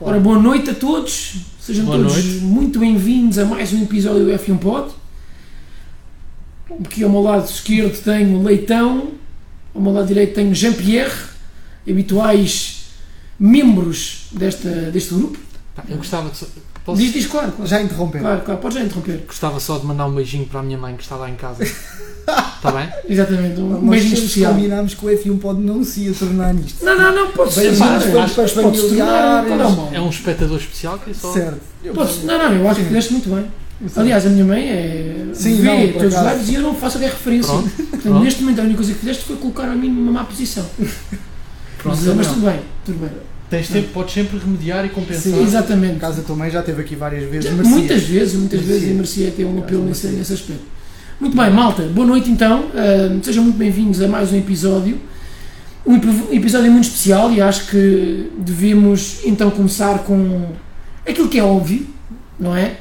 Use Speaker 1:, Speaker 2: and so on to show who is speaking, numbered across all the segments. Speaker 1: Ora, boa noite a todos, sejam
Speaker 2: Boa
Speaker 1: todos
Speaker 2: noite.
Speaker 1: muito bem-vindos a mais um episódio do F1 Pod. Aqui ao meu lado esquerdo tenho Leitão, ao meu lado direito tenho Jean-Pierre, habituais membros desta, deste grupo.
Speaker 2: Pá, Eu gostava de, só- posso-
Speaker 1: Diz, diz, claro, claro,
Speaker 3: Já interrompeu.
Speaker 1: claro, claro, pode já interromper.
Speaker 2: gostava só de mandar um beijinho para a minha mãe que está lá em casa. Está bem?
Speaker 1: Exatamente, um
Speaker 3: Nós
Speaker 1: beijinho
Speaker 3: todos
Speaker 1: especial.
Speaker 3: combinámos que o F1 pode não se ia tornar nisto.
Speaker 1: Não, não, não, pode ser.
Speaker 3: Beijinhos
Speaker 1: pá,
Speaker 3: para-
Speaker 1: acho-
Speaker 3: para
Speaker 1: acho que pode-se tornar- um
Speaker 3: familiares.
Speaker 1: não, não,
Speaker 2: É um espectador especial que é só.
Speaker 3: Certo.
Speaker 1: Pode- não, não, eu acho que fizeste muito bem.
Speaker 3: um Sim.
Speaker 1: Aliás, a minha mãe é
Speaker 3: Sim, não,
Speaker 1: vê
Speaker 3: por
Speaker 1: teus
Speaker 3: acaso.
Speaker 1: lives e eu não faço qualquer referência.
Speaker 2: Pronto,
Speaker 1: Portanto,
Speaker 2: pronto.
Speaker 1: neste momento a única coisa que fizeste foi colocar a mim numa má posição.
Speaker 2: Pronto,
Speaker 1: mas, mas
Speaker 2: não. É
Speaker 1: tudo bem, tudo bem.
Speaker 2: Tens tempo, podes sempre remediar e compensar.
Speaker 3: Sim.
Speaker 1: Exatamente.
Speaker 3: Por causa da tua mãe já esteve aqui várias vezes.
Speaker 1: Já-
Speaker 3: merecia.
Speaker 1: muitas vezes, muitas vezes,
Speaker 3: Merecia.
Speaker 1: e merecia ter um apelo nesse,
Speaker 3: merecia.
Speaker 1: nesse aspecto. Muito bem, malta, boa noite então. Ahm, sejam muito bem-vindos a mais um episódio. Um epi- episódio muito especial e acho que devemos então começar com aquilo que é óbvio, não é?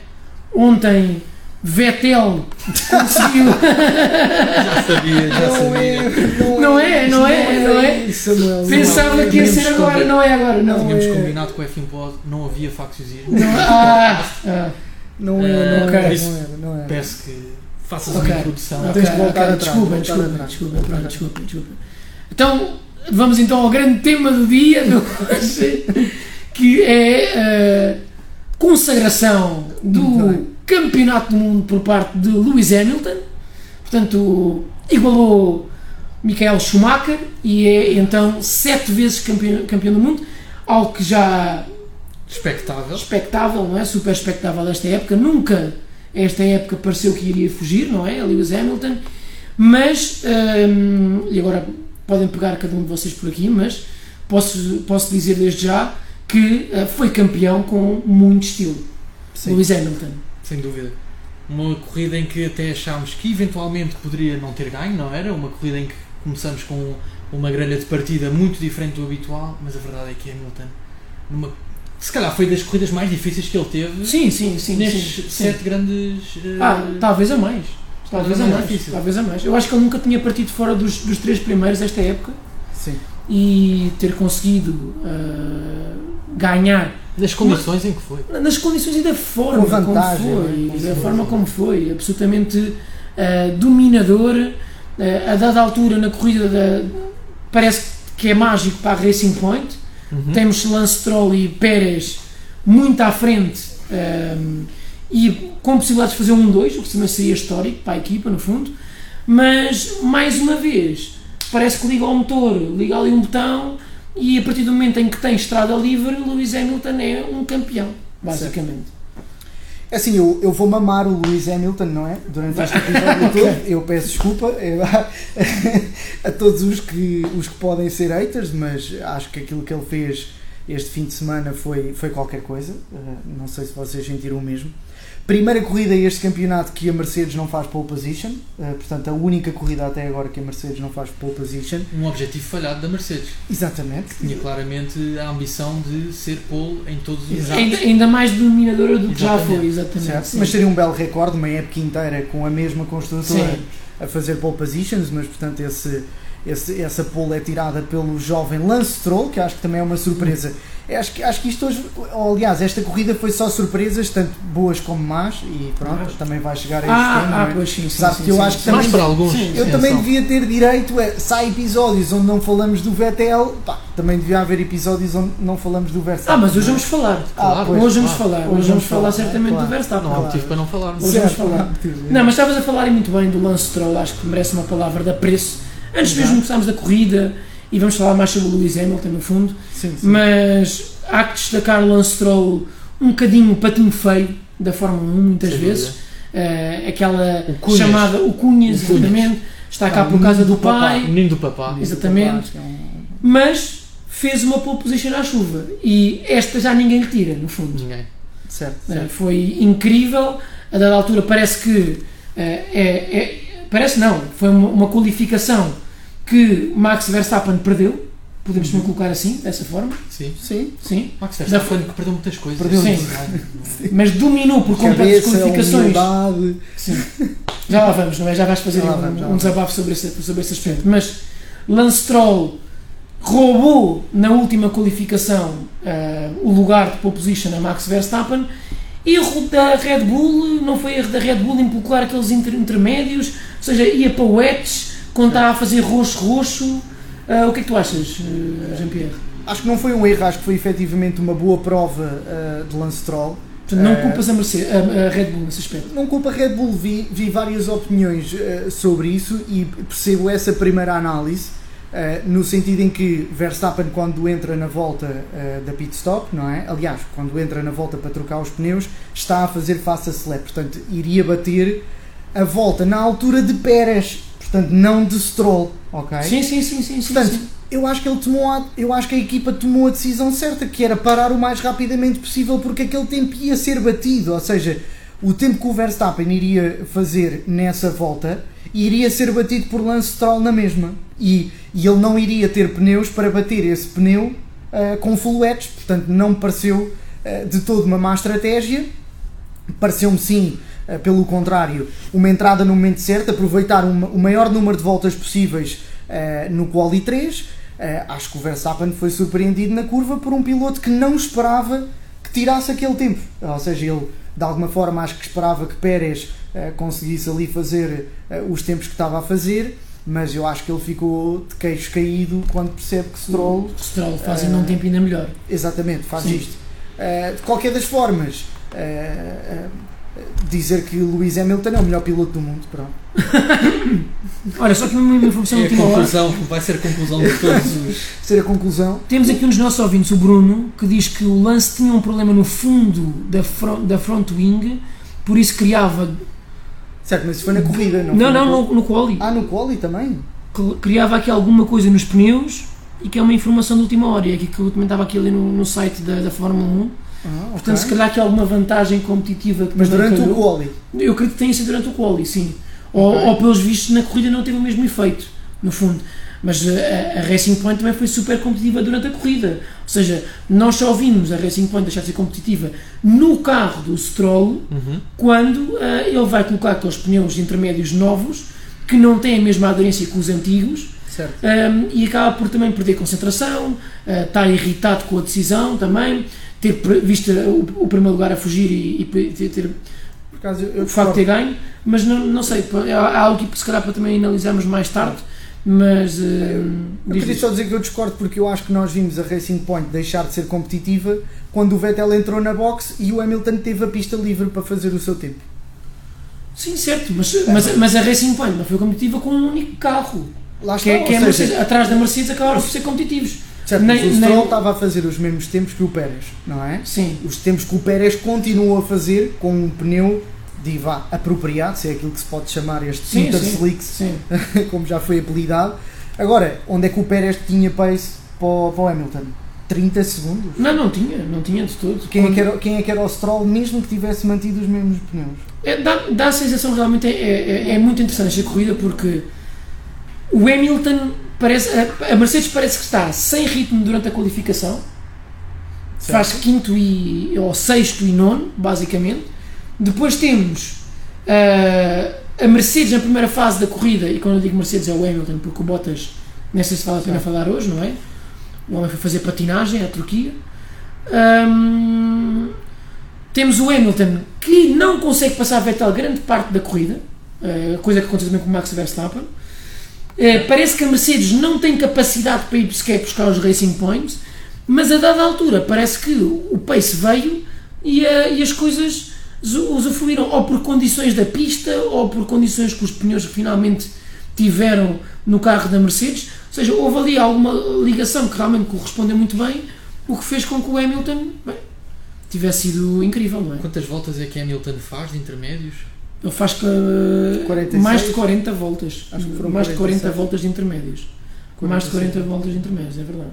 Speaker 1: Ontem Vettel conseguiu.
Speaker 2: Já sabia, já
Speaker 3: Não é, não,
Speaker 1: Não é, não é, não é.
Speaker 3: Samuel, não
Speaker 1: Pensava
Speaker 3: é.
Speaker 1: que ia ser
Speaker 2: Tínhamos
Speaker 1: agora,
Speaker 2: combi-
Speaker 1: não é agora, não.
Speaker 2: Tínhamos
Speaker 3: é.
Speaker 2: combinado com o F1 Pod, não havia facciosismo.
Speaker 1: Não, ah, ah,
Speaker 3: Não é, não
Speaker 2: Ah,
Speaker 3: era,
Speaker 2: isso-
Speaker 3: não era, não é. era.
Speaker 2: Peço que faças
Speaker 1: Ok.
Speaker 2: uma introdução.
Speaker 1: Então, ok,
Speaker 3: tens de voltar
Speaker 1: ok,
Speaker 3: atrás,
Speaker 1: Desculpem,
Speaker 3: voltar
Speaker 1: desculpem,
Speaker 3: atrás.
Speaker 1: desculpem, pronto, desculpem, desculpem. Então, vamos então ao grande tema do dia de hoje, que é a consagração
Speaker 3: Muito
Speaker 1: do
Speaker 3: bem.
Speaker 1: Campeonato do Mundo por parte de Lewis Hamilton. Portanto, igualou Michael Schumacher e é então sete vezes campeão, campeão do mundo, algo que já
Speaker 2: Espectável.
Speaker 1: expectável, não é? Super expectável desta época. Nunca esta época pareceu que iria fugir, não é? A Lewis Hamilton. Mas, hum, e agora podem pegar cada um de vocês por aqui, mas posso, posso dizer desde já que ah, foi campeão com muito estilo.
Speaker 3: Sim.
Speaker 1: Lewis Hamilton.
Speaker 2: Sem dúvida. Uma corrida em que até achámos que eventualmente poderia não ter ganho, não era? Uma corrida em que começamos com uma grelha de partida muito diferente do habitual, mas a verdade é que Hamilton, numa, se calhar foi das corridas mais difíceis que ele teve
Speaker 1: Sim, sim, sim.
Speaker 2: nestes
Speaker 1: sim, sim.
Speaker 2: sete grandes. eh,
Speaker 1: Ah, talvez a mais. Talvez a
Speaker 2: mais
Speaker 1: mais.
Speaker 2: difícil.
Speaker 1: Talvez a mais. Eu acho que ele nunca tinha partido fora dos, dos três primeiros desta época
Speaker 3: Sim.
Speaker 1: e ter conseguido ah, ganhar
Speaker 2: Nas condições em que foi.
Speaker 1: nas condições e da forma
Speaker 3: Com vantagem,
Speaker 1: como foi,
Speaker 3: né? Com
Speaker 1: e da
Speaker 3: certeza.
Speaker 1: forma como foi, absolutamente ah, dominador. Ah, a dada altura na corrida da- parece que é mágico para a Racing Point.
Speaker 2: Uhum.
Speaker 1: Temos Lance Stroll e Pérez muito à frente ahm, e com possibilidade de fazer um 2, o que também seria histórico para a equipa, no fundo. Mas, mais uma vez, parece que liga ao motor, liga ali um botão e a partir do momento em que tem estrada livre, Lewis Hamilton é um campeão, basicamente.
Speaker 3: É assim, eu, eu vou mamar o Lewis Hamilton, não é? Durante este episódio todo. Eu peço desculpa é, a todos os que, os que podem ser haters, mas acho que aquilo que ele fez este fim de semana foi, foi qualquer coisa. Uh, Não sei se vocês sentiram o mesmo. Primeira corrida a este campeonato que a Mercedes não faz pole position. Uh, Portanto, a única corrida até agora que a Mercedes não faz pole position.
Speaker 2: Um objetivo falhado da Mercedes.
Speaker 3: Exatamente.
Speaker 2: Tinha claramente a ambição de ser pole em todos os
Speaker 3: Exato.
Speaker 1: Ainda, ainda mais dominadora do que já
Speaker 2: Exatamente.
Speaker 1: foi, exatamente.
Speaker 3: Certo?
Speaker 1: sim.
Speaker 3: Mas seria um belo recorde, uma época inteira com a mesma construtora
Speaker 1: Sim.
Speaker 3: a fazer pole positions, mas portanto esse, esse- essa pole é tirada pelo jovem Lance Stroll, que acho que também é uma surpresa. Eu Acho que, acho que isto hoje, ou, aliás, esta corrida foi só surpresas, tanto boas como más, e pronto,
Speaker 1: Mas-
Speaker 3: também vai chegar a este tema,
Speaker 1: ah, ah,
Speaker 3: não é?
Speaker 1: pois sim, sim,
Speaker 3: Sabe
Speaker 1: sim,
Speaker 3: que eu
Speaker 1: sim,
Speaker 3: acho que
Speaker 1: sim.
Speaker 2: Mas para alguns.
Speaker 1: Sim.
Speaker 3: Eu também
Speaker 2: atenção.
Speaker 3: devia ter direito a. Se há episódios onde não falamos do Vettel, pá, também devia haver episódios onde não falamos do Verstappen.
Speaker 1: Ah, mas hoje
Speaker 3: não é?
Speaker 1: vamos falar.
Speaker 3: Ah, pois,
Speaker 1: hoje vamos
Speaker 2: claro.
Speaker 1: falar, hoje,
Speaker 3: Hoje
Speaker 1: vamos
Speaker 3: vamos
Speaker 1: falar
Speaker 3: falar,
Speaker 1: certamente
Speaker 3: claro.
Speaker 1: do Verstappen.
Speaker 2: Não há motivo para não falarmos.
Speaker 1: Hoje vamos falar.
Speaker 3: Certo, não há motivo.
Speaker 1: Não, mas estavas a falar e muito bem do Lance Stroll, acho que merece uma palavra de apreço. Antes mesmo de começarmos da corrida, e vamos falar mais sobre o Lewis Hamilton no fundo,
Speaker 3: Sim, sim.
Speaker 1: mas há que destacar o Lance Stroll um bocadinho patinho feio da Fórmula 1, muitas
Speaker 2: Sem
Speaker 1: vezes. Eh, aquela
Speaker 2: O Cunhas.
Speaker 1: chamada o Cunhas,
Speaker 2: O Cunhas.
Speaker 1: exatamente, está cá
Speaker 3: Ah,
Speaker 1: por causa do
Speaker 3: o papá.
Speaker 1: pai,
Speaker 2: Menino do papá.
Speaker 1: exatamente.
Speaker 3: Acho que é um-
Speaker 1: mas fez uma pole position à chuva e esta já ninguém lhe tira, no fundo.
Speaker 2: Ninguém.
Speaker 3: Certo,
Speaker 1: Né?
Speaker 3: certo.
Speaker 1: Foi incrível. A dada altura parece que. eh, é- é- parece não. Foi uma, uma qualificação que Max Verstappen perdeu. Podemos me colocar assim, dessa forma.
Speaker 2: Sim.
Speaker 3: Sim.
Speaker 1: Sim.
Speaker 2: Max Verstappen é que perdeu muitas coisas.
Speaker 3: Perdeu
Speaker 1: Sim. Mas dominou por completo as
Speaker 3: Cabeça,
Speaker 1: qualificações.
Speaker 3: humildade.
Speaker 1: Sim. Já lá vamos, não é? Já vais fazer
Speaker 3: Já lá
Speaker 1: um,
Speaker 3: vamos, já
Speaker 1: um
Speaker 3: lá vamos.
Speaker 1: desabafo sobre esse, sobre esse aspecto. Mas Lance Troll roubou na última qualificação eh, o lugar de pole position a Max Verstappen. Erro da Red Bull, não foi erro da Red Bull em colocar aqueles inter- intermédios, ou seja, ia para o Edge, quando estava a fazer roxo-roxo. Eh, o que é que tu achas, eh, Jean-Pierre?
Speaker 3: Acho que não foi um erro, acho que foi efetivamente uma boa prova ah, de Lance Troll.
Speaker 1: Portanto, não
Speaker 3: Eh,
Speaker 1: culpas a, Mercedes, a, a Red Bull nesse aspecto.
Speaker 3: Não culpa a Red Bull, vi, vi várias opiniões eh, sobre isso e percebo essa primeira análise, eh, no sentido em que Verstappen, quando entra na volta eh, da pit stop, não é? Aliás, quando entra na volta para trocar os pneus, está a fazer face a Celeb, portanto, iria bater a volta na altura de Pérez, portanto, não de Stroll, ok?
Speaker 1: Sim, sim, sim, sim. sim,
Speaker 3: Portanto,
Speaker 1: sim.
Speaker 3: eu acho que ele tomou a, eu acho que a equipa tomou a decisão certa, que era parar o mais rapidamente possível porque aquele tempo ia ser batido, ou seja, o tempo que o Verstappen iria fazer nessa volta iria ser batido por Lance Stroll na mesma e, e ele não iria ter pneus para bater esse pneu ah, com full edge, portanto não me pareceu ah, de todo uma má estratégia pareceu-me sim, eh, pelo contrário, uma entrada no momento certo, aproveitar um- o maior número de voltas possíveis eh, no quali 3. Eh, acho que o Verstappen foi surpreendido na curva por um piloto que não esperava que tirasse aquele tempo. Ou seja, ele de alguma forma acho que esperava que Pérez eh, conseguisse ali fazer eh, os tempos que estava a fazer, mas eu acho que ele ficou de queixo caído quando percebe que Stroll
Speaker 1: Stroll faz ainda um tempo ainda melhor.
Speaker 3: Exatamente, faz
Speaker 1: Sim.
Speaker 3: isto. Uh, de qualquer das formas, uh, uh, dizer que Lewis Hamilton é o melhor piloto do mundo. Pronto.
Speaker 1: Olha, só que uma informação
Speaker 2: É a
Speaker 1: última hora.
Speaker 2: conclusão, vai ser a conclusão de todos os.
Speaker 3: Ser a conclusão.
Speaker 1: Temos aqui um dos nossos ouvintes, o Bruno, que diz que o Lance tinha um problema no fundo da front, da front wing, por isso criava.
Speaker 3: Certo, mas isso foi na corrida, não?
Speaker 1: Não,
Speaker 3: foi
Speaker 1: não,
Speaker 3: no quali.
Speaker 1: no, no quali.
Speaker 3: Ah, no quali também?
Speaker 1: Que Criava aqui alguma coisa nos pneus e que é uma informação de última hora. E é aqui que eu também estava aqui ali no, no site da, da Fórmula 1.
Speaker 3: Ah, ok.
Speaker 1: Portanto, se calhar aqui há alguma vantagem competitiva que
Speaker 3: Mas
Speaker 1: também
Speaker 3: durante o
Speaker 1: calhou.
Speaker 3: quali.
Speaker 1: Eu acredito que tenha sido durante o quali, sim. Ou,
Speaker 3: Ok.
Speaker 1: ou pelos vistos na corrida não teve o mesmo efeito, no fundo. Mas uh, a, a Racing Point também foi super competitiva durante a corrida. Ou seja, nós só vimos a Racing Point deixar de ser competitiva no carro do Stroll quando uh, ele vai colocar aqueles pneus intermédios novos que não têm a mesma aderência que os antigos
Speaker 3: Certo.
Speaker 1: um, e acaba por também perder concentração, uh, estar irritado com a decisão também, ter pre- visto o, o primeiro lugar a fugir e, e pe- ter- ter
Speaker 3: Por acaso eu, eu
Speaker 1: o facto é de ter ganho, mas não, não sei, pá, há, há algo que se calhar para também analisarmos mais tarde, mas. eh,
Speaker 3: Eu
Speaker 1: diz
Speaker 3: queria
Speaker 1: isto.
Speaker 3: só dizer que eu discordo porque eu acho que nós vimos a Racing Point deixar de ser competitiva quando o Vettel entrou na box e o Hamilton teve a pista livre para fazer o seu tempo.
Speaker 1: Sim, certo, mas, mas, mas a Racing Point não foi competitiva com um único carro.
Speaker 3: Lá
Speaker 1: Que, é-
Speaker 3: ou
Speaker 1: que é a
Speaker 3: seja,
Speaker 1: Mercedes, atrás da Mercedes acabaram por ser competitivos.
Speaker 3: certo, mas
Speaker 1: nem-
Speaker 3: o Stroll
Speaker 1: nem-
Speaker 3: estava a fazer os mesmos tempos que o Pérez, não é?
Speaker 1: Sim,
Speaker 3: os tempos que o Pérez continua a fazer com um pneu de vá, apropriado, se é aquilo que se pode chamar este
Speaker 1: Sim,
Speaker 3: Super
Speaker 1: sim.
Speaker 3: Slicks,
Speaker 1: sim.
Speaker 3: como já foi apelidado. Agora, onde é que o Pérez tinha pace para o, para o Hamilton? 30 segundos?
Speaker 1: Não, não tinha, não tinha de todo.
Speaker 3: Quem é, que era, quem é que era o Stroll mesmo que tivesse mantido os mesmos pneus?
Speaker 1: É, dá, dá a sensação realmente é, é, é muito interessante esta corrida porque o Hamilton parece a, a Mercedes parece que está sem ritmo durante a qualificação faz quinto e ou sexto e nono basicamente depois temos ah, a Mercedes na primeira fase da corrida e quando eu digo Mercedes é o Hamilton porque o Bottas nem sei se vale a pena falar hoje não é o homem foi fazer patinagem à Turquia Ahm, temos o Hamilton que não consegue passar Vettel grande parte da corrida, eh, coisa que aconteceu também com o Max Verstappen. Eh, Parece que a Mercedes não tem capacidade para ir sequer buscar os Racing Points, mas a dada altura parece que o pace veio e, eh, e as coisas zu- usufruíram, ou por condições da pista, ou por condições que os pneus finalmente tiveram no carro da Mercedes. Ou seja, houve ali alguma ligação que realmente correspondeu muito bem, o que fez com que o Hamilton bem, tivesse sido incrível, não é?
Speaker 2: Quantas voltas é que Hamilton faz de intermédios?
Speaker 1: Ele faz que, eh,
Speaker 3: 46?
Speaker 1: mais de 40 voltas.
Speaker 3: Acho que foram
Speaker 1: mais de 40
Speaker 3: 46.
Speaker 1: voltas de intermédios. Mais de 40 voltas de intermédios, é verdade.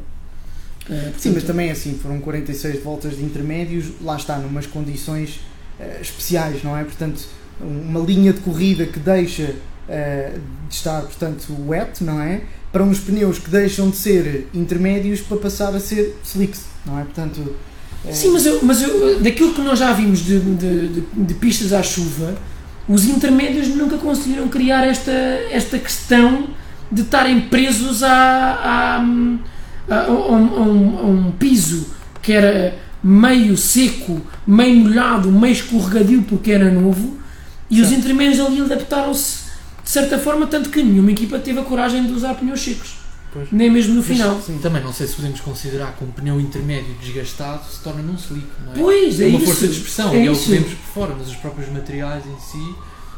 Speaker 1: Eh,
Speaker 3: Sim, mas
Speaker 1: portanto,
Speaker 3: também é assim, foram 46 voltas de intermédios, lá está, numas condições eh, especiais, não é? Portanto, um- uma linha de corrida que deixa eh, de estar, portanto, wet, não é? Para uns pneus que deixam de ser intermédios para passar a ser slicks, não é? Portanto, eh,
Speaker 1: Sim, mas, eu, mas eu, daquilo que nós já vimos de, de- de- de pistas à chuva, os intermédios nunca conseguiram criar esta, esta questão de estarem presos à, à, a, a um, a um- a um piso que era meio seco, meio molhado, meio escorregadio porque era novo, e os
Speaker 2: Certo.
Speaker 1: intermédios ali adaptaram-se de certa forma, tanto que nenhuma equipa teve a coragem de usar pneus secos,
Speaker 2: Pois.
Speaker 1: nem mesmo no final.
Speaker 3: Sim.
Speaker 2: Também não sei se podemos considerar que um pneu intermédio desgastado se torna num slick, não é?
Speaker 1: Pois, é
Speaker 2: uma
Speaker 1: isso.
Speaker 2: força de expressão,
Speaker 1: é
Speaker 2: e é o que
Speaker 1: isso.
Speaker 2: vemos por fora, mas os próprios materiais em si.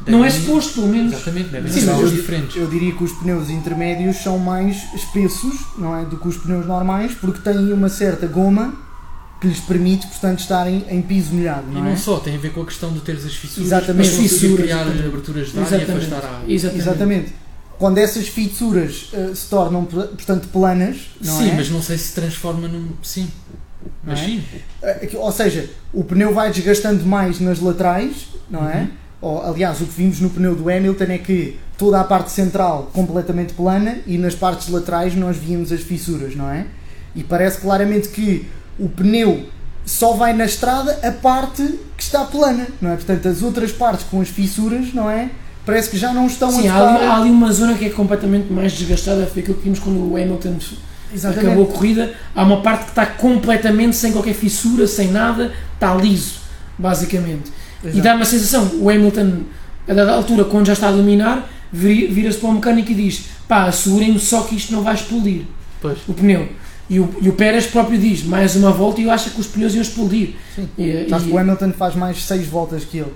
Speaker 1: Não é
Speaker 2: devem-
Speaker 1: suposto, pelo menos.
Speaker 2: Exatamente, devem
Speaker 1: Sim,
Speaker 2: ser
Speaker 1: mas
Speaker 2: algo
Speaker 1: eu-
Speaker 2: diferentes.
Speaker 3: Eu diria que os pneus intermédios são mais espessos não é, do que os pneus normais, porque têm uma certa goma que lhes permite, portanto, estarem em piso molhado,
Speaker 2: E
Speaker 3: não
Speaker 2: não
Speaker 3: é?
Speaker 2: só, tem a ver com a questão de teres as fissuras,
Speaker 3: Exatamente.
Speaker 2: para conseguir
Speaker 1: Fissuras,
Speaker 2: criar
Speaker 1: exatamente.
Speaker 2: aberturas de ar e
Speaker 1: Exatamente.
Speaker 2: afastar a água.
Speaker 1: Exatamente.
Speaker 3: Exatamente. Quando essas fissuras eh, se tornam, pl- portanto, planas, não
Speaker 2: sim,
Speaker 3: é?
Speaker 2: mas não sei se transforma num. Sim.
Speaker 3: Não
Speaker 2: Mas
Speaker 3: é?
Speaker 2: sim.
Speaker 3: Eh, aqui- Ou seja, o pneu vai desgastando mais nas laterais, não é?
Speaker 2: Uhum.
Speaker 3: Ou, aliás, o que vimos no pneu do Hamilton é que toda a parte central completamente plana e nas partes laterais nós víamos as fissuras, não é? E parece claramente que o pneu só vai na estrada a parte que está plana, não é? Portanto, as outras partes com as fissuras, não é? Parece que já não estão
Speaker 1: Sim,
Speaker 3: a
Speaker 1: há ali,
Speaker 3: tocar.
Speaker 1: há ali uma zona que é completamente mais desgastada. Foi aquilo que vimos quando o Hamilton
Speaker 3: Exatamente.
Speaker 1: acabou a corrida. Há uma parte que está completamente sem qualquer fissura, sem nada, está liso, basicamente. E
Speaker 3: Exato.
Speaker 1: dá uma sensação. O Hamilton, a dada altura, quando já está a dominar, viri- vira-se para o mecânico e diz: pá, assegurem-me só que isto não vai explodir
Speaker 2: Pois.
Speaker 1: o pneu. E o, e o Pérez próprio diz: mais uma volta e eu acho que os pneus iam explodir.
Speaker 2: Sim.
Speaker 1: E-
Speaker 3: Sabes
Speaker 1: e-
Speaker 3: que o Hamilton faz mais 6 voltas que ele.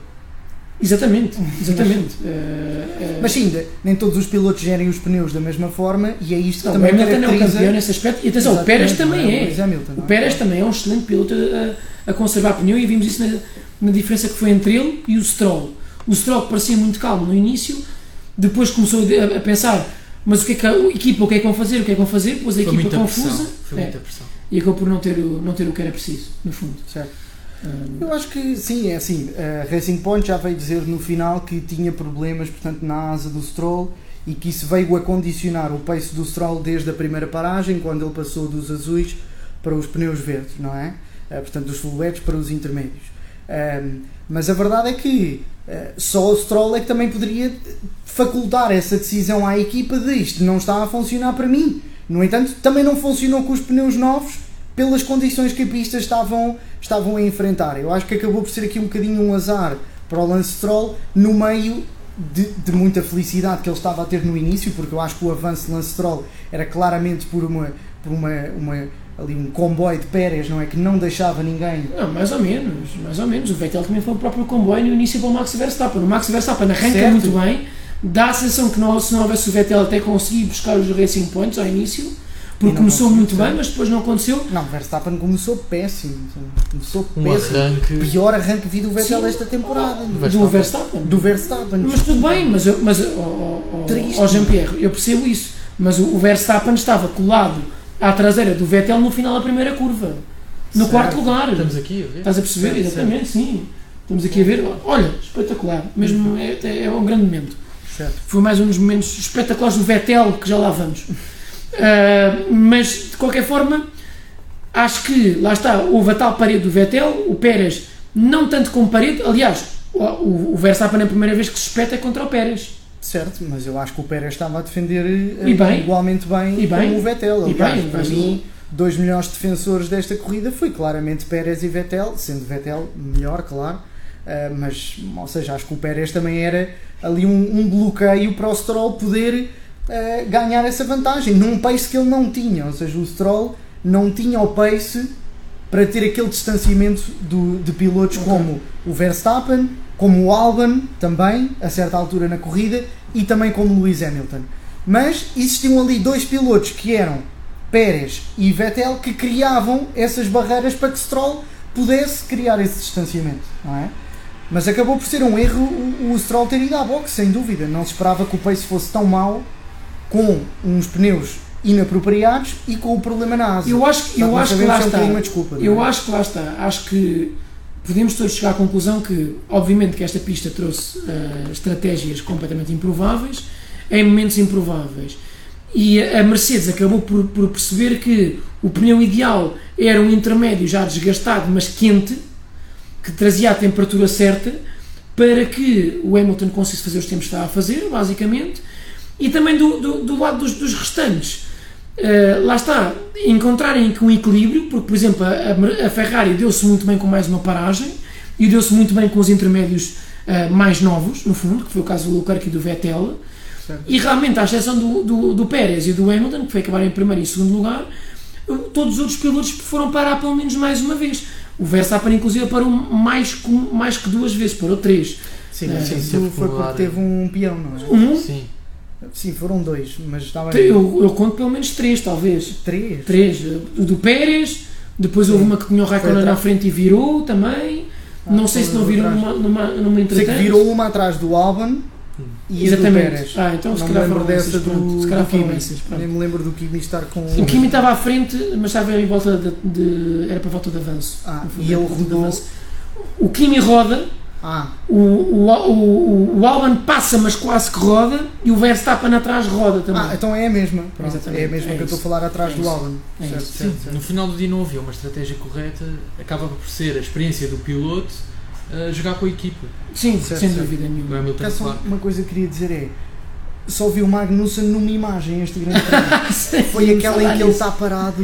Speaker 1: exatamente, exatamente. Eh, eh,
Speaker 3: Mas sim, de- nem todos os pilotos gerem os pneus da mesma forma e é isto que
Speaker 1: Não,
Speaker 3: também
Speaker 1: o Hamilton é um
Speaker 3: caracteriza...
Speaker 1: campeão nesse aspecto. E atenção, o Pérez também é. O
Speaker 3: Pérez
Speaker 1: Pérez também é um excelente piloto a, a conservar pneu e vimos isso na, na diferença que foi entre ele e o Stroll. O Stroll que parecia muito calmo no início, depois começou a, a pensar, mas o que é que a equipa, o que é que vão fazer, o que é que vão fazer, pôs a
Speaker 2: Foi
Speaker 1: equipa
Speaker 2: muita
Speaker 1: confusa
Speaker 2: pressão. Foi
Speaker 1: é,
Speaker 2: muita pressão.
Speaker 1: e acabou por não ter, o, não ter o que era preciso, no fundo. Ah,
Speaker 3: Eu acho que sim, é assim. A Racing Point já veio dizer no final que tinha problemas, portanto, na asa do Stroll e que isso veio a condicionar o pace do Stroll desde a primeira paragem, quando ele passou dos azuis para os pneus verdes, não é? Eh, Portanto, dos silhuetes para os intermédios. Ahm, mas a verdade é que eh, só o Stroll é que também poderia facultar essa decisão à equipa de isto não está a funcionar para mim. No entanto, também não funcionou com os pneus novos pelas condições que a pista estavam, estavam a enfrentar. Eu acho que acabou por ser aqui um bocadinho um azar para o Lance Stroll no meio de, de muita felicidade que ele estava a ter no início, porque eu acho que o avanço de Lance Stroll era claramente por uma, por uma, uma ali um comboio de Pérez, não é que não deixava ninguém
Speaker 1: não, mais ou menos, mais ou menos. O Vettel também foi o próprio comboio no início para o Max Verstappen. O Max Verstappen arranca
Speaker 3: Certo.
Speaker 1: muito bem, dá a sensação que não, se não houvesse o Vettel até conseguir buscar os Racing Points ao início,
Speaker 3: E
Speaker 1: porque
Speaker 3: não
Speaker 1: começou
Speaker 3: conseguiu,
Speaker 1: muito
Speaker 3: sim.
Speaker 1: bem, mas depois não aconteceu.
Speaker 3: Não, Verstappen começou péssimo. então, Começou
Speaker 2: Um
Speaker 3: péssimo.
Speaker 2: arranque.
Speaker 3: Pior arranque vi do Vettel
Speaker 1: Sim.
Speaker 3: esta temporada.
Speaker 1: Do Verstappen.
Speaker 3: Do Verstappen.
Speaker 1: Mas tudo bem, mas, eu- mas ó, ó, ó,
Speaker 3: Triste.
Speaker 1: ó, Jean-Pierre, eu percebo isso. Mas o o Verstappen estava colado à traseira do Vettel no final da primeira curva. No
Speaker 3: Certo.
Speaker 1: quarto lugar.
Speaker 2: Estamos aqui a ver.
Speaker 1: Estás a perceber?
Speaker 2: Certo,
Speaker 1: Exatamente, sim. Estamos aqui a ver. Olha, espetacular.
Speaker 3: Uhum.
Speaker 1: Mesmo é, é- é um grande momento.
Speaker 3: Certo.
Speaker 1: Foi mais um dos momentos espetaculares do Vettel, que já lá vamos. Ah, mas, de qualquer forma, acho que, lá está, houve a tal parede do Vettel, o Pérez, não tanto como parede, aliás, o, o, o Verstappen é a primeira vez que se espeta contra o Pérez.
Speaker 3: Certo, mas eu acho que o Pérez estava a defender eh,
Speaker 1: E bem.
Speaker 3: igualmente bem,
Speaker 1: E bem.
Speaker 3: como o Vettel.
Speaker 1: E
Speaker 3: Aliás,
Speaker 1: bem,
Speaker 3: para
Speaker 1: mas
Speaker 3: mim, dois melhores defensores desta corrida foi claramente Pérez e Vettel, sendo Vettel melhor, claro. Ah, mas, ou seja, acho que o Pérez também era ali um, um bloqueio para o Stroll poder ah, ganhar essa vantagem, num pace que ele não tinha. Ou seja, o Stroll não tinha o pace para ter aquele distanciamento do- de pilotos
Speaker 1: Ok.
Speaker 3: como o Verstappen, como o Albon também, a certa altura na corrida, e também como o Lewis Hamilton. Mas existiam ali dois pilotos que eram Pérez e Vettel que criavam essas barreiras para que Stroll pudesse criar esse distanciamento, não é? Mas acabou por ser um erro o, o Stroll ter ido à boxe, sem dúvida. Não se esperava que o pace fosse tão mau com uns pneus inapropriados e com o problema na asa.
Speaker 1: Eu acho, que-
Speaker 3: Portanto,
Speaker 1: eu
Speaker 3: não
Speaker 1: acho que
Speaker 3: sabemos
Speaker 1: lá
Speaker 3: se é um
Speaker 1: está.
Speaker 3: bocadinho uma desculpa, não é?
Speaker 1: Eu acho que lá está. Acho que podemos todos chegar à conclusão que, obviamente, que esta pista trouxe ah, estratégias completamente improváveis, em momentos improváveis. E a a Mercedes acabou por, por perceber que o pneu ideal era um intermédio já desgastado, mas quente, que trazia a temperatura certa para que o Hamilton conseguisse fazer os tempos que estava a fazer, basicamente, e também do, do, do lado dos, dos restantes. Uh, lá está, encontrarem aqui um equilíbrio, porque, por exemplo, a, a Ferrari deu-se muito bem com mais uma paragem e deu-se muito bem com os intermédios uh, mais novos, no fundo, que foi o caso do Leclerc e do Vettel.
Speaker 2: Certo.
Speaker 1: E realmente, à exceção do, do, do Pérez e do Hamilton, que foi acabar em primeiro e segundo lugar, todos os outros pilotos foram parar pelo menos mais uma vez. O Verstappen, inclusive, parou mais, com, mais que duas vezes, parou três.
Speaker 3: Sim,
Speaker 1: É,
Speaker 3: mas
Speaker 2: sim,
Speaker 3: isso
Speaker 2: teve que
Speaker 3: foi
Speaker 2: mudar.
Speaker 3: porque teve um peão, não é?
Speaker 1: Um,
Speaker 2: Sim.
Speaker 3: Sim, foram dois, mas estava
Speaker 1: eu, eu conto pelo menos três, talvez.
Speaker 3: três.
Speaker 1: Três. O do Pérez, depois houve uma que tinha o Raikkonen na
Speaker 3: atrás.
Speaker 1: frente e virou também.
Speaker 3: Ah,
Speaker 1: não sei se não
Speaker 3: foi
Speaker 1: virou
Speaker 3: atrás.
Speaker 1: numa, numa, numa
Speaker 3: Sei que
Speaker 1: entretanto.
Speaker 3: virou uma atrás do Albon e a do Pérez.
Speaker 1: Exatamente. Ah, então se
Speaker 3: não me
Speaker 1: calhar
Speaker 3: lembro
Speaker 1: foram
Speaker 3: dessa
Speaker 1: essas, pronto.
Speaker 3: do,
Speaker 1: Se calhar
Speaker 3: do
Speaker 1: foram
Speaker 3: Kimi.
Speaker 1: essas, pronto.
Speaker 3: Nem me lembro do Kimi estar com.
Speaker 1: O Kimi estava à frente, mas estava em volta de, de- era para a volta de avanço.
Speaker 3: Ah,
Speaker 1: Não foi
Speaker 3: e
Speaker 1: bem
Speaker 3: ele
Speaker 1: para a volta de
Speaker 3: rodou.
Speaker 1: avanço. O Kimi roda,
Speaker 3: Ah,
Speaker 1: o, o, o, o- o Albon passa, mas quase que roda, e o Verstappen atrás roda também.
Speaker 3: ah, então é a mesma. Pronto,
Speaker 1: Exatamente,
Speaker 3: é a mesma
Speaker 1: é
Speaker 3: que eu
Speaker 1: isso.
Speaker 3: estou a falar atrás
Speaker 1: É
Speaker 3: do
Speaker 1: isso.
Speaker 3: Albon.
Speaker 1: É
Speaker 3: certo,
Speaker 1: isso.
Speaker 3: certo,
Speaker 2: No
Speaker 3: certo.
Speaker 2: final do dia não havia uma estratégia correta, acaba por ser a experiência do piloto a jogar com a equipa.
Speaker 1: Sim,
Speaker 3: Certo,
Speaker 1: sem
Speaker 3: certo.
Speaker 1: dúvida
Speaker 2: O
Speaker 1: nenhuma.
Speaker 2: Hamilton,
Speaker 3: Cá só
Speaker 2: claro.
Speaker 3: uma coisa que queria dizer é. Só vi o Magnussen numa imagem este grande prémio.
Speaker 1: Sim,
Speaker 3: Foi aquela em que ele Ah.
Speaker 1: isso.
Speaker 3: está parado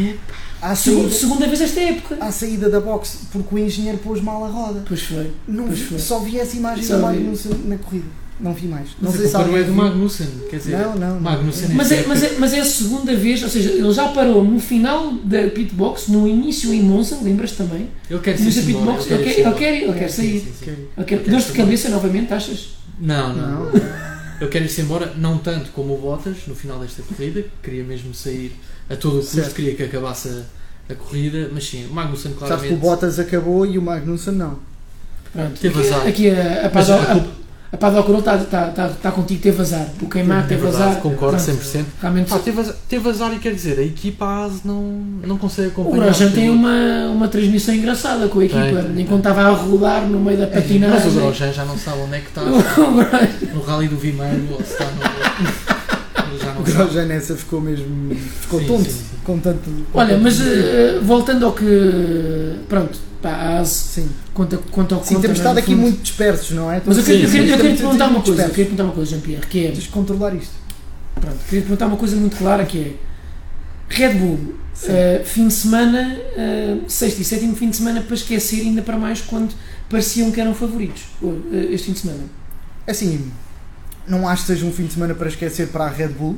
Speaker 3: à
Speaker 1: Segu-
Speaker 3: saída,
Speaker 1: Ah, Segunda vez esta época.
Speaker 3: à saída da box porque o engenheiro pôs mal a roda.
Speaker 1: Pois foi.
Speaker 3: Não
Speaker 1: Pois
Speaker 3: vi-
Speaker 1: foi.
Speaker 3: só vi essa imagem
Speaker 1: Só
Speaker 3: do
Speaker 1: vi.
Speaker 3: Magnussen na corrida. Não vi mais. Não
Speaker 2: Mas
Speaker 3: sei se
Speaker 2: a culpa não é
Speaker 3: alguém
Speaker 2: do
Speaker 3: viu.
Speaker 2: Magnussen,
Speaker 1: é
Speaker 2: quer dizer,
Speaker 3: Não, não, não.
Speaker 2: Magnussen
Speaker 1: Mas é,
Speaker 2: sempre-
Speaker 1: mas, é, mas é a segunda vez, ou seja, ele já parou no final da pit box, no início em Monza, lembras também?
Speaker 2: Ele quer
Speaker 1: No
Speaker 2: ser
Speaker 1: início da pit
Speaker 2: simbólico,
Speaker 1: box, ele quer,
Speaker 2: ser
Speaker 1: ele quer, ele quer
Speaker 2: simbólico.
Speaker 1: sair.
Speaker 2: Sim, sim, sim.
Speaker 3: Ok.
Speaker 1: Ele quer,
Speaker 2: Ele
Speaker 1: dores
Speaker 2: quer
Speaker 1: de
Speaker 2: sair.
Speaker 1: cabeça novamente, achas?
Speaker 2: Não, não,
Speaker 3: Não.
Speaker 2: Eu quero ir-se embora, não tanto como o Bottas no final desta corrida, que queria mesmo sair a todo o custo,
Speaker 3: Certo.
Speaker 2: queria que acabasse a, a corrida, mas sim, o Magnussen
Speaker 3: Sabes que o
Speaker 2: claramente
Speaker 3: Bottas acabou e o Magnussen não.
Speaker 1: Pronto.
Speaker 2: teve azar.
Speaker 1: Aqui a, a,
Speaker 2: Mas
Speaker 1: Paddock-
Speaker 2: a culpa,
Speaker 1: a, a Paddock Roll está tá, tá, tá contigo, teve azar. O queimar
Speaker 2: é
Speaker 1: teve
Speaker 2: verdade, Ah,
Speaker 1: azar.
Speaker 2: concordo
Speaker 1: Pronto.
Speaker 2: 100%.
Speaker 1: Realmente,
Speaker 2: Pá, teve, azar, teve azar e quer dizer, a equipa ASE não, não consegue
Speaker 1: o
Speaker 2: acompanhar.
Speaker 1: Grosjean
Speaker 2: os
Speaker 1: tem
Speaker 2: pilotos.
Speaker 1: uma, uma transmissão engraçada com a equipa.
Speaker 2: um Tem, tem, É,
Speaker 1: Enquanto estava a rodar no meio da
Speaker 2: Mas o
Speaker 1: patinagem.
Speaker 2: Grosjean já não sabe onde é que está,
Speaker 1: o Grosjean-
Speaker 2: no Rally do Vimeiro ou se está no. Ele já
Speaker 3: O
Speaker 2: não sabe.
Speaker 3: Grosjean nessa ficou mesmo. ficou
Speaker 2: Sim,
Speaker 3: tonto.
Speaker 2: sim, sim.
Speaker 3: Com tanto.
Speaker 1: Olha, mas eh, voltando ao que. Pronto, pá, a ASE
Speaker 3: Sim.
Speaker 1: conta, conta ao que
Speaker 3: Sim,
Speaker 1: conta,
Speaker 3: temos
Speaker 1: não é,
Speaker 3: estado
Speaker 1: no
Speaker 3: aqui
Speaker 1: fundo.
Speaker 3: muito dispersos, não é?
Speaker 1: Mas eu queria, eu queria- eu queria te
Speaker 3: Estamos
Speaker 1: perguntar uma
Speaker 3: muito
Speaker 1: coisa, eu queria
Speaker 3: dispersos.
Speaker 1: te perguntar uma coisa, Jean-Pierre, que é.
Speaker 3: Tens de controlar isto.
Speaker 1: Pronto, queria te perguntar uma coisa muito clara que é. Red Bull, eh, fim de semana, eh, sexto e sétimo fim de semana para esquecer, ainda para mais quando pareciam que eram favoritos eh, este fim de semana.
Speaker 3: Assim, não acho que seja um fim de semana para esquecer para a Red Bull,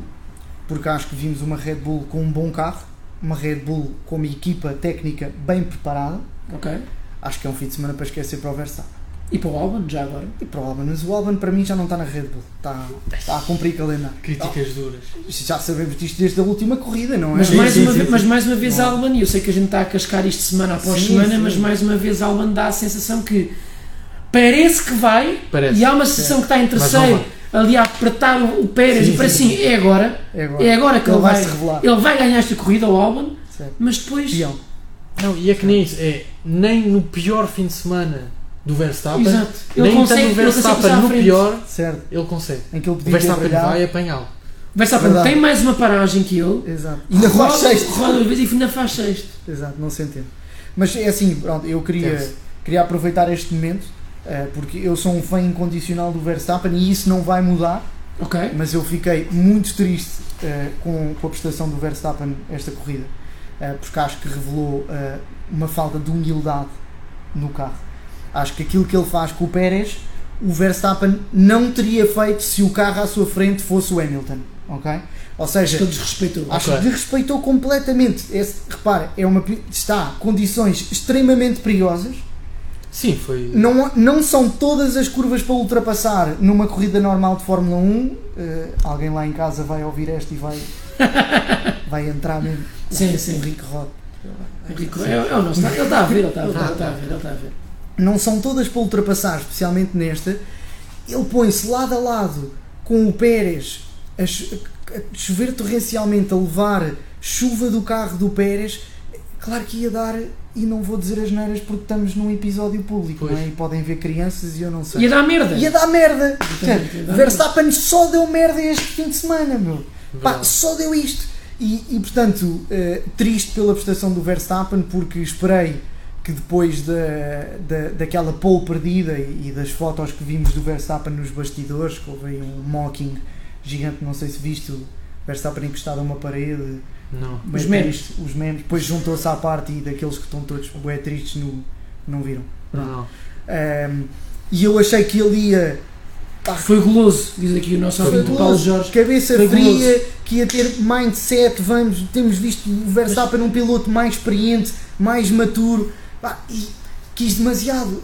Speaker 3: porque acho que vimos uma Red Bull com um bom carro, uma Red Bull com uma equipa técnica bem preparada.
Speaker 1: Ok?
Speaker 3: Acho que é um fim de semana para esquecer para o Verstappen.
Speaker 1: E para o Albon, já agora.
Speaker 3: E para o Albon, mas o Albon para mim já não está na Red Bull, está, está a cumprir calendário.
Speaker 2: Críticas duras.
Speaker 3: Já sabemos disto desde a última corrida, não é?
Speaker 1: Mas,
Speaker 2: Sim,
Speaker 1: mais,
Speaker 2: sim,
Speaker 1: uma
Speaker 2: sim,
Speaker 1: vez,
Speaker 2: sim.
Speaker 1: mas mais uma vez,
Speaker 3: Não.
Speaker 1: Alban, e eu sei que a gente está a cascar isto semana após
Speaker 3: Sim,
Speaker 1: semana,
Speaker 3: sim.
Speaker 1: mas mais uma vez, Alban dá a sensação que parece que vai,
Speaker 2: Parece.
Speaker 1: e há uma sensação que está em
Speaker 2: Mas não
Speaker 1: terceiro, ali a apertar o o Pérez,
Speaker 3: Sim,
Speaker 1: e para
Speaker 3: sim.
Speaker 1: assim, é agora,
Speaker 3: É agora.
Speaker 1: é agora que
Speaker 3: Ele
Speaker 1: ele
Speaker 3: vai
Speaker 1: vai,
Speaker 3: se revelar.
Speaker 1: ele vai ganhar esta corrida, o Alban,
Speaker 3: Certo.
Speaker 1: mas depois.
Speaker 3: Peão.
Speaker 2: Não, e é que nem isso, é nem no pior fim de semana do Verstappen,
Speaker 1: Exato. Ele
Speaker 2: nem
Speaker 1: consegue,
Speaker 2: estando o
Speaker 1: ele consegue
Speaker 2: Verstappen
Speaker 1: passar à
Speaker 2: no
Speaker 1: frente.
Speaker 2: pior,
Speaker 3: Certo.
Speaker 2: ele consegue.
Speaker 3: Em que ele
Speaker 2: O
Speaker 3: podia
Speaker 2: Verstappen
Speaker 3: trabalhar.
Speaker 2: vai apanhá-lo.
Speaker 1: Verstappen
Speaker 3: Verdade.
Speaker 1: tem mais uma paragem que ele.
Speaker 3: Exato. E não
Speaker 1: roda-
Speaker 3: faz sexto.
Speaker 1: Roda uma vez e ainda faz sexto.
Speaker 3: Exato, não se entende. Mas é assim, pronto, eu queria,
Speaker 2: Tenso.
Speaker 3: queria aproveitar este momento, eh, porque eu sou um fã incondicional do Verstappen e isso não vai mudar,
Speaker 1: Ok?
Speaker 3: mas eu fiquei muito triste eh, com, com a prestação do Verstappen esta corrida, eh, porque acho que revelou eh, uma falta de humildade no carro. Acho que aquilo que ele faz com o Pérez, o Verstappen não teria feito se o carro à sua frente fosse o Hamilton, ok? Ou
Speaker 1: Acho
Speaker 3: seja,
Speaker 1: que ele desrespeitou.
Speaker 3: Acho
Speaker 2: Ok.
Speaker 3: que desrespeitou completamente. Esse, repara, é uma, pi- está condições extremamente perigosas.
Speaker 2: Sim, foi.
Speaker 3: Não, não são todas as curvas para ultrapassar numa corrida normal de Fórmula 1. Eh, alguém lá em casa vai ouvir esta e vai, vai entrar mesmo.
Speaker 1: Sim, sim.
Speaker 3: Henrique Rod.
Speaker 1: Rico, é, é o nosso. Ele está a ver, ele está a ver, ele está a ver, ele está a ver.
Speaker 3: Não são todas para ultrapassar, especialmente nesta. Ele põe-se lado a lado com o Pérez a, cho- a chover torrencialmente, a levar chuva do carro do Pérez, claro que ia dar, e não vou dizer as neiras porque estamos num episódio público,
Speaker 2: Pois.
Speaker 3: não é? E podem ver crianças e eu não sei.
Speaker 1: Ia dar merda.
Speaker 3: Ia dar merda!
Speaker 1: Exatamente, ia dar
Speaker 3: Verstappen só deu merda este fim de semana, meu. Pá,
Speaker 2: Verdade.
Speaker 3: só deu isto. E, e, portanto, eh, triste pela prestação do Verstappen, porque esperei que depois da, da, daquela pole perdida e, e das fotos que vimos do Verstappen nos bastidores, que houve aí um mocking gigante, não sei se viste, o Verstappen encostado a uma parede,
Speaker 2: Não.
Speaker 3: Bué
Speaker 1: Os memes.
Speaker 3: triste, Os memes. Depois juntou-se à parte e daqueles que estão todos bué tristes no, não viram.
Speaker 2: Não.
Speaker 3: Ahm, e eu achei que ele ia
Speaker 1: Ah, Foi goloso, diz aqui o nosso
Speaker 3: Foi
Speaker 1: amigo Paulo
Speaker 3: goloso.
Speaker 1: Jorge.
Speaker 3: cabeça
Speaker 1: Foi
Speaker 3: fria, que ia ter mindset, vamos, temos visto o Verstappen um piloto mais experiente, mais maturo, pá, e quis demasiado.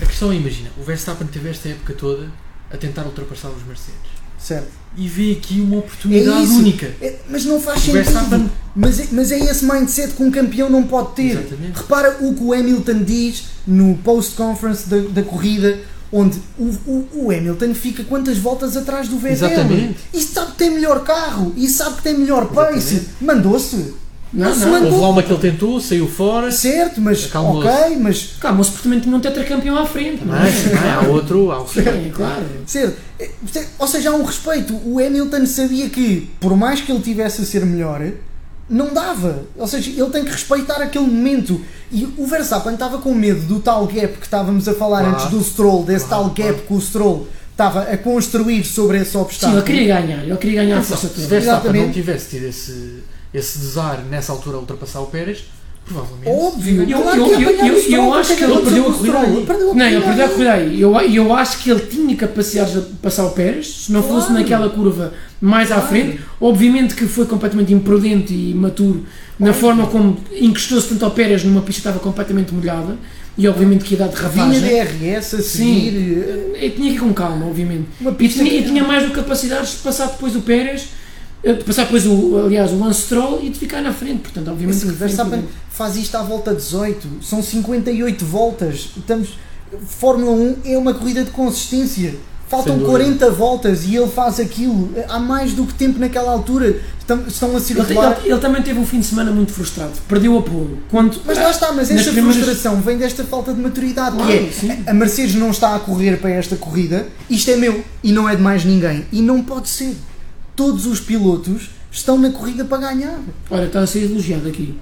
Speaker 2: A questão é, imagina, o Verstappen teve esta época toda a tentar ultrapassar os Mercedes.
Speaker 3: Certo.
Speaker 2: E vê aqui uma oportunidade
Speaker 3: isso.
Speaker 2: única.
Speaker 3: É, Mas não faz
Speaker 2: O Verstappen...
Speaker 3: sentido. Mas é, mas é esse mindset que um campeão não pode ter.
Speaker 2: Exatamente.
Speaker 3: Repara o que o Hamilton diz no post-conference da, da corrida, onde o, o- o Hamilton fica quantas voltas atrás do Vettel.
Speaker 2: Exatamente.
Speaker 3: E sabe que tem melhor carro, e sabe que tem melhor pace.
Speaker 2: Exatamente.
Speaker 3: Mandou-se.
Speaker 1: Não,
Speaker 3: Se
Speaker 1: não.
Speaker 3: mandou-
Speaker 2: Houve lá uma que ele tentou, saiu fora.
Speaker 3: Certo, mas
Speaker 1: É
Speaker 2: Acalmou-se.
Speaker 3: ok, mas
Speaker 1: Calma-se, porque também tinha um tetracampeão à frente. não é?
Speaker 2: Mas, não, há outro, há um o
Speaker 1: Sim, claro.
Speaker 3: certo. É, certo. Ou seja, há um respeito. O Hamilton sabia que, por mais que ele tivesse a ser melhor, não dava. Ou seja, ele tem que respeitar aquele momento. E o Verstappen estava com medo do tal gap que estávamos a falar
Speaker 2: Claro.
Speaker 3: antes do Stroll, desse
Speaker 2: Claro,
Speaker 3: tal gap que o Stroll estava a construir sobre esse
Speaker 1: Sim,
Speaker 3: obstáculo.
Speaker 1: eu queria ganhar, eu queria ganhar a
Speaker 2: Se
Speaker 1: força
Speaker 2: o
Speaker 1: toda.
Speaker 2: Verstappen não
Speaker 3: Exatamente.
Speaker 2: tivesse tido esse, esse desar nessa altura a ultrapassar o Pérez, provavelmente.
Speaker 3: Óbvio,
Speaker 1: Eu-
Speaker 3: claro
Speaker 1: eu-
Speaker 3: que ia
Speaker 1: eu-
Speaker 3: apanhar o
Speaker 1: eu-
Speaker 3: Stroll,
Speaker 1: eu acho que
Speaker 3: porque
Speaker 2: ele perdeu a
Speaker 3: aconteceu com o
Speaker 2: corrida
Speaker 3: Stroll.
Speaker 2: aí.
Speaker 3: Perdeu a
Speaker 1: Não, eu
Speaker 3: corrida
Speaker 1: perdi a
Speaker 3: aí.
Speaker 1: corrida aí. Eu, eu acho que ele tinha capacidade de passar o Pérez, se não fosse
Speaker 3: Claro.
Speaker 1: naquela curva mais à frente. Obviamente que foi completamente imprudente e imaturo na forma como encostou-se tanto ao Pérez numa pista que estava completamente molhada e obviamente que ia dar de
Speaker 3: Vinha
Speaker 1: ravagem.
Speaker 3: de RS a
Speaker 1: né? Sim.
Speaker 3: seguir. eh,
Speaker 1: Eu tinha que ir com calma, obviamente.
Speaker 3: Uma
Speaker 1: E
Speaker 3: pista
Speaker 1: tinha, e
Speaker 3: que-
Speaker 1: tinha mais do que capacidades de passar depois o Pérez, eh, de passar depois, o, aliás, o Lance Stroll e de ficar na frente. Portanto, obviamente
Speaker 3: Assim,
Speaker 1: que foi
Speaker 3: Verstappen
Speaker 1: imprudente.
Speaker 3: faz isto à volta 18, são 58 voltas. Estamos, Fórmula 1 é uma corrida de consistência. Faltam
Speaker 2: Sem dúvida.
Speaker 3: 40 voltas e ele faz aquilo. Há mais do que tempo naquela altura. Estão, estão a
Speaker 1: Ele, te-
Speaker 3: circular.
Speaker 1: ele- ele também teve um fim de semana muito frustrado. Perdeu a polo. Quando,
Speaker 3: Mas lá está, mas
Speaker 1: Nas
Speaker 3: esta
Speaker 1: primeiras-
Speaker 3: frustração vem desta falta de maturidade.
Speaker 1: Claro,
Speaker 3: que
Speaker 1: sim.
Speaker 3: é, a Mercedes não está a correr para esta corrida, isto é meu e não é de mais ninguém. E não pode ser. Todos os pilotos estão na corrida para ganhar.
Speaker 1: Olha, está a ser elogiado aqui.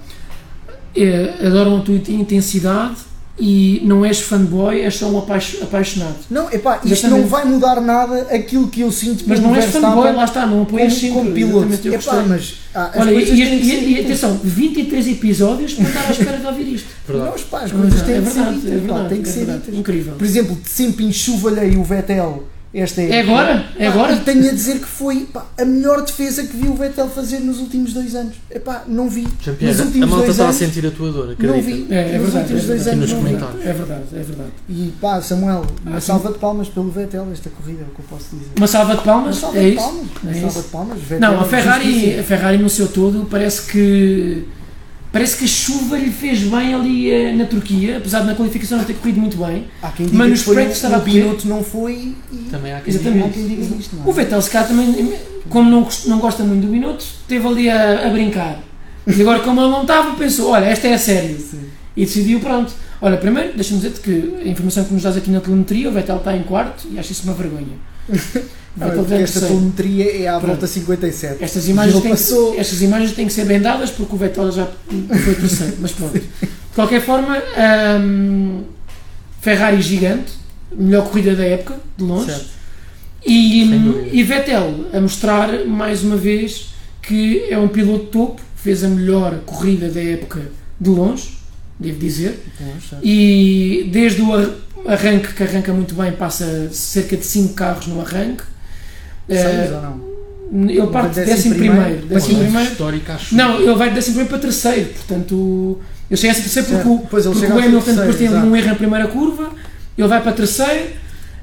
Speaker 1: É, adoram a tua intensidade e não és fanboy, és só um apaix- apaixonado.
Speaker 3: Não, epá, isto
Speaker 1: Exatamente.
Speaker 3: não vai mudar nada aquilo que eu sinto
Speaker 1: Mas
Speaker 3: pelo
Speaker 1: não és
Speaker 3: Verstappen
Speaker 1: fanboy, lá está, não apoias
Speaker 3: como,
Speaker 1: sempre.
Speaker 3: como piloto.
Speaker 1: exatamente, eu
Speaker 3: Epá,
Speaker 1: gostei.
Speaker 3: mas ah, as
Speaker 1: Olha, e,
Speaker 3: coisas
Speaker 1: e,
Speaker 3: têm que ser
Speaker 1: e- e
Speaker 3: ditas.
Speaker 1: atenção, 23 episódios para estar à espera de ouvir isto.
Speaker 2: Verdade.
Speaker 3: Não, os pá, as
Speaker 1: Mas,
Speaker 3: coisas
Speaker 1: é
Speaker 3: têm que ser
Speaker 1: verdade, é
Speaker 3: ditas. pá,
Speaker 1: verdade.
Speaker 3: Têm
Speaker 1: é
Speaker 3: que ser
Speaker 1: verdade.
Speaker 3: ditas.
Speaker 1: Incrível.
Speaker 3: Por exemplo, de sempre enxovalhei o Vettel. Esta
Speaker 1: É
Speaker 3: época.
Speaker 1: agora? É
Speaker 3: Pá,
Speaker 1: agora?
Speaker 3: E tenho a dizer que foi pá, a melhor defesa que vi o Vettel fazer nos últimos dois anos. Epá, não vi.
Speaker 2: Jean-Pierre,
Speaker 3: nos
Speaker 2: a
Speaker 3: últimos
Speaker 2: malta
Speaker 3: dois
Speaker 2: está a
Speaker 3: anos,
Speaker 2: sentir a tua dor,
Speaker 3: Não
Speaker 2: acredita.
Speaker 3: vi.
Speaker 1: É, é
Speaker 3: nos
Speaker 1: verdade.
Speaker 3: últimos
Speaker 1: é
Speaker 3: dois
Speaker 1: verdade.
Speaker 2: Aqui
Speaker 3: anos não
Speaker 2: nos
Speaker 3: vi.
Speaker 2: comentários.
Speaker 1: É verdade, é verdade.
Speaker 3: E pá, Samuel, uma
Speaker 1: Ah, sim.
Speaker 3: salva de palmas pelo Vettel esta corrida, é o que eu posso dizer.
Speaker 1: Uma salva de
Speaker 3: Uma
Speaker 1: palmas,
Speaker 3: salva
Speaker 1: é
Speaker 3: de
Speaker 1: isso?
Speaker 3: palmas. Uma
Speaker 1: É
Speaker 3: salva
Speaker 1: isso.
Speaker 3: de palmas. Vettel,
Speaker 1: Não, a Ferrari,
Speaker 3: justíssimo.
Speaker 1: a Ferrari no seu todo parece que parece que a chuva lhe fez bem ali eh, na Turquia, apesar de na qualificação não ter corrido muito bem.
Speaker 3: Há quem
Speaker 1: Mas
Speaker 3: diga
Speaker 1: nos
Speaker 3: que foi
Speaker 1: prédios
Speaker 3: um,
Speaker 1: estava a
Speaker 3: um
Speaker 1: correr.
Speaker 3: piloto não foi e
Speaker 2: Também há quem
Speaker 1: Exatamente.
Speaker 3: há quem diga isto, não
Speaker 1: O
Speaker 3: é?
Speaker 1: Vettel se calhar também, como não, gost- não gosta muito do Binotto, esteve ali a, a brincar. E agora como ele não estava, pensou, olha, esta é a sério.
Speaker 3: Sim.
Speaker 1: E decidiu, pronto. Olha, primeiro, deixa-me dizer-te que a informação que nos dás aqui na telemetria, o Vettel está em quarto e acho isso uma vergonha. O
Speaker 3: Não, é
Speaker 1: Vettel
Speaker 3: porque
Speaker 1: deve
Speaker 3: esta
Speaker 1: ser-
Speaker 3: telemetria é à
Speaker 1: Pronto.
Speaker 3: volta 57.
Speaker 1: Estas imagens,
Speaker 3: Ele
Speaker 1: têm
Speaker 3: passou.
Speaker 1: que, estas imagens têm que ser bem dadas porque o Vettel já foi terceiro, mas pronto. De qualquer forma, hum, Ferrari gigante, melhor corrida da época, de longe.
Speaker 3: Certo.
Speaker 1: E, hum,
Speaker 2: Sem dúvida.
Speaker 1: e Vettel a mostrar mais uma vez que é um piloto topo, fez a melhor corrida da época de longe, devo dizer.
Speaker 3: Bom, É certo.
Speaker 1: E desde o ar- arranque, que arranca muito bem, passa cerca de 5 carros no arranque.
Speaker 3: Seis
Speaker 1: Eh,
Speaker 3: ou não?
Speaker 1: ele parte de décimo
Speaker 3: Décimo
Speaker 1: primeiro.
Speaker 3: primeiro.
Speaker 1: Décimo
Speaker 2: é Uma
Speaker 3: Sim.
Speaker 1: Assim, primeiro.
Speaker 2: histórica, acho.
Speaker 1: Não, ele vai de décimo primeiro para terceiro, portanto. Ele chega a ser terceiro porque, o-
Speaker 3: Certo. Pois ele
Speaker 1: porque
Speaker 3: chega
Speaker 1: o
Speaker 3: a ser
Speaker 1: Hamilton
Speaker 3: terceiro,
Speaker 1: depois tem ali
Speaker 3: exato.
Speaker 1: um erro na primeira curva, ele vai para terceiro,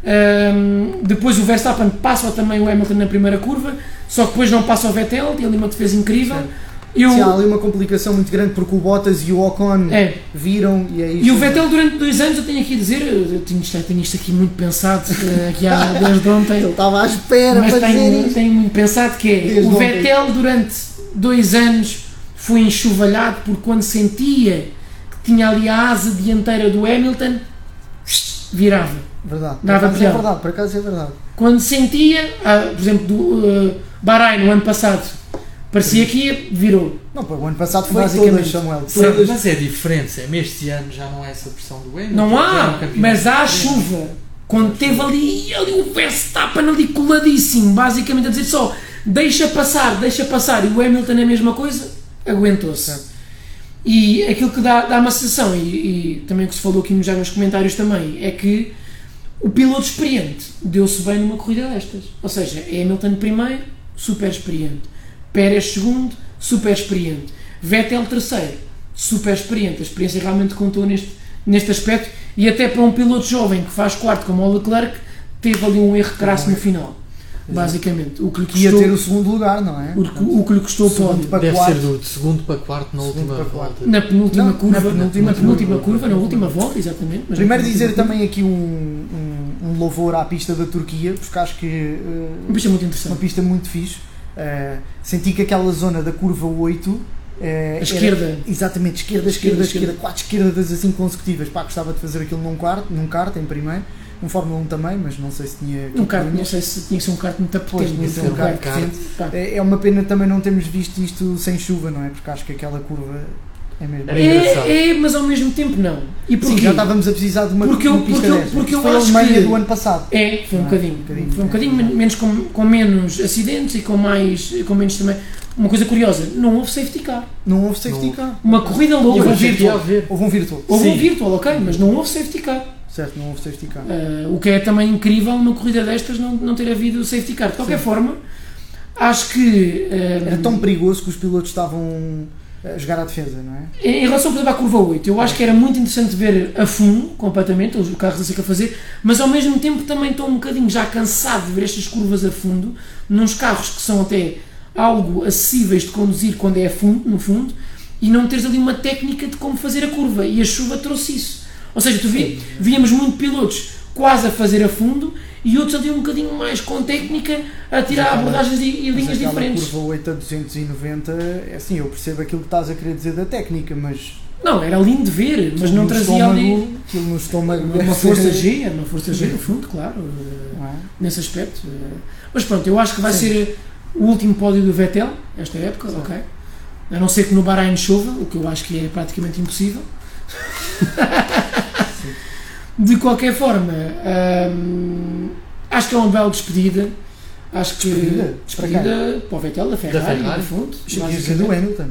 Speaker 1: hum, depois o Verstappen passa também o Hamilton na primeira curva, só que depois não passa o Vettel, tem ali uma defesa incrível.
Speaker 3: Certo.
Speaker 1: E
Speaker 3: Sim, há
Speaker 1: o,
Speaker 3: ali uma complicação muito grande porque o Bottas e o Ocon
Speaker 1: é,
Speaker 3: viram e é isso.
Speaker 1: e o Vettel durante dois anos, eu tenho aqui a dizer, eu eu tinha isto, tenho isto aqui muito pensado, eh, aqui há desde ontem.
Speaker 3: Ele estava à espera
Speaker 1: Mas um-
Speaker 3: para dizer
Speaker 1: tenho,
Speaker 3: isto.
Speaker 1: tenho muito pensado que é
Speaker 3: Desde
Speaker 1: o
Speaker 3: ontem.
Speaker 1: Vettel durante dois anos foi enxovalhado porque quando sentia que tinha ali a asa dianteira do Hamilton virava.
Speaker 3: Verdade. Por
Speaker 1: Dava
Speaker 3: acaso é
Speaker 1: piada.
Speaker 3: verdade, por acaso é verdade.
Speaker 1: Quando sentia, ah, por exemplo, do eh, Bahrein no ano passado, parecia que ia, virou.
Speaker 3: Não, pô, o ano passado foi
Speaker 1: Basicamente.
Speaker 3: todas, Samuel.
Speaker 2: Sim,
Speaker 3: Todas.
Speaker 2: mas é diferente, Sam. Este ano já não há essa pressão do Hamilton.
Speaker 1: Não
Speaker 2: já é um
Speaker 1: há,
Speaker 2: campeonato.
Speaker 1: mas há a chuva. Quando teve ali, ali o Verstappen ali coladíssimo, basicamente a dizer só deixa passar, deixa passar, e o Hamilton é a mesma coisa, aguentou-se. E aquilo que dá, dá uma sensação, e, e também o que se falou aqui no- já nos comentários também, é que o piloto experiente deu-se bem numa corrida destas. Ou seja, é Hamilton primeiro, super experiente. Pérez segundo, super experiente. Vettel terceiro, super experiente. A experiência realmente contou neste, neste aspecto. E até para um piloto jovem que faz quarto como o Leclerc, teve ali um erro crasso no final. Basicamente. O que lhe
Speaker 3: Que ia
Speaker 1: custou,
Speaker 3: ter o segundo lugar, não é?
Speaker 1: o, que- o que lhe custou o
Speaker 3: Segundo
Speaker 1: pódio.
Speaker 3: para
Speaker 2: Deve
Speaker 3: quarto.
Speaker 2: ser do de segundo para quarto na
Speaker 3: Segundo
Speaker 2: última
Speaker 3: para quarto.
Speaker 2: volta.
Speaker 1: Na penúltima
Speaker 3: Não, na
Speaker 1: curva, na penúltima,
Speaker 3: penúltima
Speaker 1: curva, na última volta, exatamente. mas
Speaker 3: Primeiro
Speaker 1: na
Speaker 3: dizer
Speaker 1: penúltima
Speaker 3: também aqui um, um- um louvor à pista da Turquia, porque acho que eh,
Speaker 1: curva. Mas é muito
Speaker 3: uma
Speaker 1: interessante.
Speaker 3: pista muito fixe. Eh, senti que aquela zona da curva 8 eh,
Speaker 1: A
Speaker 3: era-
Speaker 1: esquerda.
Speaker 3: Exatamente,
Speaker 1: Esquerda,
Speaker 3: esquerda, esquerda,
Speaker 1: esquerda.
Speaker 3: esquerda, quatro esquerdas assim consecutivas. Pá, gostava de fazer aquilo num kart, num kart em primeiro, num Fórmula 1 também, mas não sei se tinha.
Speaker 1: Um kart, não sei se tinha que ser um kart muito
Speaker 3: Pois,
Speaker 1: apetente.
Speaker 3: tinha que
Speaker 2: ser
Speaker 1: mas
Speaker 2: um
Speaker 1: é
Speaker 2: kart.
Speaker 1: potente, pá.
Speaker 3: É é uma pena também não termos visto isto sem chuva, não é? Porque acho que aquela curva é mesmo.
Speaker 2: Era engraçado.
Speaker 1: É, é, mas ao mesmo tempo não. E
Speaker 3: Sim,
Speaker 1: porquê?
Speaker 3: já estávamos a precisar de uma,
Speaker 1: Porque eu-
Speaker 3: uma pista
Speaker 1: porque eu-
Speaker 3: dessas.
Speaker 1: porque eu
Speaker 3: Foi a
Speaker 1: acho
Speaker 3: Alemanha
Speaker 1: que-
Speaker 3: do ano passado.
Speaker 1: É, foi um
Speaker 3: Ah,
Speaker 1: bocadinho.
Speaker 3: um bocadinho,
Speaker 1: Foi um
Speaker 3: é.
Speaker 1: bocadinho, men- menos com, com menos acidentes e com mais com menos também. Uma coisa curiosa, não houve safety car.
Speaker 3: Não houve safety
Speaker 2: Não.
Speaker 3: car.
Speaker 1: Uma corrida
Speaker 2: E
Speaker 1: louca.
Speaker 2: vou
Speaker 3: Houve um
Speaker 2: chatear a
Speaker 3: virtual.
Speaker 2: ver.
Speaker 3: Houve um virtual.
Speaker 1: Houve um
Speaker 2: Sim.
Speaker 1: virtual, ok, mas não houve safety car.
Speaker 3: Certo, não houve safety car.
Speaker 1: Ah, o que é também incrível numa corrida destas não, não ter havido safety car. De qualquer forma, acho que. ah,
Speaker 3: Era tão perigoso que os pilotos estavam eh, a jogar à defesa, não é?
Speaker 1: Em em relação, por exemplo, à curva 8, eu acho que era muito interessante ver a fundo, completamente, os carros a seca a fazer, mas ao mesmo tempo também estou um bocadinho já cansado de ver estas curvas a fundo, nos carros que são até algo acessíveis de conduzir quando é a fundo, no fundo, e não teres ali uma técnica de como fazer a curva, e a chuva trouxe isso. Ou seja, tu vi, víamos muito pilotos quase a fazer a fundo e outros ali um bocadinho mais com técnica a tirar
Speaker 3: aquela-
Speaker 1: abordagens e, e linhas
Speaker 3: mas aquela
Speaker 1: diferentes.
Speaker 3: curva 8 a 290, é assim, eu percebo aquilo que estás a querer dizer da técnica, mas.
Speaker 1: Não, era lindo de ver, mas
Speaker 3: aquilo
Speaker 1: não
Speaker 3: no
Speaker 1: trazia
Speaker 3: estômago-
Speaker 1: ali.
Speaker 3: Aquilo no estômago.
Speaker 1: Uma força G, é uma força G no fundo, claro, eh,
Speaker 3: Não é?
Speaker 1: nesse aspecto. eh. Mas pronto, eu acho que vai ser eh, o último pódio do Vettel, esta época, ok? A não ser que no Bahrein chova, o que eu acho que é praticamente impossível. De qualquer forma, hum, acho que é uma bela despedida. Acho que
Speaker 3: Despedida?
Speaker 1: despedida
Speaker 3: Para
Speaker 1: para, o Vettel, da Ferrari,
Speaker 2: Ferrari?
Speaker 1: no fundo.
Speaker 3: Dias
Speaker 1: basicamente.
Speaker 3: do Hamilton.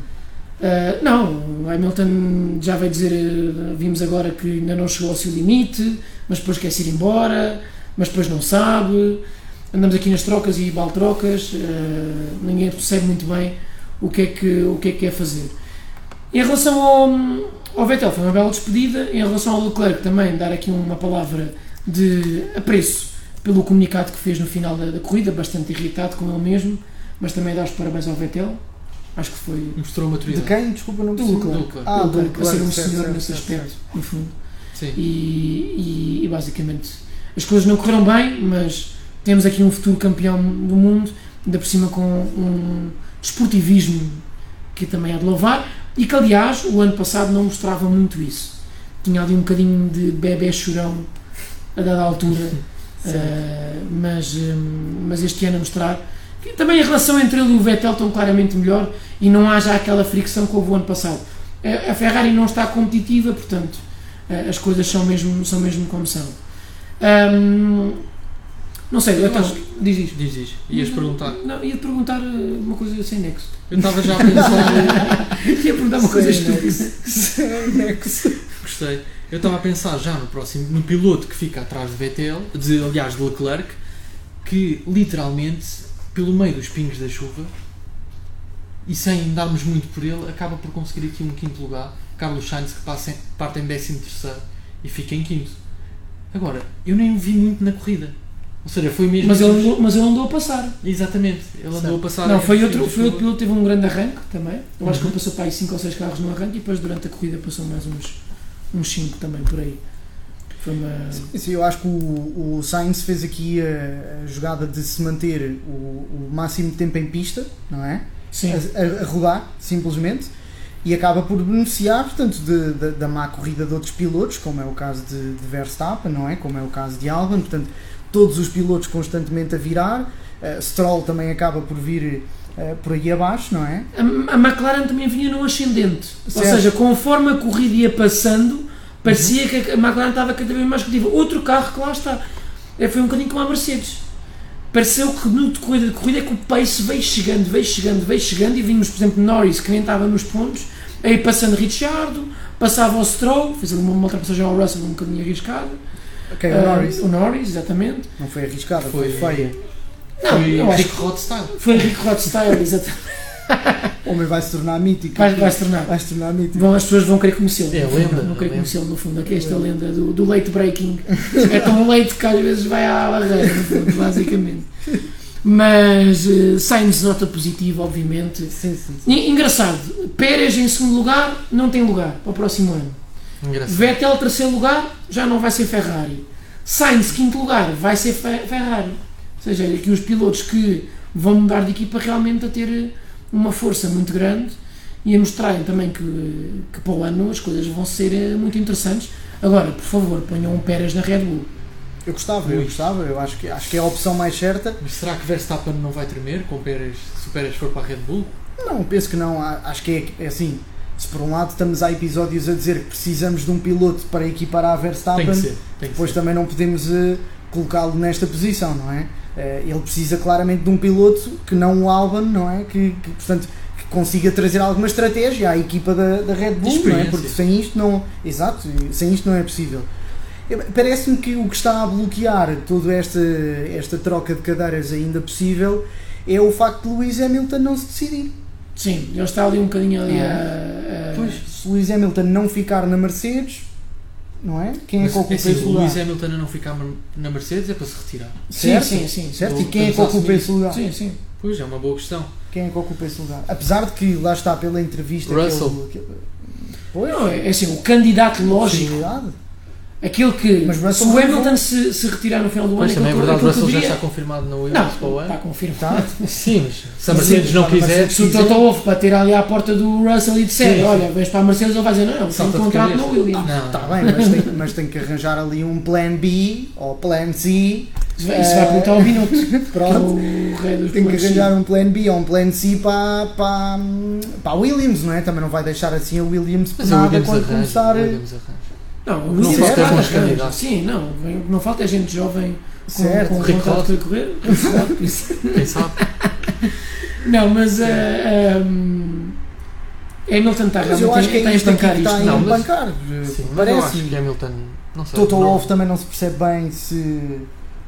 Speaker 1: Uh, não, o Hamilton já veio dizer, uh, vimos agora que ainda não chegou ao seu limite, mas depois quer se ir embora, mas depois não sabe. Andamos aqui nas trocas e baltrocas, uh, ninguém percebe muito bem o que é que, o que é que é fazer. Em relação ao, ao Vettel, foi uma bela despedida. Em relação ao Leclerc, também dar aqui uma palavra de apreço pelo comunicado que fez no final da, da corrida, bastante irritado com ele mesmo, mas também dar os parabéns ao Vettel. Acho que foi
Speaker 2: Mostrou
Speaker 3: De
Speaker 2: maturidade.
Speaker 3: quem? Desculpa, não
Speaker 1: do
Speaker 3: percebi.
Speaker 1: Leclerc.
Speaker 2: Do Leclerc.
Speaker 3: Ah,
Speaker 1: do Leclerc, a ser um
Speaker 3: certo,
Speaker 1: senhor
Speaker 3: certo,
Speaker 1: nesse
Speaker 3: certo,
Speaker 1: aspecto, no fundo.
Speaker 2: Sim.
Speaker 1: E, e- e, basicamente as coisas não correram bem, mas temos aqui um futuro campeão do mundo, ainda por cima com um desportivismo que também há de louvar e que, aliás, o ano passado não mostrava muito isso. Tinha ali um bocadinho de bebê chorão a dada altura, eh, mas, hum, mas este ano a mostrar. que Também a relação entre ele e o Vettel estão claramente melhor e não há já aquela fricção que houve o ano passado. A a Ferrari não está competitiva, portanto, eh, as coisas são mesmo, são mesmo como são. Hum, não sei,
Speaker 2: Eu
Speaker 1: então,
Speaker 2: acho
Speaker 1: diz isto.
Speaker 2: Diz, diz. Ias perguntar.
Speaker 1: Não, ia perguntar eh, uma coisa sem nexo.
Speaker 2: Eu estava já a pensar.
Speaker 1: Ia perguntar uma coisa
Speaker 3: Sem
Speaker 1: estúpida. É
Speaker 2: Gostei. Eu estava a pensar já no próximo, no piloto que fica atrás de Vettel, de, aliás de Leclerc, que literalmente, pelo meio dos pingos da chuva, e sem darmos muito por ele, acaba por conseguir aqui um quinto lugar. Carlos Sainz que passa em, parte em décimo terceiro e fica em quinto. Agora, eu nem o vi muito na corrida. Ou seja, foi mesmo.
Speaker 1: Mas ele, andou- mas ele andou a passar.
Speaker 2: Exatamente, ele andou a passar.
Speaker 1: Não,
Speaker 2: entre
Speaker 1: foi
Speaker 2: os
Speaker 1: outro,
Speaker 2: pingos da
Speaker 1: foi outro
Speaker 2: chuva.
Speaker 1: piloto que teve um grande arranque também. Eu acho que
Speaker 2: é Uhum.
Speaker 1: ele passou para aí 5 ou 6 carros no arranque e depois durante a corrida passou mais uns 5 também por aí. Foi uma.
Speaker 3: Sim, eu acho que o, o Sainz fez aqui a, a jogada de se manter o, o máximo tempo em pista, não é?
Speaker 1: Sim.
Speaker 3: A, a- a rodar, simplesmente, e acaba por beneficiar, portanto, de- de- da má corrida de outros pilotos, como é o caso de, de Verstappen, não é? Como é o caso de Albon, portanto, todos os pilotos constantemente a virar. Eh, Stroll também acaba por vir eh, por aí abaixo, não é?
Speaker 1: A, a McLaren também vinha num ascendente. Ou
Speaker 3: Certo.
Speaker 1: seja, conforme a corrida ia passando, parecia que a a McLaren estava cada vez mais competitiva. Outro carro que lá está. É, Foi um bocadinho como a Mercedes. Pareceu que no decorrer da corrida é que o pace veio chegando, veio chegando, veio chegando e vimos, por exemplo, Norris que nem estava nos pontos, aí passando Richardo, passava o Stroll, fez ali uma ultrapassagem ao Russell um bocadinho arriscada.
Speaker 3: Ok,
Speaker 1: Ah,
Speaker 3: É, o Norris.
Speaker 1: O Norris, exatamente.
Speaker 3: Eh, Não foi arriscada, foi,
Speaker 2: Foi-
Speaker 3: feia.
Speaker 1: Não,
Speaker 2: Foi
Speaker 1: eu acho
Speaker 2: Rick Rod style.
Speaker 1: Foi Rick Rod Style, exatamente.
Speaker 3: O homem vai se tornar mítico.
Speaker 1: Vai, vai se tornar.
Speaker 3: Vai se tornar mítico.
Speaker 1: Bom, as pessoas vão querer conhecê-lo.
Speaker 2: É
Speaker 1: no
Speaker 2: a
Speaker 1: fundo,
Speaker 2: lenda,
Speaker 1: Vão
Speaker 2: é
Speaker 1: querer
Speaker 2: a
Speaker 1: conhecê-lo, no fundo. Aqui é esta lenda do, do late breaking. É tão leite que às vezes vai à barreira, no fundo, basicamente. Mas eh, Sainz nota positiva, obviamente.
Speaker 3: Sim, sim, sim.
Speaker 1: E, engraçado, Pérez em segundo lugar não tem lugar para o próximo ano.
Speaker 2: Engraçado.
Speaker 1: Vettel terceiro lugar já não vai ser Ferrari. Sainz quinto lugar vai ser Fe- Ferrari. Ou seja, é aqui os pilotos que vão mudar de equipa realmente a ter eh, uma força muito grande e a mostrarem também que, que para o ano as coisas vão ser eh, muito interessantes. Agora, por favor, ponham o Pérez na Red Bull.
Speaker 3: Eu gostava, eu
Speaker 2: Ui.
Speaker 3: gostava. Eu acho que, acho que é a opção mais certa.
Speaker 2: Mas será que Verstappen não vai tremer com o Pérez, se o Pérez for para a Red Bull?
Speaker 3: Não, penso que não. A- Acho que é, é assim. Se por um lado estamos há episódios a dizer que precisamos de um piloto para equipar a Verstappen,
Speaker 2: Tem que ser. Tem que
Speaker 3: depois
Speaker 2: ser.
Speaker 3: também não podemos eh, colocá-lo nesta posição, não é? Eh, ele precisa claramente de um piloto que não o Albon, não é? Que, que, portanto que consiga trazer alguma estratégia à equipa da, da Red Bull, não é?
Speaker 2: Experiência.
Speaker 3: Porque sem isto não, exato, sem isto não é possível. Eh, Parece-me que o que está a bloquear toda esta esta troca de cadeiras ainda possível é o facto de Lewis Hamilton não se decidir.
Speaker 1: Sim, ele está ali um bocadinho ali a. a-
Speaker 3: Pois, se Lewis Hamilton não ficar na Mercedes, não é? Quem é
Speaker 2: Mas,
Speaker 3: que ocupa
Speaker 2: é assim,
Speaker 3: esse
Speaker 2: o
Speaker 3: lugar?
Speaker 2: Lewis Hamilton a não ficar na Mercedes é para se retirar.
Speaker 1: Sim, sim, sim.
Speaker 3: Certo? E
Speaker 2: Então,
Speaker 3: quem é que
Speaker 2: estamos a
Speaker 3: ocupa
Speaker 2: assumir.
Speaker 3: esse lugar?
Speaker 1: Sim, sim.
Speaker 2: Pois, é uma boa questão.
Speaker 3: Quem é que ocupa esse lugar? Apesar de que, lá está, pela entrevista.
Speaker 2: Russell.
Speaker 3: Que ele, que,
Speaker 1: Pois, não, é é assim, o candidato lógico
Speaker 3: possibilidade.
Speaker 1: Aquele que.
Speaker 3: Mas
Speaker 1: se
Speaker 3: Russell
Speaker 1: o
Speaker 3: não
Speaker 1: Hamilton se, se retirar no final do ano,
Speaker 2: Pois também é
Speaker 1: aquele que-
Speaker 2: verdade, o
Speaker 1: aquele que
Speaker 2: Russell já
Speaker 1: devia-
Speaker 2: está confirmado na
Speaker 1: Não,
Speaker 2: Williams para o
Speaker 1: está
Speaker 2: ano.
Speaker 1: confirmado.
Speaker 2: Sim, mas se a Mercedes
Speaker 3: Tá. Sim,
Speaker 2: não
Speaker 3: para a
Speaker 2: quiser,
Speaker 3: Mercedes.
Speaker 1: Se o Toto Wolff bater ali à porta do Russell e disser,
Speaker 2: Sim, sim.
Speaker 1: olha, vens para a Mercedes, ele vai dizer, não, não, tenho
Speaker 2: Salta de
Speaker 1: contrato
Speaker 2: cabeça.
Speaker 1: no Williams.
Speaker 2: Não,
Speaker 3: Está Tá bem, mas tem, mas tem que arranjar ali um plan B ou plan C.
Speaker 1: Isso
Speaker 2: É,
Speaker 1: vai- isso vai perguntar
Speaker 2: um
Speaker 1: ao Binotto, que é
Speaker 3: Eh, Pronto.
Speaker 1: o rei dos
Speaker 3: Tem que
Speaker 1: planos.
Speaker 3: arranjar um plan B ou um plan C para, para, para a Williams, não é? Também não vai deixar assim a Williams
Speaker 2: mas é o
Speaker 3: penada
Speaker 2: Williams
Speaker 3: quando
Speaker 2: arranja.
Speaker 3: começar.
Speaker 2: o Williams arranja.
Speaker 1: Não, o
Speaker 2: Não
Speaker 1: Williams
Speaker 3: falta
Speaker 1: é
Speaker 3: bons
Speaker 1: arranja.
Speaker 2: candidatos.
Speaker 1: Sim, não, o que não falta é gente jovem com,
Speaker 3: Certo.
Speaker 1: com
Speaker 2: Rick
Speaker 1: vontade de correr. Rick Roth, isso.
Speaker 2: Quem sabe?
Speaker 1: Não, mas ah, um, Hamilton está
Speaker 3: Mas eu
Speaker 1: realmente
Speaker 3: acho que
Speaker 1: tem
Speaker 3: é
Speaker 1: a
Speaker 3: isto aqui
Speaker 1: estancar
Speaker 3: que está
Speaker 1: isto.
Speaker 3: a
Speaker 2: Não, mas-
Speaker 3: embancar.
Speaker 2: Sim, mas eu acho
Speaker 3: Parece-me.
Speaker 2: que Hamilton, não sei.
Speaker 3: Toto
Speaker 2: não-
Speaker 3: Wolff também não se percebe bem se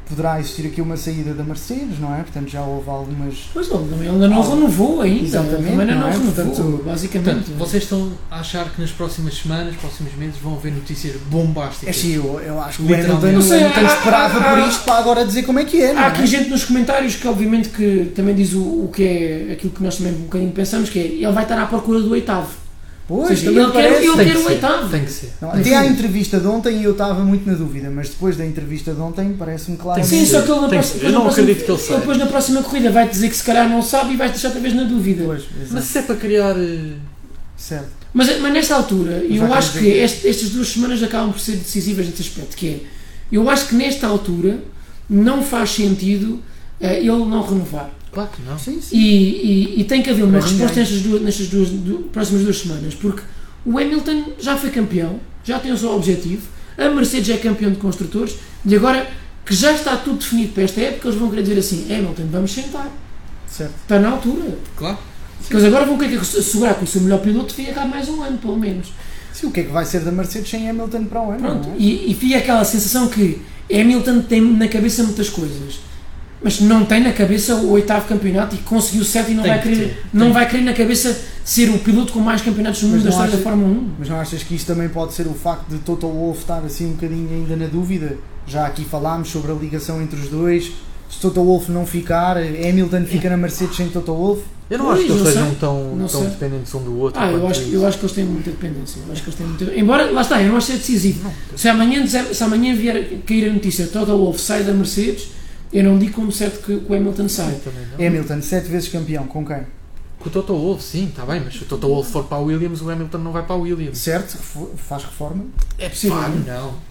Speaker 3: poderá existir aqui uma saída da Mercedes, não é? Portanto, já houve algumas.
Speaker 1: Pois não, ele ainda não
Speaker 3: Ah,
Speaker 1: renovou ainda.
Speaker 3: exatamente,
Speaker 1: Também ainda
Speaker 3: não
Speaker 1: não
Speaker 3: é?
Speaker 1: renovou,
Speaker 3: Portanto,
Speaker 1: basicamente.
Speaker 2: Portanto, vocês estão a achar que nas próximas semanas, próximos meses, vão haver notícias bombásticas.
Speaker 3: É sim, eu, eu acho que o
Speaker 2: Literalmente.
Speaker 3: Hamilton
Speaker 2: Não
Speaker 1: sei,
Speaker 3: Hamilton
Speaker 1: há-
Speaker 3: esperava
Speaker 1: há-
Speaker 3: por isto para agora dizer como é que é, não
Speaker 1: Há
Speaker 3: é?
Speaker 1: aqui gente nos comentários que obviamente que também diz o, o que é aquilo que nós também um bocadinho pensamos, que é ele vai estar à procura do oitavo.
Speaker 3: Pois,
Speaker 1: Ou seja,
Speaker 3: também
Speaker 1: ele quer-
Speaker 3: parece.
Speaker 1: ele-
Speaker 2: Tem que um
Speaker 1: ter o
Speaker 2: ser,
Speaker 1: oitavo.
Speaker 2: Tem que ser.
Speaker 3: Não,
Speaker 2: Tem que
Speaker 3: até à
Speaker 2: ser.
Speaker 3: entrevista de ontem eu estava muito na dúvida, mas depois da entrevista de ontem parece-me claro.
Speaker 2: Tem
Speaker 1: Sim,
Speaker 2: que
Speaker 1: só
Speaker 2: ser,
Speaker 1: que ele na
Speaker 2: tem que
Speaker 1: próxima,
Speaker 2: ser. Eu
Speaker 1: na
Speaker 2: não
Speaker 1: próxima-
Speaker 2: acredito que ele saia.
Speaker 1: Depois na próxima corrida vai dizer que se calhar não sabe e vai deixar talvez na dúvida.
Speaker 3: Pois, exato.
Speaker 2: Mas se é para criar. eh,
Speaker 3: certo.
Speaker 1: Mas, mas nesta altura,
Speaker 3: Mas
Speaker 1: eu
Speaker 3: há
Speaker 1: acho
Speaker 3: quem
Speaker 1: que
Speaker 3: diga-
Speaker 1: este- estas duas semanas acabam por ser decisivas neste aspecto, que é, eu acho que nesta altura não faz sentido eh, ele não renovar.
Speaker 2: Claro que não.
Speaker 3: Sim, sim.
Speaker 1: E, e- e tem que haver uma
Speaker 3: Para
Speaker 1: resposta
Speaker 3: ninguém.
Speaker 1: nestas duas, nestas duas du- próximas duas semanas, porque o Hamilton já foi campeão, já tem o seu objetivo, a Mercedes é campeão de construtores e agora que já está tudo definido para esta época, eles vão querer dizer assim: Hamilton, vamos sentar,
Speaker 3: Certo.
Speaker 1: está na altura.
Speaker 2: Claro.
Speaker 1: Porque eles agora vão querer assegurar que o seu melhor piloto fica cá mais um ano, pelo menos.
Speaker 3: Sim, o que é que vai ser da Mercedes sem Hamilton para o ano?
Speaker 1: Pronto,
Speaker 3: não é?
Speaker 1: e, e fica aquela sensação que Hamilton tem na cabeça muitas coisas, mas não tem na cabeça o oitavo campeonato e conseguiu sete e não,
Speaker 2: Tem
Speaker 1: vai
Speaker 2: que
Speaker 1: querer,
Speaker 2: ter,
Speaker 1: não
Speaker 2: tem.
Speaker 1: vai querer na cabeça ser o piloto com mais campeonatos no
Speaker 3: Mas
Speaker 1: mundo da
Speaker 3: não
Speaker 1: história da
Speaker 3: acha-
Speaker 1: Fórmula 1.
Speaker 3: Mas não achas que isso também pode ser o facto de Toto Wolff estar assim um bocadinho ainda na dúvida? Já aqui falámos sobre a ligação entre os dois. Se Toto Wolff não ficar, Hamilton fica na Mercedes sem Toto Wolff.
Speaker 2: Eu não
Speaker 1: Pois,
Speaker 2: acho que
Speaker 1: não
Speaker 2: eles
Speaker 1: sei.
Speaker 2: sejam tão,
Speaker 1: Não
Speaker 2: tão
Speaker 1: sei.
Speaker 2: dependentes um do outro.
Speaker 1: Ah, eu
Speaker 2: quanto
Speaker 1: acho,
Speaker 2: isso.
Speaker 1: eu acho que eles têm muita dependência. Eu acho que eles têm muita... Embora, lá está, eu não acho que é decisivo. Se amanhã, dizer- se amanhã vier cair a notícia Toto Wolff sai da Mercedes, eu não digo como certo que, que o Hamilton sai.
Speaker 2: Eu também não.
Speaker 3: Hamilton, sete vezes campeão, com quem?
Speaker 2: Com é o Toto Wolff, sim, está bem, mas se o Toto Wolff for para a Williams, o Hamilton não vai para a Williams.
Speaker 3: Certo? Refo- Faz reforma?
Speaker 2: É Tipo,
Speaker 1: possível,
Speaker 2: Claro,
Speaker 1: não?
Speaker 2: não.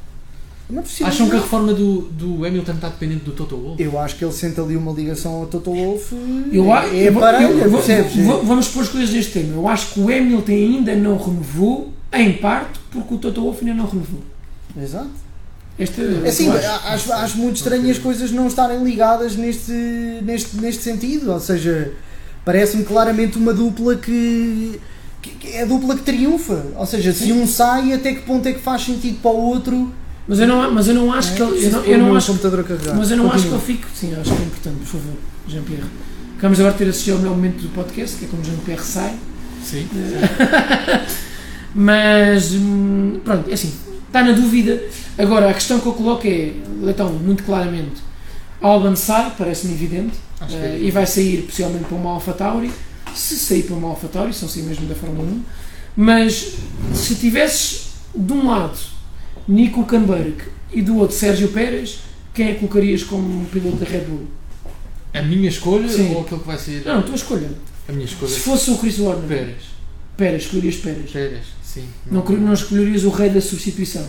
Speaker 3: Não é possível.
Speaker 1: um
Speaker 2: Acham que a reforma do, do Hamilton está dependente do Toto Wolff?
Speaker 3: Eu acho que ele sente ali uma ligação ao Toto Wolff.
Speaker 1: Eu, a-
Speaker 3: é
Speaker 1: eu vou-
Speaker 3: parelha,
Speaker 1: eu vou-
Speaker 3: percebes?
Speaker 1: vou- vamos pôr as coisas neste tema. Eu acho que o Hamilton ainda não renovou, em parte, porque o Toto Wolff ainda não renovou.
Speaker 3: Exato.
Speaker 1: Esta,
Speaker 3: É Assim,
Speaker 1: eu acho.
Speaker 3: a- acho, acho muito estranho as coisas não estarem ligadas neste, neste, neste sentido. Ou seja, parece-me claramente uma dupla que, que- que é a dupla que triunfa. Ou seja, se um sai, até que ponto é que faz sentido para o outro? É,
Speaker 1: mas, eu não, mas eu não acho que ele. Eu não, eu não acho,
Speaker 3: computador a carregar.
Speaker 1: mas eu não acho que
Speaker 3: Continua.
Speaker 1: ele fique. Sim, eu acho que é importante, por favor, Jean-Pierre. Acabamos agora de ter assistido ao melhor momento do podcast, que é quando Jean-Pierre sai.
Speaker 2: Sim.
Speaker 1: Mas, hum, pronto, é assim, está na dúvida. Agora, a questão que eu coloco é, então, muito claramente, Alban sai, parece-me evidente,
Speaker 2: Acho que
Speaker 1: eh,
Speaker 2: é.
Speaker 1: e vai sair possivelmente para uma AlphaTauri, se sair para uma AlphaTauri, se não sair assim mesmo da Fórmula 1, mas se tivesses de um lado Nico Canberg e do outro Sérgio Pérez, quem é que colocarias como piloto da Red Bull?
Speaker 2: É A minha escolha
Speaker 1: Sim.
Speaker 2: ou aquele que vai ser?
Speaker 1: Não, não, tua escolha.
Speaker 2: A minha escolha.
Speaker 1: Se fosse o Chris Warner, Pérez,
Speaker 2: é. Pérez.
Speaker 1: escolherias Pérez.
Speaker 2: Pérez, sim.
Speaker 1: Não, cre- não escolherias o rei da substituição.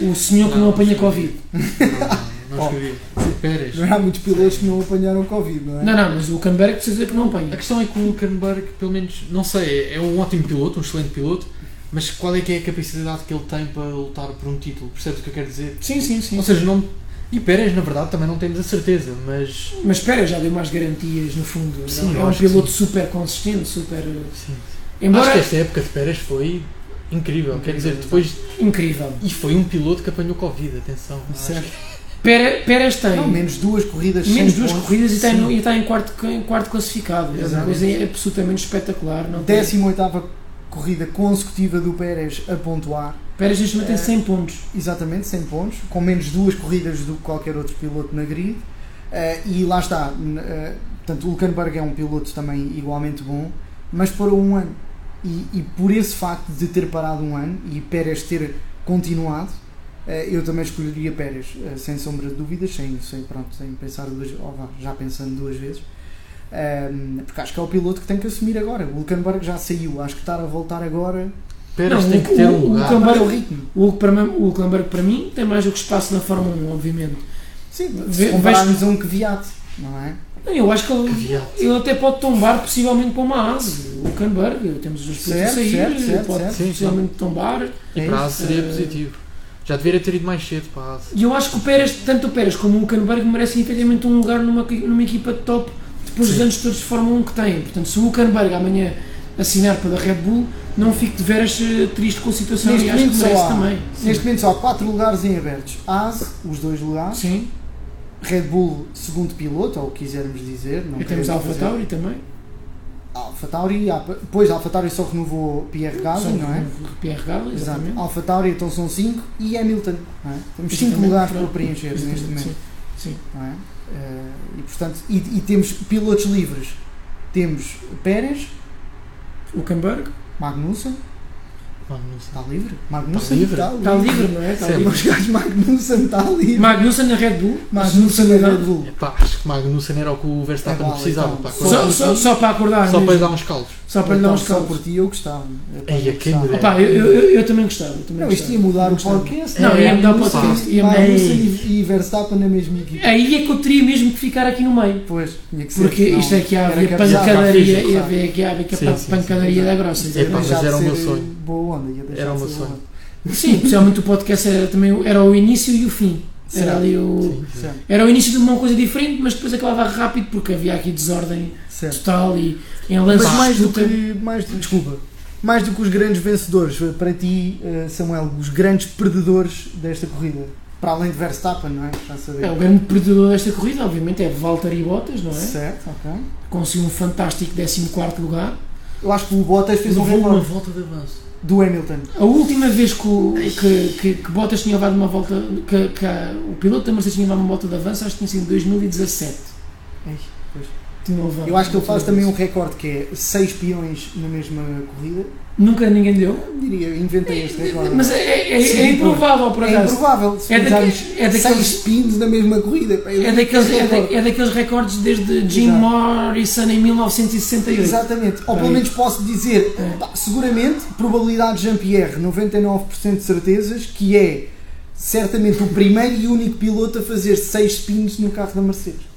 Speaker 1: o senhor que não,
Speaker 2: Não,
Speaker 1: apanha
Speaker 2: sim.
Speaker 1: Covid.
Speaker 2: Não, não escolhi. Pérez.
Speaker 3: Não há muitos pilotos que não apanharam Covid, não é?
Speaker 1: Não, não, mas o Canberra precisa dizer que não
Speaker 2: A
Speaker 1: apanha.
Speaker 2: questão é que o Huckenberg, pelo menos, não sei, é um ótimo piloto, um excelente piloto, mas qual é que é a capacidade que ele tem para lutar por um título? Percebes o que eu quero dizer?
Speaker 1: Sim, sim, sim.
Speaker 2: Ou seja, não. E Pérez, na verdade, também não temos a certeza, mas.
Speaker 1: Mas espera, já deu mais garantias no fundo.
Speaker 2: Sim,
Speaker 1: é
Speaker 2: eu
Speaker 1: um
Speaker 2: acho que
Speaker 1: piloto super consistente, super.
Speaker 2: Sim. Acho que
Speaker 1: Embora
Speaker 2: esta época de Pérez foi incrível. Quer dizer, depois.
Speaker 1: incrível.
Speaker 2: E foi um piloto que apanhou Covid, atenção. Acho
Speaker 3: Certo.
Speaker 1: Pere- Pérez tem
Speaker 3: Não, menos duas corridas
Speaker 1: menos
Speaker 3: sem
Speaker 1: duas
Speaker 3: pontos.
Speaker 1: corridas e está,
Speaker 3: Sim.
Speaker 1: em, e está em quarto, em quarto classificado. É uma
Speaker 3: Exatamente.
Speaker 1: coisa absolutamente espetacular. Não tem-
Speaker 3: 18ª corrida consecutiva do Pérez a pontuar,
Speaker 1: Pérez neste momento tem
Speaker 3: É.
Speaker 1: 100 pontos.
Speaker 3: exatamente, sem pontos, com menos duas corridas do que qualquer outro piloto na grid. Eh, e lá está, n- eh, portanto, o Hülkenberg é um piloto também igualmente bom, mas parou um ano. E, e por esse facto de ter parado um ano e Pérez ter continuado, eh, eu também escolheria Pérez, eh, sem sombra de dúvidas, sem, sem, pronto, sem pensar duas ou vá, já pensando duas vezes. Ehm, porque acho que é o piloto que tem que assumir agora. O Hülkenberg já saiu, acho que estar a voltar agora
Speaker 2: Pérez
Speaker 1: Não,
Speaker 2: tem
Speaker 1: o-
Speaker 2: que ter
Speaker 1: o-
Speaker 2: um
Speaker 1: o
Speaker 2: lugar.
Speaker 1: Cam-
Speaker 3: Mas é o ritmo.
Speaker 1: O Huckenberg, para mim, tem mais do que espaço na Fórmula 1, obviamente.
Speaker 3: Sim,
Speaker 1: Ve-
Speaker 3: se compararmos a um Kvyat, não é?
Speaker 1: Não, eu acho que ele,
Speaker 2: viado.
Speaker 1: ele até pode tombar possivelmente para uma asa. O Canberg, temos os dois pilotos a
Speaker 3: Certo,
Speaker 1: sair,
Speaker 3: certo, certo,
Speaker 1: pode
Speaker 3: certo.
Speaker 1: possivelmente tombar.
Speaker 2: E
Speaker 3: É
Speaker 2: para a
Speaker 3: isso.
Speaker 2: Asa seria
Speaker 1: Eh,
Speaker 2: positivo. Já deveria ter ido mais cedo para a Asa.
Speaker 1: E eu acho que o Pérez, tanto o Pérez como o Canberg merecem efetivamente um lugar numa, numa equipa de top depois dos
Speaker 2: Sim.
Speaker 1: anos todos de Fórmula 1 que têm. Portanto, se o Canberg amanhã assinar pela Red Bull, não fico de veras eh, triste com a situação
Speaker 3: Neste
Speaker 1: e acho que
Speaker 3: momento só
Speaker 1: merece
Speaker 3: há-
Speaker 1: também.
Speaker 3: Neste momento só há 4 lugares em abertos. AS, os dois lugares.
Speaker 1: Sim,
Speaker 3: Red Bull, segundo piloto, ou o que quisermos dizer. Não
Speaker 1: e temos
Speaker 3: queremos
Speaker 1: a Alfa
Speaker 3: fazer-
Speaker 1: Tauri também.
Speaker 3: Alfa Tauri. há- Pois, Alfa Tauri só renovou Pierre
Speaker 1: São
Speaker 3: Gasly, não é?
Speaker 1: o Pierre Gasly,
Speaker 3: Exato.
Speaker 1: um exatamente.
Speaker 3: Alfa Tauri, então são 5. E Hamilton, não é? Temos 5
Speaker 1: Exatamente,
Speaker 3: lugares para
Speaker 1: pronto.
Speaker 3: preencher neste
Speaker 1: Exatamente,
Speaker 3: momento.
Speaker 1: sim. Sim.
Speaker 3: não é? Eh, e, portanto, e, e temos pilotos livres. Temos Pérez,
Speaker 1: O Canberg
Speaker 3: Magnussen,
Speaker 2: Mano, não sei.
Speaker 3: está livre? Magnussen tá
Speaker 2: livre.
Speaker 1: está Tá livre, não é? Está
Speaker 2: Sim.
Speaker 1: livre.
Speaker 3: Os gajos Magnussen está livre.
Speaker 1: Magnussen na Red Bull.
Speaker 3: Magnussen é Red Bull.
Speaker 2: Epá, acho que Magnussen era o que o Verstappen
Speaker 3: É vá,
Speaker 2: precisava.
Speaker 3: então.
Speaker 2: pá,
Speaker 3: Só-
Speaker 1: Só,
Speaker 2: quase.
Speaker 1: só, só para acordar.
Speaker 2: Só para lhe
Speaker 1: mesmo.
Speaker 2: dar uns caldos.
Speaker 1: Só para lhe dar uns
Speaker 3: Então, só por
Speaker 1: caldos.
Speaker 3: ti eu gostava. Epá,
Speaker 2: Ei,
Speaker 3: eu
Speaker 2: a É, quem me dera.
Speaker 1: Opa, eu, eu, eu também gostava. eu Também
Speaker 3: Não, isto é
Speaker 1: gostava.
Speaker 3: ia mudar o
Speaker 1: gostava.
Speaker 3: podcast.
Speaker 1: um Não,
Speaker 3: é?
Speaker 1: ia mudar o
Speaker 3: Magnussen,
Speaker 1: podcast, ia mudar. um
Speaker 3: Magnussen e e Verstappen na mesma equipa.
Speaker 1: Aí é que eu teria mesmo que ficar aqui no meio.
Speaker 3: Pois, tinha que ser.
Speaker 1: É. Porque
Speaker 3: senão
Speaker 1: isto é que há a
Speaker 3: era
Speaker 1: ver
Speaker 3: capaz-
Speaker 1: pancadaria,
Speaker 2: capaz-
Speaker 1: ia haver aqui, há a ver que a
Speaker 2: Sim,
Speaker 1: pan-
Speaker 2: sim, sim.
Speaker 1: pancadaria da grossa.
Speaker 2: É, pá,
Speaker 1: entendeu?
Speaker 2: mas
Speaker 3: deixar de
Speaker 2: era o meu
Speaker 3: ser
Speaker 2: sonho.
Speaker 3: Boa onda, ia deixar
Speaker 2: Era o
Speaker 3: de
Speaker 2: meu
Speaker 3: ser
Speaker 2: sonho.
Speaker 3: boa
Speaker 1: Sim, especialmente o podcast era, também, o- era o início e o fim. Era
Speaker 3: Certo.
Speaker 1: ali o.
Speaker 2: Sim,
Speaker 3: onda.
Speaker 2: sim.
Speaker 3: Certo,
Speaker 1: Era o início de uma coisa diferente, mas depois acabava rápido porque havia aqui desordem
Speaker 3: certo.
Speaker 1: total e em lance
Speaker 3: É. Mas
Speaker 1: de
Speaker 3: mais do
Speaker 1: disputa.
Speaker 3: que. Mais do, desculpa. Mais do que os grandes vencedores, para ti, eh, Samuel, os grandes perdedores desta corrida. Para além de Verstappen, não é? Já
Speaker 1: É, o
Speaker 3: sabemos.
Speaker 1: grande perdedor desta corrida, obviamente, é Valtteri Bottas, não é?
Speaker 3: Certo, ok.
Speaker 1: Conseguiu um fantástico 14 lugar.
Speaker 3: Eu acho que o Bottas fez um
Speaker 2: Levou uma
Speaker 3: recorde
Speaker 2: volta de avanço.
Speaker 3: do Hamilton.
Speaker 1: A última vez que, o- que, que, que Bottas tinha levado uma volta, que, que a- o piloto da Mercedes tinha levado uma volta de avanço, acho que tinha sido em 2017.
Speaker 3: Ei, pois.
Speaker 1: Tinha levado
Speaker 3: Eu acho que ele
Speaker 1: uma
Speaker 3: faz
Speaker 1: volta
Speaker 3: também
Speaker 1: de
Speaker 3: um recorde que é 6 peões na mesma corrida.
Speaker 1: avanço. Nunca ninguém deu.
Speaker 3: Eu diria, inventei este recorde.
Speaker 1: Mas é, é- é-
Speaker 3: Sim,
Speaker 1: é improvável, por
Speaker 3: é
Speaker 1: acaso.
Speaker 3: improvável se
Speaker 1: É, daque-
Speaker 3: fizermos
Speaker 1: é
Speaker 3: 6
Speaker 1: daqueles,
Speaker 3: pins na mesma corrida. Eu
Speaker 1: é,
Speaker 3: diria
Speaker 1: daqueles,
Speaker 3: que
Speaker 1: é,
Speaker 3: este
Speaker 1: da-
Speaker 3: recorde-
Speaker 1: é daqueles recordes desde Jim
Speaker 3: Exato.
Speaker 1: Morrison em 1968.
Speaker 3: Exatamente, ou pelo
Speaker 1: Aí.
Speaker 3: menos posso dizer, pá, seguramente, probabilidade de Jean-Pierre, 99% de certezas, que é certamente o primeiro e único piloto a fazer 6 pins no carro da Mercedes.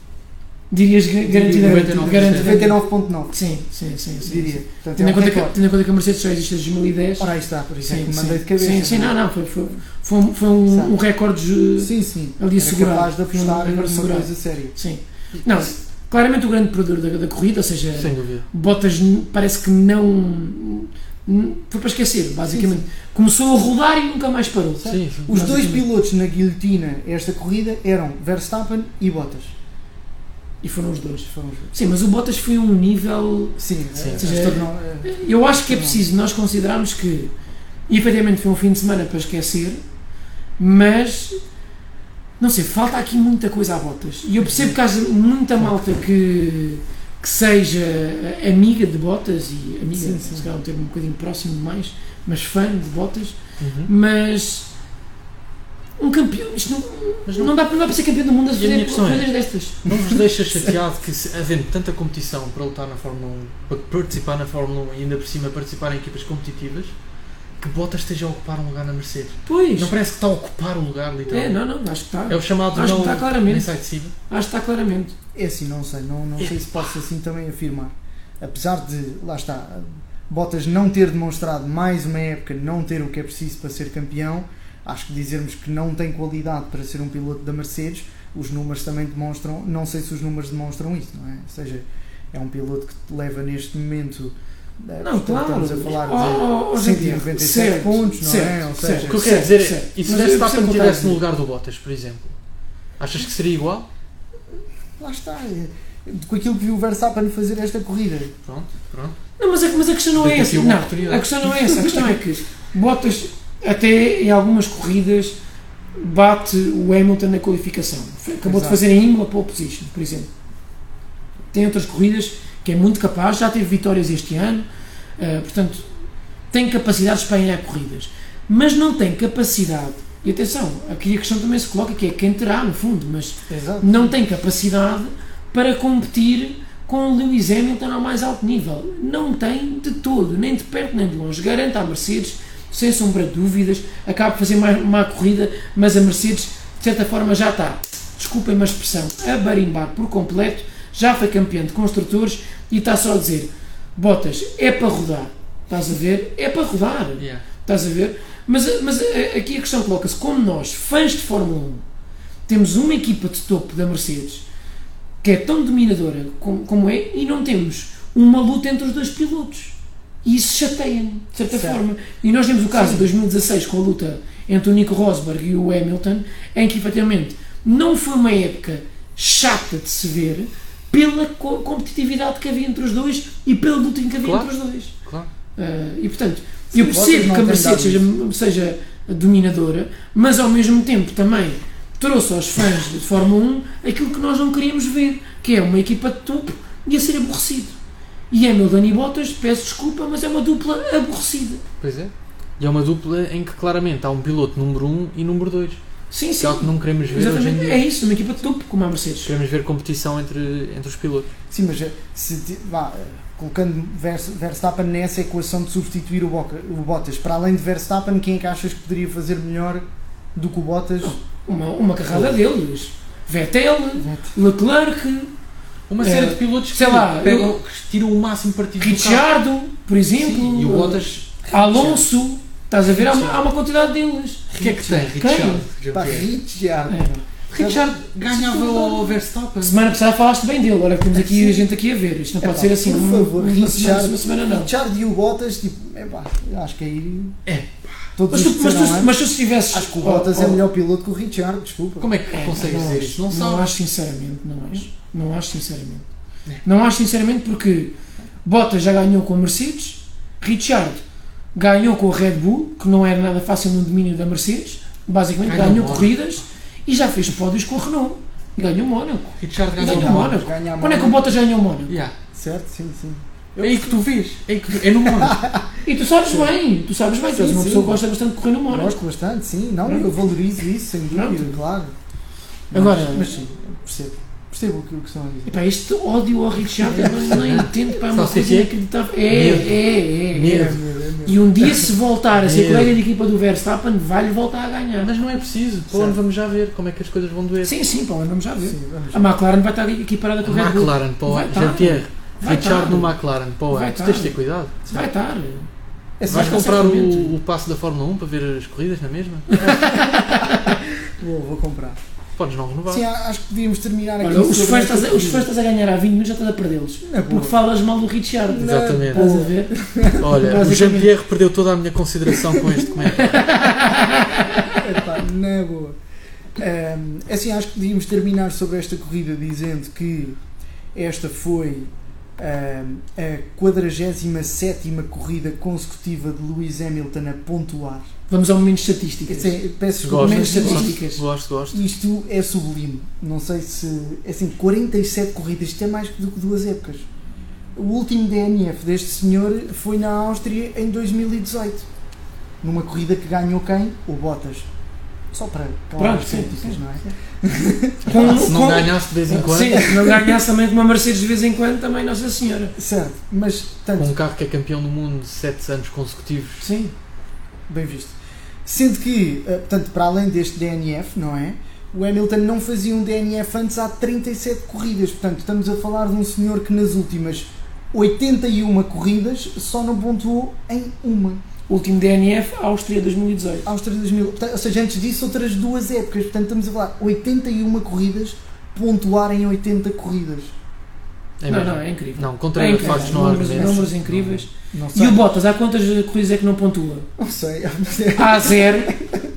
Speaker 1: Dirias ga- garantidamente.
Speaker 2: 99%.
Speaker 1: garantidamente.
Speaker 3: 99.9,
Speaker 1: Sim, sim, sim. sim,
Speaker 3: diria.
Speaker 1: sim.
Speaker 3: Portanto, é
Speaker 1: Tendo, em
Speaker 3: um
Speaker 1: conta que,
Speaker 3: recorde.
Speaker 1: tendo em conta que a Mercedes só existe desde 2010.
Speaker 3: Ora, aí está, por isso é
Speaker 1: sim,
Speaker 3: que me
Speaker 1: sim.
Speaker 3: mandei de cabeça.
Speaker 1: Sim, sim,
Speaker 3: não é?
Speaker 1: não, não. Foi, foi, foi um, foi um-
Speaker 3: Sabe.
Speaker 1: um recorde. eh,
Speaker 3: Sim, sim.
Speaker 1: Ali
Speaker 3: Era
Speaker 1: assegurado.
Speaker 3: capaz de apostar
Speaker 1: Era
Speaker 3: numa
Speaker 1: assegurado.
Speaker 3: coisa séria.
Speaker 1: Sim. Não, claramente o grande perdedor da, da corrida, ou seja,
Speaker 2: Sem dúvida.
Speaker 1: Bottas n- parece que não. n- Foi para esquecer, basicamente. Começou a rodar e nunca mais parou.
Speaker 2: Sim, sim.
Speaker 3: Os dois
Speaker 1: Basicamente.
Speaker 3: pilotos na guilhotina esta corrida eram Verstappen e Bottas.
Speaker 1: E foram os dois.
Speaker 3: Foram os dois.
Speaker 1: Sim, mas o Bottas foi um nível.
Speaker 3: Sim,
Speaker 2: Sim.
Speaker 3: eh,
Speaker 1: Sim.
Speaker 3: esta não- eh,
Speaker 1: Eu acho que é preciso nós considerarmos que, efetivamente, foi um fim de semana para esquecer, mas. Não sei, falta aqui muita coisa a Bottas. E eu percebo que há muita malta que, que seja amiga de Bottas, e amiga,
Speaker 3: Sim, sim.
Speaker 1: se calhar um termo um bocadinho próximo demais, mas fã de Bottas,
Speaker 2: Uhum.
Speaker 1: mas um campeão isto não,
Speaker 2: Mas
Speaker 1: não, dá, não dá para ser campeão do mundo a
Speaker 2: E a minha
Speaker 1: fazer
Speaker 2: questão
Speaker 1: coisas
Speaker 2: é-
Speaker 1: destas
Speaker 2: Não vos deixa chateado que, se- havendo tanta competição para lutar na Fórmula 1, para participar na Fórmula 1 e ainda por cima participar em equipas competitivas, que Bottas esteja a ocupar um lugar na Mercedes?
Speaker 1: pois
Speaker 2: Não parece que está a ocupar um lugar,
Speaker 1: é,
Speaker 2: literalmente.
Speaker 1: não, não, acho que está
Speaker 2: É o chamado
Speaker 1: Acho que
Speaker 2: não
Speaker 1: está claramente.
Speaker 2: inside cima.
Speaker 1: acho que está claramente
Speaker 3: É assim, não sei, não, não sei se posso assim também afirmar. Apesar de, lá está, Bottas não ter demonstrado mais uma época não ter o que é preciso para ser campeão, acho que dizermos que não tem qualidade para ser um piloto da Mercedes, os números também demonstram, não sei se os números demonstram isso, não é? Ou seja, é um piloto que te leva neste momento. eh,
Speaker 1: não,
Speaker 3: portanto,
Speaker 1: claro
Speaker 3: Estamos a falar de
Speaker 1: Oh, oh, oh, Santiago,
Speaker 3: 197
Speaker 1: certo,
Speaker 3: pontos, não é?
Speaker 1: certo,
Speaker 3: Ou seja,
Speaker 1: certo,
Speaker 2: O que eu quero
Speaker 1: certo,
Speaker 2: dizer
Speaker 1: certo.
Speaker 2: é, e se
Speaker 1: Mas eu
Speaker 2: Verstappen
Speaker 1: percebo o que
Speaker 2: estivesse
Speaker 1: estás
Speaker 2: no
Speaker 1: a
Speaker 2: lugar do Bottas, por exemplo, achas que seria igual?
Speaker 3: Lá está, eh, com aquilo que viu o Verstappen fazer esta corrida.
Speaker 2: Pronto, pronto.
Speaker 1: dizer. não, mas, a, mas a questão não é
Speaker 2: Tem aqui
Speaker 1: essa
Speaker 2: uma
Speaker 1: não,
Speaker 2: oportunidade.
Speaker 1: a questão não é essa a questão é que Bottas até em algumas corridas bate o Hamilton na qualificação acabou de
Speaker 3: Exato.
Speaker 1: fazer em Imola pole position por exemplo tem outras corridas que é muito capaz, já teve vitórias este ano, eh, portanto, tem capacidades para ganhar corridas, mas não tem capacidade, e atenção, aqui a questão também se coloca que é quem terá, no fundo, mas
Speaker 3: Exato.
Speaker 1: não tem capacidade para competir com o Lewis Hamilton ao mais alto nível. Não tem de todo, nem de perto nem de longe. Garanta à Mercedes, sem sombra de dúvidas, acaba de fazer mais uma corrida, mas a Mercedes, de certa forma, já está, desculpem-me a expressão, a barimbar por completo, já foi campeão de construtores e está só a dizer: Botas, é para rodar. Estás a ver? É para rodar.
Speaker 2: Yeah.
Speaker 1: Estás a ver? Mas, mas eh, aqui a questão coloca-se: como nós, fãs de Fórmula 1, temos uma equipa de topo da Mercedes que é tão dominadora como, como é e não temos uma luta entre os dois pilotos. E isso chateia-me, de certa
Speaker 3: Certo.
Speaker 1: forma. E nós temos o caso de 2016 com a luta entre o Nico Rosberg e o Hamilton, em que efetivamente não foi uma época chata de se ver pela co- competitividade que havia entre os dois e pela luta que havia
Speaker 2: Claro.
Speaker 1: entre os dois.
Speaker 2: Claro.
Speaker 1: Ah, e portanto, eu
Speaker 3: Bottas
Speaker 1: percebo
Speaker 3: não
Speaker 1: que a
Speaker 3: tem
Speaker 1: Mercedes seja,
Speaker 3: dado
Speaker 1: seja dominadora, mas ao mesmo tempo também trouxe aos fãs de Fórmula 1 aquilo que nós não queríamos ver, que é uma equipa de topo e a ser aborrecido. E Hamilton e Bottas, peço desculpa, mas é uma dupla aborrecida.
Speaker 2: Pois é. E é uma dupla em que claramente há um piloto número 1 um e número 2.
Speaker 1: Sim,
Speaker 2: Que é algo que
Speaker 1: sim.
Speaker 2: não queremos ver hoje em
Speaker 1: Exatamente.
Speaker 2: dia.
Speaker 1: É isso, uma equipa de topo como a Mercedes.
Speaker 2: Queremos ver competição entre, entre os pilotos.
Speaker 3: Sim, mas eh, se, ti- vá, eh, colocando Vers- Verstappen nessa equação de substituir o, Boca- o Bottas, para além de Verstappen, quem é que achas que poderia fazer melhor do que o Bottas?
Speaker 1: Uma, uma carrada deles. Vettel, Leclerc,
Speaker 2: Uma
Speaker 1: É,
Speaker 2: série de pilotos
Speaker 1: sei
Speaker 2: que,
Speaker 1: lá,
Speaker 2: pegam-
Speaker 1: eu-
Speaker 2: que tiram o máximo partido do carro.
Speaker 1: Ricciardo, por exemplo,
Speaker 2: Sim, e o Bottas,
Speaker 1: Alonso. Estás a ver? Há uma, há uma quantidade deles.
Speaker 2: o que é que tem?
Speaker 1: Quem?
Speaker 3: Pá,
Speaker 2: Ricciardo.
Speaker 3: Ricciardo.
Speaker 2: Richard ganhava o Verstappen.
Speaker 1: É. Semana passada falaste bem dele, agora que temos aqui a gente aqui a ver. Isto não pode
Speaker 3: Epá,
Speaker 1: ser assim,
Speaker 3: por
Speaker 1: um-
Speaker 3: favor,
Speaker 1: uma, semana,
Speaker 3: Richard.
Speaker 1: uma semana não.
Speaker 3: Ricciardo e o Bottas, tipo, epá, acho que aí.
Speaker 2: É.
Speaker 3: Todos
Speaker 1: Mas
Speaker 3: os
Speaker 1: tu,
Speaker 3: que
Speaker 1: mas,
Speaker 3: disseram
Speaker 1: tu,
Speaker 3: antes,
Speaker 1: mas tu se tivesses.
Speaker 3: acho que o
Speaker 1: oh,
Speaker 3: Bottas é
Speaker 1: oh,
Speaker 3: melhor piloto que o Ricciardo, desculpa.
Speaker 2: Como é que
Speaker 1: é,
Speaker 2: consegue
Speaker 1: não
Speaker 2: dizer
Speaker 1: acho,
Speaker 2: isto? Não
Speaker 1: não
Speaker 2: sabe.
Speaker 1: acho sinceramente, não acho. Não acho sinceramente.
Speaker 2: É.
Speaker 1: Não acho sinceramente porque Bottas já ganhou com a Mercedes, Richard ganhou com a Red Bull, que não era nada fácil no domínio da Mercedes, basicamente
Speaker 2: Ganhou
Speaker 1: ganhou
Speaker 2: Mónaco.
Speaker 1: corridas e já fez pódios com a Renault. Ganhou Mónaco.
Speaker 2: Richard
Speaker 1: Ganhou
Speaker 2: ganhava
Speaker 1: o Mónaco.
Speaker 3: ganha a
Speaker 1: é Quando é que o
Speaker 3: Mónaco.
Speaker 1: Bottas ganhou o Mónaco?
Speaker 2: Yeah.
Speaker 3: Certo, sim, sim.
Speaker 2: É aí que tu vês. É, aí que tu- é no Mónaco.
Speaker 1: E tu sabes bem, tu sabes bem, tu és
Speaker 3: Sim,
Speaker 1: uma
Speaker 3: sim.
Speaker 1: pessoa que gosta bastante de correr no Mónaco.
Speaker 3: Gosto bastante, sim. Não,
Speaker 1: Pronto.
Speaker 3: eu valorizo isso, sem dúvida,
Speaker 1: Pronto.
Speaker 3: claro.
Speaker 1: Agora-
Speaker 3: Mas, mas sim, percebo. Percebo o que, o que estão a dizer.
Speaker 1: Epá, este ódio ao Richard, eu não, não entendo, pá, é uma
Speaker 2: Sabe o que
Speaker 1: coisa
Speaker 2: é?
Speaker 1: inacreditável. É, é, é, é.
Speaker 2: Medo.
Speaker 3: É, é, é,
Speaker 1: E um dia, se voltar a ser colega de equipa do Verstappen, vai-lhe voltar a ganhar.
Speaker 2: Mas não é preciso. Pô,
Speaker 3: Certo.
Speaker 2: vamos já ver como é que as coisas vão doer.
Speaker 1: Sim, sim, pá, vamos já ver.
Speaker 3: Sim, vamos.
Speaker 1: A McLaren vai estar equiparada com o
Speaker 2: A
Speaker 1: Red Bull.
Speaker 2: McLaren, pô,
Speaker 1: Vai estar.
Speaker 2: Jean-Pierre.
Speaker 1: Vai
Speaker 2: Richard
Speaker 1: estar.
Speaker 2: no McLaren, pô,
Speaker 1: Vai
Speaker 2: é, tu tens de ter
Speaker 1: estar.
Speaker 2: cuidado.
Speaker 1: Vai estar.
Speaker 3: É
Speaker 1: Sim,
Speaker 2: Vais
Speaker 1: vai
Speaker 2: comprar
Speaker 1: certamente.
Speaker 2: o, o passo da Fórmula 1 para ver as corridas na mesma?
Speaker 3: Vou, vou comprar.
Speaker 2: Podes não renovar.
Speaker 3: Sim, a- acho que devíamos terminar aqui.
Speaker 1: Olha, os
Speaker 3: sobre
Speaker 1: fãs
Speaker 3: esta
Speaker 1: estás a- os
Speaker 3: corrida.
Speaker 1: fãs estás a ganhar há 20 minutos, já estás a perdê-los.
Speaker 3: Na boa.
Speaker 1: Porque falas mal do Richard.
Speaker 3: Não.
Speaker 2: Exatamente.
Speaker 1: Estás a ver?
Speaker 2: Olha, o
Speaker 1: Basicamente.
Speaker 2: Jean-Pierre perdeu toda a minha consideração com este comentário.
Speaker 3: Epá, na boa. Ahm, assim, acho que podíamos terminar sobre esta corrida dizendo que esta foi ahm, a 47 corrida consecutiva de Lewis Hamilton a pontuar.
Speaker 1: Vamos ao momento estatístico.
Speaker 3: Assim, peço desculpa,
Speaker 2: Gosto,
Speaker 3: menos
Speaker 1: gosto.
Speaker 3: estatísticas.
Speaker 2: Gosto, gosto.
Speaker 3: Isto é sublime. Não sei se. Assim, 47 corridas, isto é mais do que duas épocas. O último DNF deste senhor foi na Áustria em 2018. Numa corrida que ganhou quem? O Bottas. Só para calar
Speaker 1: Pronto,
Speaker 3: as
Speaker 1: sim,
Speaker 3: críticas, não é?
Speaker 1: Com,
Speaker 2: Ah, Se não
Speaker 1: com-
Speaker 2: ganhaste de vez em quando,
Speaker 1: Sim, se não ganhasse também com uma Mercedes de vez em quando, também Nossa Senhora.
Speaker 3: Certo, mas
Speaker 2: com
Speaker 3: tanto.
Speaker 2: um carro que é campeão do mundo 7 anos consecutivos,
Speaker 3: Sim, bem visto. Sendo que, eh, portanto, para além deste DNF, não é? O Hamilton não fazia um DNF antes há 37 corridas. Portanto, estamos a falar de um senhor que nas últimas 81 corridas só não pontuou em uma.
Speaker 1: Último DNF, Áustria 2018.
Speaker 3: Áustria 2000. Portanto, ou seja, antes disso, outras duas épocas. Portanto, estamos a falar 81 corridas, pontuar em 80 corridas.
Speaker 2: é
Speaker 1: não,
Speaker 2: mesmo.
Speaker 1: não, é incrível.
Speaker 2: Não, contrário
Speaker 1: é
Speaker 2: de factos, não há
Speaker 1: números,
Speaker 2: argumentos.
Speaker 1: números incríveis.
Speaker 3: Não
Speaker 1: E
Speaker 3: sei.
Speaker 1: o Bottas, há quantas corridas é que não pontua?
Speaker 3: Não sei. É
Speaker 1: Há zero,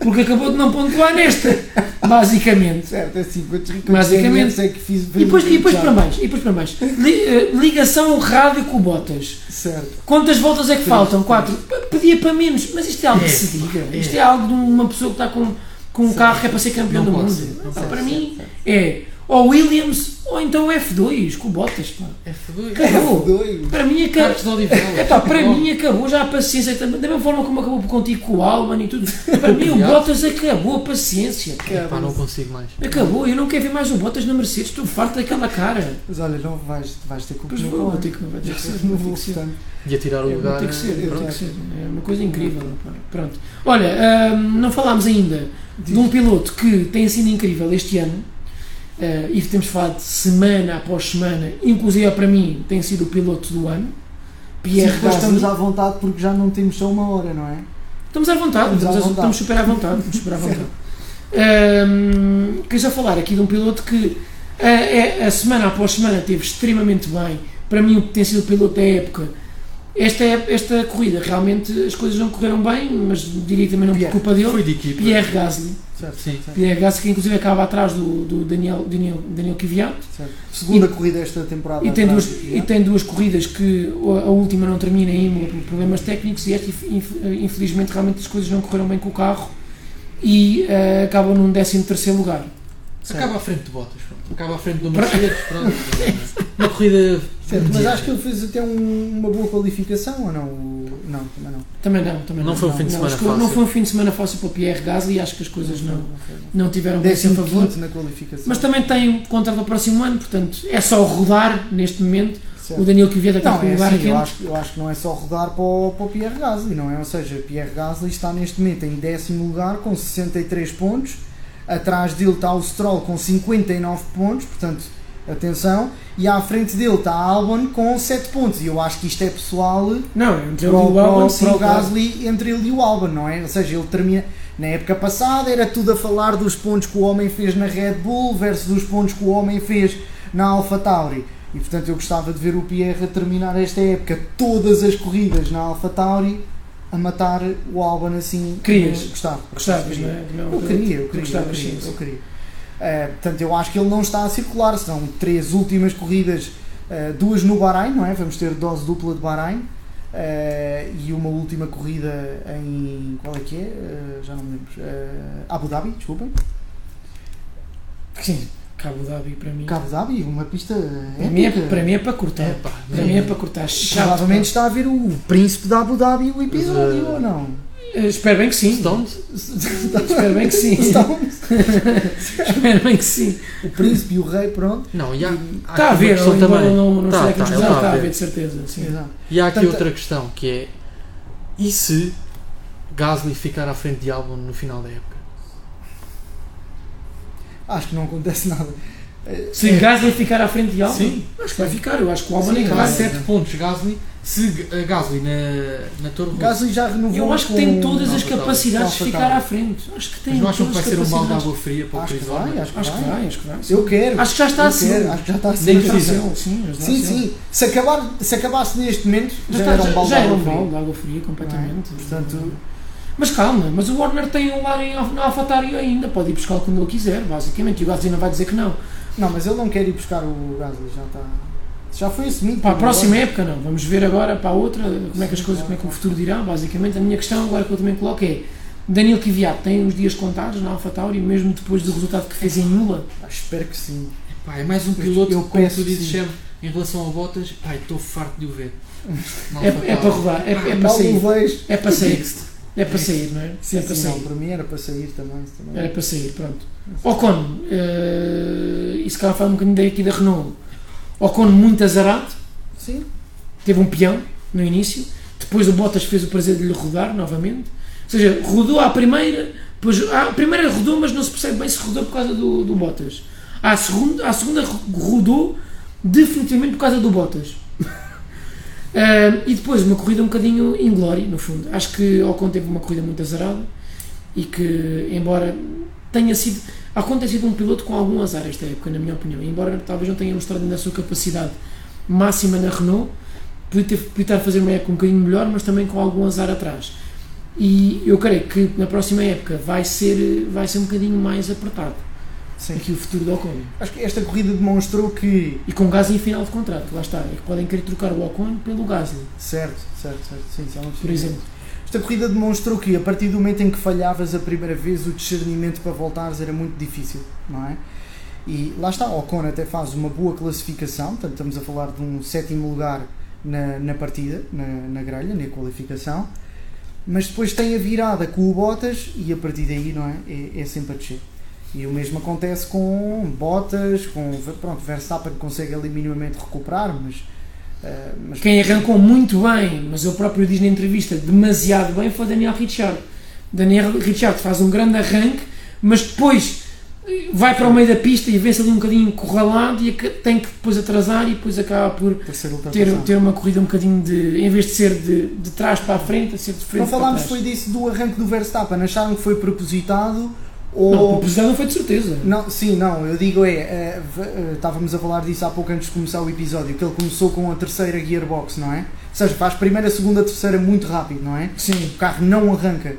Speaker 1: porque acabou de não pontuar nesta, basicamente.
Speaker 3: certo, assim, quantos, quantos
Speaker 1: Basicamente.
Speaker 3: DNFs é que fiz.
Speaker 1: E depois, e depois para mais, e depois para mais. Li- eh, ligação rádio com o Bottas.
Speaker 3: Certo.
Speaker 1: Quantas voltas é que faltam? Quatro. P- Pedia para menos, mas isto é algo que se diga. Isto é algo de uma pessoa que está com, com um carro que é para ser campeão
Speaker 2: Não
Speaker 1: do
Speaker 2: pode
Speaker 1: mundo.
Speaker 2: ser, não
Speaker 1: Pá,
Speaker 2: pode
Speaker 1: para
Speaker 2: ser,
Speaker 1: mim é ou Williams ou então F2 com o Bottas. Pá.
Speaker 2: F2.
Speaker 1: Acabou.
Speaker 3: Dois.
Speaker 1: Para mim é acabou.
Speaker 2: Carlos É de Oliveira. é
Speaker 1: Epá, para mim acabou já a paciência, também- da mesma forma como acabou contigo com o Alban e tudo. Para mim o Bottas acabou a paciência. pá.
Speaker 2: Epá, não consigo mais.
Speaker 1: Acabou, eu não quero ver mais o Bottas na Mercedes, estou farto daquela cara.
Speaker 3: Mas olha, não vais, vais ter que
Speaker 1: Pois vou, vou ter que, vai ter que ser. Vai
Speaker 3: Não
Speaker 1: ter
Speaker 3: vou,
Speaker 1: que ser.
Speaker 3: portanto.
Speaker 2: E a tirar o
Speaker 1: É,
Speaker 2: lugar.
Speaker 1: tem que ser,
Speaker 2: eh,
Speaker 1: tem
Speaker 2: pronto.
Speaker 1: que ser. É uma coisa incrível. pá. Pronto. Olha, hum, não falámos ainda de um piloto que tem sido incrível este ano. eh, e temos falado semana após semana, inclusive para mim tem sido o piloto do ano,
Speaker 3: Sim,
Speaker 1: Pierre
Speaker 3: depois
Speaker 1: Gasly.
Speaker 3: estamos à vontade porque já não temos só uma hora, não é?
Speaker 1: Estamos à vontade,
Speaker 3: Estamos
Speaker 1: estamos,
Speaker 3: à
Speaker 1: à-
Speaker 3: vontade.
Speaker 1: estamos super à vontade. Estamos super à vontade. Ahm, queria só falar aqui de um piloto que ah, é- a, semana após semana teve extremamente bem. Para mim, o que tem sido o piloto da época. Esta, ép- esta corrida, realmente as coisas não correram bem, mas diria que também não por
Speaker 3: Pierre.
Speaker 1: culpa dele.
Speaker 2: Foi de equipa.
Speaker 1: Pierre Gasly.
Speaker 3: Certo,
Speaker 2: Sim.
Speaker 3: certo,
Speaker 1: Pierre Gasly, que inclusive acaba atrás do, do Daniel, Daniel, Daniel Kvyat.
Speaker 3: certo. Segunda corrida esta temporada.
Speaker 1: E tem,
Speaker 3: atrás
Speaker 1: duas,
Speaker 3: do
Speaker 1: e
Speaker 3: Fiat.
Speaker 1: tem duas corridas que a a última não termina em Imola por problemas técnicos e esta, inf- infelizmente, realmente as coisas não correram bem com o carro e eh, acabam num 13 terceiro lugar.
Speaker 3: Certo.
Speaker 2: Acaba à frente de Bottas, pronto. Acaba à frente do Mercedes, pronto. Uma corrida.
Speaker 3: Certo, mas
Speaker 2: mediana.
Speaker 3: acho que ele fez até um- uma boa qualificação ou não? O- Não, também não.
Speaker 1: Também não, também não.
Speaker 2: Não foi um fim de semana
Speaker 1: acho que Não
Speaker 2: fácil.
Speaker 1: foi um fim de semana fácil para o Pierre Gasly e acho que as coisas não, não tiveram bem a seu
Speaker 3: Décimo
Speaker 1: favor.
Speaker 3: quinto na qualificação.
Speaker 1: Mas também tem contrato para o próximo ano, portanto é só rodar neste momento.
Speaker 3: Certo.
Speaker 1: O Daniel Kvyat está
Speaker 3: Não,
Speaker 1: com o
Speaker 3: é
Speaker 1: lugar
Speaker 3: assim, eu
Speaker 1: quente.
Speaker 3: acho, eu acho que não é só rodar para o, para o Pierre Gasly, não é? Ou seja, Pierre Gasly está neste momento em décimo lugar com 63 pontos, atrás dele está o Stroll com 59 pontos, portanto, atenção, e à frente dele está a Albon com 7 pontos, e eu acho que isto é pessoal
Speaker 1: Não, entre ele
Speaker 3: para,
Speaker 1: e
Speaker 3: o-
Speaker 1: o
Speaker 3: para o-
Speaker 1: Albon,
Speaker 3: para o
Speaker 1: sim, claro.
Speaker 3: Gasly entre ele e o Albon, não é? Ou seja, ele termina. Na época passada era tudo a falar dos pontos que o homem fez na Red Bull versus os pontos que o homem fez na Alpha Tauri. E portanto eu gostava de ver o Pierre a terminar esta época, todas as corridas na Alpha Tauri, a matar o Albon assim.
Speaker 1: Querias?
Speaker 3: Eu Gostava.
Speaker 1: Gostavas, não é? Não,
Speaker 3: Eu queria, eu queria, eu
Speaker 1: Gostavas,
Speaker 3: queria,
Speaker 1: sim, sim.
Speaker 3: eu queria. Eh, portanto, eu acho que ele não está a circular. São três últimas corridas, eh, duas no Bahrein, não é? Vamos ter dose dupla de Bahrein eh, e uma última corrida em. Qual é que é? Eh, já não me lembro. Eh, Abu Dhabi, desculpem.
Speaker 1: Sim, Cabo Dhabi para mim.
Speaker 3: Abu Dhabi, uma pista
Speaker 1: Para mim, é,
Speaker 3: épica.
Speaker 1: para mim é para cortar.
Speaker 2: Epá,
Speaker 1: Para mim é para cortar chato.
Speaker 3: Provavelmente está a ver o príncipe de Abu Dhabi o episódio,
Speaker 2: Mas, eh,
Speaker 3: ou não?
Speaker 1: Eh, espero bem que sim.
Speaker 2: Stones?
Speaker 1: Espero bem que sim. espero bem que sim.
Speaker 3: O príncipe e o rei, pronto.
Speaker 2: Não, e há, há
Speaker 1: Está a
Speaker 2: aqui
Speaker 1: ver,
Speaker 2: uma questão
Speaker 1: embora
Speaker 2: também.
Speaker 1: não, não esteja
Speaker 2: Tá,
Speaker 1: aqui a
Speaker 2: tá, ele
Speaker 1: discussão,
Speaker 2: tá a
Speaker 1: está a
Speaker 2: ver.
Speaker 1: ver, de certeza. Sim.
Speaker 3: Exato.
Speaker 2: E há aqui
Speaker 3: Portanto,
Speaker 2: outra questão que é E se Gasly ficar à frente de Albon no final da época?
Speaker 3: Acho que não acontece nada. Eh,
Speaker 1: Se
Speaker 3: é,
Speaker 1: Gasly ficar à frente de Albon,
Speaker 2: Sim.
Speaker 1: acho que vai ficar. Eu acho que o Albon é
Speaker 3: Sim,
Speaker 1: que
Speaker 2: Há
Speaker 1: vai.
Speaker 3: claro.
Speaker 2: 7 pontos Gasly. Se eh, Gasly na, na Torre Rosso-
Speaker 3: Gasly já renovou.
Speaker 1: Eu acho que
Speaker 3: com-
Speaker 1: tem todas
Speaker 2: não,
Speaker 1: as
Speaker 2: não, não,
Speaker 1: capacidades de
Speaker 3: não,
Speaker 1: ficar
Speaker 3: não.
Speaker 1: à frente. Acho que tem
Speaker 2: Mas não acham que
Speaker 1: todas
Speaker 2: vai
Speaker 1: as
Speaker 2: ser um balde de
Speaker 1: capacidades.
Speaker 2: água fria para o
Speaker 3: Acho que
Speaker 2: Crisóstomo?
Speaker 3: vai, acho que
Speaker 1: Acho que
Speaker 3: vai.
Speaker 1: vai, acho que vai.
Speaker 3: Eu quero.
Speaker 1: Acho que já está
Speaker 3: Eu
Speaker 1: a ser.
Speaker 3: quero, Acho que já está a
Speaker 2: Nem
Speaker 3: ser.
Speaker 1: Já está a
Speaker 2: precisa.
Speaker 1: ser, Sim, já está a
Speaker 3: Sim,
Speaker 1: ser.
Speaker 3: sim. Se, acabar, se acabasse neste momento,
Speaker 1: Já,
Speaker 3: já,
Speaker 1: está-
Speaker 3: era um balde
Speaker 1: já
Speaker 3: de
Speaker 1: era
Speaker 3: água
Speaker 1: um
Speaker 3: fria.
Speaker 1: balde de água fria, completamente.
Speaker 3: Portanto,
Speaker 1: Mas calma, mas o Warner tem um lar em Alf- na AlphaTauri ainda, pode ir buscar quando ele quiser, basicamente. E o Gasly não vai dizer que não.
Speaker 3: Não, mas ele não quer ir buscar o Gasly, já está. Já foi assumido.
Speaker 1: Para a
Speaker 3: pelo
Speaker 1: próxima
Speaker 3: negócio.
Speaker 1: época, não. Vamos ver agora para a outra como é que as coisas, como é que o futuro dirá, basicamente. A minha questão agora que eu também coloco é: Daniel Kvyat tem os dias contados na AlphaTauri, mesmo depois do resultado que fez em Nula?
Speaker 3: Ah, espero que sim.
Speaker 2: Pá, é mais um piloto
Speaker 3: Eu
Speaker 2: que, como
Speaker 3: peço
Speaker 2: tu dizes
Speaker 3: sim.
Speaker 2: sempre, em relação a botas, pá, estou farto de o ver. Não
Speaker 1: É,
Speaker 2: foi
Speaker 1: é
Speaker 2: nada.
Speaker 1: para rodar, é, é para
Speaker 3: Ah, Não o
Speaker 1: sair.
Speaker 3: vejo.
Speaker 1: É para sair. É para sair, não é?
Speaker 3: Sim,
Speaker 1: é para
Speaker 3: sim, não,
Speaker 1: sair.
Speaker 3: para mim era para sair também. também.
Speaker 1: Era É para sair, pronto. Ocon, eh, e se calhar falar um bocadinho daqui da Renault. Ocon muito azarado,
Speaker 3: Sim.
Speaker 1: teve um peão no início, depois o Bottas fez o prazer de lhe rodar novamente. Ou seja, rodou à primeira, depois à primeira rodou, mas não se percebe bem se rodou por causa do, do Bottas. À segunda, à segunda ro- rodou definitivamente por causa do Bottas. Ah, e depois uma corrida um bocadinho inglória, no fundo. Acho que Ocon teve uma corrida muito azarada e que, embora tenha sido. Ocon tem sido um piloto com algum azar esta época, na minha opinião. Embora talvez não tenha mostrado ainda a sua capacidade máxima na Renault, podia, ter, podia estar a fazer uma época um bocadinho melhor, mas também com algum azar atrás. E eu creio que na próxima época vai ser, vai ser um bocadinho mais apertado
Speaker 3: Sim.
Speaker 1: aqui o futuro do Ocon.
Speaker 3: Acho que esta corrida demonstrou que.
Speaker 1: E com Gasly em final de contrato, lá está. É que podem querer trocar o Ocon pelo Gasly,
Speaker 3: Certo, certo, certo. Sim, sim, é uma
Speaker 1: por exemplo.
Speaker 3: Esta corrida demonstrou que, a partir do momento em que falhavas a primeira vez, o discernimento para voltares era muito difícil, não é? E lá está, Ocon até faz uma boa classificação, portanto, estamos a falar de um sétimo lugar na, na partida, na, na grelha, na qualificação, mas depois tem a virada com o Bottas e a partir daí, não é? É, é sempre a descer. E o mesmo acontece com Bottas, com. Pronto, Verstappen consegue ali minimamente recuperar, mas. eh, mas
Speaker 1: Quem arrancou muito bem, mas ele próprio diz na entrevista demasiado bem, foi Daniel Ricciardo. Daniel Ricciardo faz um grande arranque, mas depois eh, vai para o meio da pista e vê-se ali um bocadinho encurralado e aca- tem que depois atrasar e depois acaba por
Speaker 3: por ser
Speaker 1: ter,
Speaker 3: ultrapassado.
Speaker 1: ter uma corrida um bocadinho de. em vez de ser de, de trás para a frente, a ser de frente
Speaker 3: Não falámos
Speaker 1: para
Speaker 3: foi
Speaker 1: trás.
Speaker 3: disso do arranque do Verstappen, acharam que foi propositado ou.
Speaker 1: Não, o precisado não foi de certeza.
Speaker 3: Não, sim, não, eu digo é, eh, v- eh, estávamos a falar disso há pouco antes de começar o episódio, que ele começou com a terceira gearbox, não é? Ou seja, faz primeira, segunda, terceira muito rápido, não é?
Speaker 1: Sim.
Speaker 3: O carro não arranca.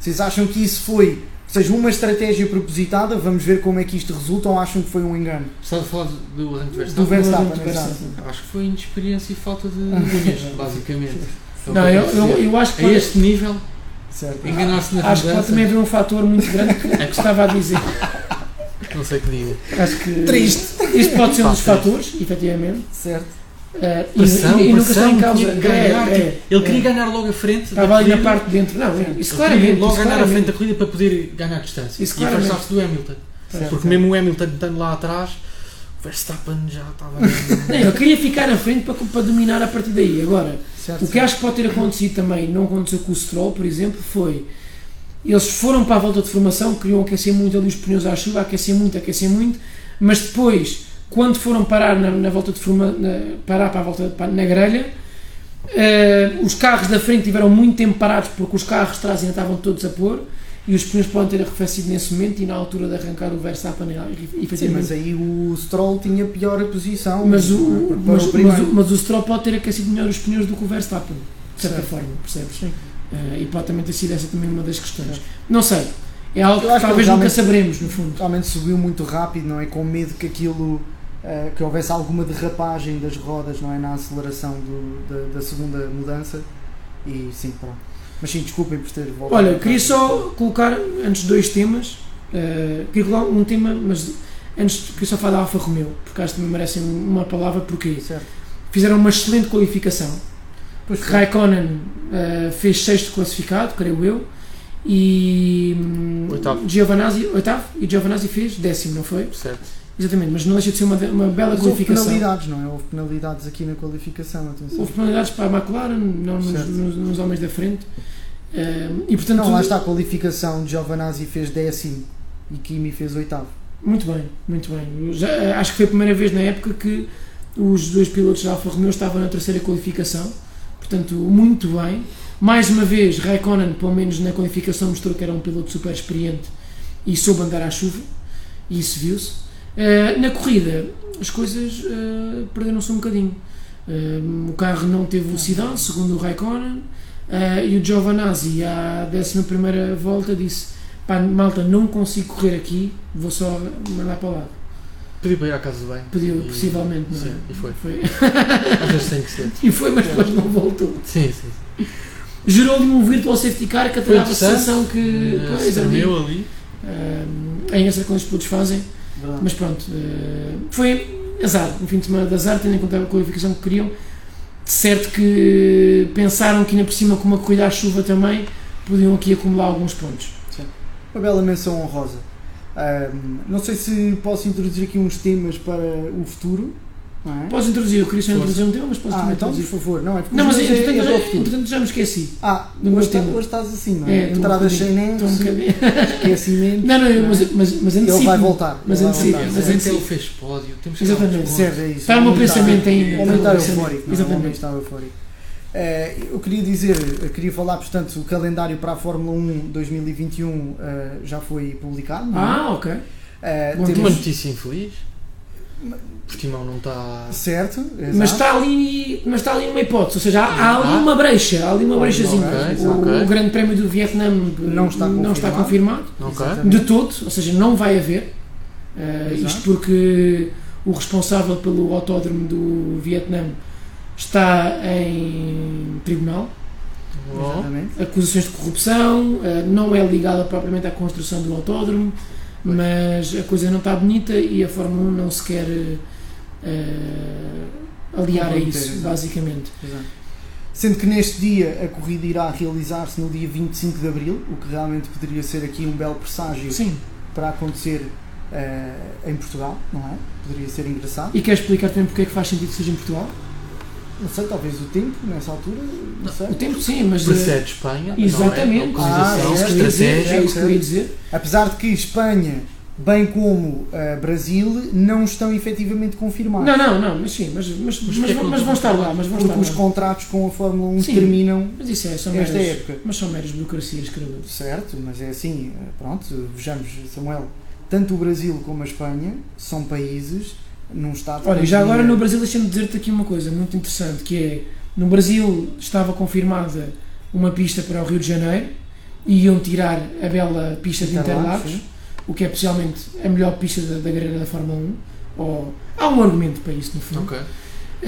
Speaker 3: Vocês acham que isso foi, ou seja, uma estratégia propositada? Vamos ver como é que isto resulta ou acham que foi um engano?
Speaker 2: Só de falar do arranque do
Speaker 3: Do
Speaker 2: Verstappen,
Speaker 3: Verstappen,
Speaker 1: Verstappen.
Speaker 3: exato.
Speaker 2: acho que foi inexperiência e falta de unhas, basicamente. Foi o que
Speaker 1: Não, eu,
Speaker 2: eu quis
Speaker 1: eu,
Speaker 2: dizer.
Speaker 1: eu acho que.
Speaker 2: A este nível,
Speaker 3: Certo.
Speaker 2: enganar-se na
Speaker 1: Acho que pode
Speaker 2: mudança,
Speaker 1: também haver um fator muito grande que, que estava a dizer.
Speaker 2: não sei o que diga.
Speaker 1: Acho que
Speaker 3: Triste.
Speaker 1: isto pode ser um dos
Speaker 2: Fácil.
Speaker 1: fatores, efetivamente.
Speaker 3: Certo.
Speaker 1: Eh, e-
Speaker 2: Pressão,
Speaker 1: e, e nunca está
Speaker 2: pressão,
Speaker 1: em causa.
Speaker 2: queria ganhar,
Speaker 1: É, é,
Speaker 2: tipo, ele queria
Speaker 1: é.
Speaker 2: ganhar logo à frente da
Speaker 1: Estava ali na
Speaker 2: corrida.
Speaker 1: parte de dentro. Não, é, isso
Speaker 2: Ele
Speaker 1: claramente.
Speaker 2: queria logo
Speaker 1: isso
Speaker 2: ganhar à frente
Speaker 1: claramente.
Speaker 2: da corrida para poder ganhar distância.
Speaker 1: Isso
Speaker 2: e
Speaker 1: claramente.
Speaker 2: afastar-se do Hamilton.
Speaker 3: Certo.
Speaker 2: Porque mesmo o Hamilton estando lá atrás, o Verstappen já estava...
Speaker 1: Não, ele queria ficar à frente para, para dominar a partir daí. Agora,
Speaker 3: Certo.
Speaker 1: O que acho que pode ter acontecido também, não aconteceu com o Stroll, por exemplo, foi eles foram para a volta de formação, queriam aquecer muito ali os pneus à chuva, aquecer muito, aquecer muito, mas depois, quando foram parar na, na volta de forma, na- parar para a volta para- na grelha, eh, os carros da frente tiveram muito tempo parados porque os carros de trás ainda estavam todos a pôr e os pneus podem ter arrefecido nesse momento e na altura de arrancar o Verstappen e
Speaker 3: Sim,
Speaker 1: fazer
Speaker 3: mas aí o Stroll tinha pior a posição.
Speaker 1: mas o,
Speaker 3: não é? Porque
Speaker 1: mas,
Speaker 3: para o
Speaker 1: mas,
Speaker 3: primeiro.
Speaker 1: o- mas o Stroll pode ter aquecido melhor os pneus do que o Verstappen, de certa
Speaker 3: Certo.
Speaker 1: forma, percebes?
Speaker 3: Sim.
Speaker 1: Eh, e pode também ter sido essa também uma das questões.
Speaker 3: Certo.
Speaker 1: Não sei, é algo
Speaker 3: Eu
Speaker 1: que
Speaker 3: acho que
Speaker 1: talvez
Speaker 3: ele
Speaker 1: nunca
Speaker 3: realmente-
Speaker 1: saberemos, no fundo.
Speaker 3: realmente subiu muito rápido, não é? Com medo que aquilo, eh, que houvesse alguma derrapagem das rodas, não é? Na aceleração do- da, da segunda mudança. E sim, pronto. Mas sim, desculpem por ter voltado.
Speaker 1: Olha, queria só colocar antes dois temas. eh, queria colocar um tema, mas antes queria só falar da Alfa Romeo, porque acho que também merecem uma palavra, porque é
Speaker 3: Certo.
Speaker 1: fizeram uma excelente qualificação.
Speaker 3: Pois foi.
Speaker 1: Raikkonen eh, fez sexto classificado, creio eu, hum, e hum,
Speaker 2: Oitavo.
Speaker 1: Giovinazzi, oitavo, e Giovinazzi fez décimo, não foi?
Speaker 2: Certo.
Speaker 1: Exatamente, mas não deixa de ser uma, uma bela
Speaker 3: Mas houve
Speaker 1: qualificação.
Speaker 3: penalidades, não é? Houve penalidades aqui na qualificação, atenção.
Speaker 1: Houve penalidades para a McLaren, não nos,
Speaker 3: Certo.
Speaker 1: nos- nos homens da frente. Eh, e portanto,
Speaker 3: Não, lá está a qualificação de Giovanazzi fez décimo e Kimi fez oitavo.
Speaker 1: muito bem, muito bem. Já, eh, acho que foi a primeira vez na época que os dois pilotos da Alfa Romeo estavam na terceira qualificação, portanto, muito bem. Mais uma vez, Raikkonen, pelo menos na qualificação, mostrou que era um piloto super experiente e soube andar à chuva, e isso viu-se. Eh, na corrida, as coisas eh, perderam-se um bocadinho. Eh, o carro não teve velocidade, segundo o Raikkonen, eh, e o Giovanazzi, à 11 volta, disse: Pá, malta, não consigo correr aqui, vou só mandar para o lado.
Speaker 2: Pedi para ir à casa do bem.
Speaker 1: Pediu,
Speaker 2: E-
Speaker 1: possivelmente, não é?
Speaker 2: Sim, e foi.
Speaker 1: Foi.
Speaker 2: Às vezes tem que ser.
Speaker 1: e foi, mas depois não voltou.
Speaker 2: Sim, sim.
Speaker 1: Gerou-lhe um virtual safety car que até dava a
Speaker 2: interessante.
Speaker 1: sensação que.
Speaker 2: Eh,
Speaker 1: Pois,
Speaker 2: se
Speaker 1: ali,
Speaker 2: tremeu ali.
Speaker 1: ah, é engraçado quando os pilotos fazem. Mas pronto, eh, foi azar, um fim de semana de azar, tendo em conta a qualificação que queriam. De certo que eh, pensaram que ainda por cima com uma corrida à chuva também podiam aqui acumular alguns pontos.
Speaker 3: Uma bela menção honrosa. Ahm, não sei se posso introduzir aqui uns temas para o futuro. Não é?
Speaker 1: Posso introduzir, eu queria só
Speaker 2: Força.
Speaker 1: introduzir um tema, mas posso
Speaker 3: Ah,
Speaker 1: também
Speaker 3: então, por
Speaker 1: introduzir.
Speaker 3: favor. Não, é porque
Speaker 1: Não, mas
Speaker 3: os meus é- é para o
Speaker 1: entretanto,
Speaker 3: futuro.
Speaker 1: entretanto já me esqueci.
Speaker 3: Ah,
Speaker 1: do meu
Speaker 3: hoje, tá-
Speaker 1: tema.
Speaker 3: hoje estás assim, não é?
Speaker 1: estou um
Speaker 3: Entradas
Speaker 1: bocadinho-
Speaker 3: sem nexo,
Speaker 1: estou um bocadinho-
Speaker 3: esquecimento.
Speaker 1: Não, não, eu- mas, mas, mas
Speaker 3: Ele
Speaker 1: antecipo.
Speaker 3: vai voltar.
Speaker 1: mas
Speaker 3: ele vai
Speaker 1: antecipa,
Speaker 3: voltar.
Speaker 1: Ah, mas
Speaker 2: Mas até
Speaker 1: antecipa.
Speaker 2: ele fez pódio. Temos que
Speaker 1: Exatamente.
Speaker 2: dar uns pontos.
Speaker 3: Serve a isso.
Speaker 1: Está no meu
Speaker 3: Aumentar-
Speaker 1: pensamento ainda, está no
Speaker 3: Aumentar
Speaker 1: meu pensamento.
Speaker 3: eufórico. Não, é? O homem
Speaker 1: Exatamente.
Speaker 3: está eufórico. Eh, eu queria dizer, eu queria falar, portanto, o calendário para a Fórmula 1 2021 eh, já foi publicado. não é?
Speaker 1: Ah, ok.
Speaker 3: Eh,
Speaker 1: bom,
Speaker 2: Uma
Speaker 3: temos,
Speaker 2: notícia infeliz. Portimão não está.
Speaker 3: certo, exato.
Speaker 1: Mas está, ali, mas está ali uma hipótese, ou seja, há, há ali
Speaker 2: Ah.
Speaker 1: uma brecha, há ali uma
Speaker 2: Ok,
Speaker 1: brechazinha.
Speaker 2: ok,
Speaker 1: o,
Speaker 2: ok.
Speaker 1: o Grande Prémio do Vietnã
Speaker 3: Não está
Speaker 1: não está confirmado.
Speaker 2: Não
Speaker 3: Exato.
Speaker 2: quer?
Speaker 1: De todo, ou seja, não vai haver. Eh,
Speaker 3: Exato.
Speaker 1: isto porque o responsável pelo autódromo do Vietnã está em tribunal.
Speaker 2: Bom.
Speaker 3: Exatamente.
Speaker 1: Acusações de corrupção, eh, não é ligada propriamente à construção do autódromo,
Speaker 2: Pois.
Speaker 1: mas a coisa não está bonita e a Fórmula 1 não se quer eh, eh, aliar a
Speaker 3: Comprometer,
Speaker 1: isso,
Speaker 3: exato.
Speaker 1: basicamente.
Speaker 3: Exato. Sendo que neste dia a corrida irá realizar-se no dia 25 de Abril, o que realmente poderia ser aqui um belo presságio
Speaker 1: Sim.
Speaker 3: para acontecer eh, em Portugal, não é? Poderia ser engraçado.
Speaker 1: E quer explicar também porque é que faz sentido que seja em Portugal?
Speaker 3: Não sei, talvez o tempo nessa altura, não sei.
Speaker 1: O tempo sim, mas. eh,
Speaker 2: Precede Espanha. não é?
Speaker 1: Exatamente.
Speaker 2: Localização,
Speaker 3: Ah, é isso que eu ia dizer,
Speaker 2: estratégia.
Speaker 1: é isso que eu ia dizer.
Speaker 3: Apesar de que Espanha, bem como eh, Brasil, não estão efetivamente confirmados.
Speaker 1: Não, não, não, mas sim, mas, mas, mas,
Speaker 2: porquê que
Speaker 1: vão-
Speaker 2: não
Speaker 1: mas vão estar lá, mas vão estar
Speaker 3: porque os
Speaker 1: lá.
Speaker 3: contratos com a Fórmula 1
Speaker 1: Sim.
Speaker 3: terminam
Speaker 1: Mas isso é, são meras,
Speaker 3: esta época.
Speaker 1: mas são meras burocracias, creio.
Speaker 3: Certo, mas é assim, eh, pronto, vejamos, Samuel, tanto o Brasil como a Espanha são países num estado...
Speaker 1: Olha, e já agora no
Speaker 3: continental.
Speaker 1: Brasil deixa-me dizer-te aqui uma coisa muito interessante, que é, no Brasil estava confirmada uma pista para o Rio de Janeiro, e iam tirar a bela pista de
Speaker 3: Interlagos,
Speaker 1: Interlagos, o que é especialmente a melhor pista da, da grelha da Fórmula 1, ou, há um argumento para isso no fundo.
Speaker 2: Ok.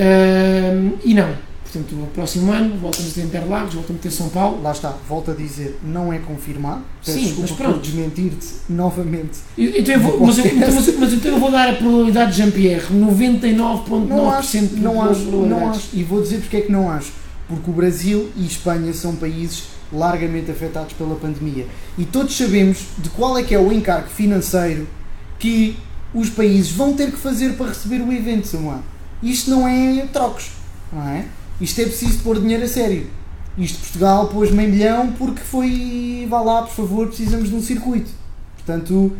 Speaker 1: Ahm, e não, portanto, o próximo ano voltamos a ter Interlagos, voltamos a ter São Paulo,
Speaker 3: Lá está, volto a dizer, não é confirmado. Peço
Speaker 1: Sim,
Speaker 3: desculpa
Speaker 1: mas pronto.
Speaker 3: por desmentir-te novamente.
Speaker 1: E- Então eu vou, mas, eu, então- mas, mas então eu vou dar a probabilidade de Jean-Pierre, 99,9%
Speaker 3: Não acho,
Speaker 1: de
Speaker 3: não
Speaker 1: boas
Speaker 3: acho, não
Speaker 1: probabilidades.
Speaker 3: acho. E vou dizer porque é que não acho. Porque o Brasil e Espanha são países largamente afetados pela pandemia. E todos sabemos de qual é que é o encargo financeiro que os países vão ter que fazer para receber o evento, Samuel. Isto não é trocos, não é? Isto é preciso pôr dinheiro a sério. Isto Portugal pôs meio milhão porque foi, vá lá, por favor, precisamos de um circuito. Portanto,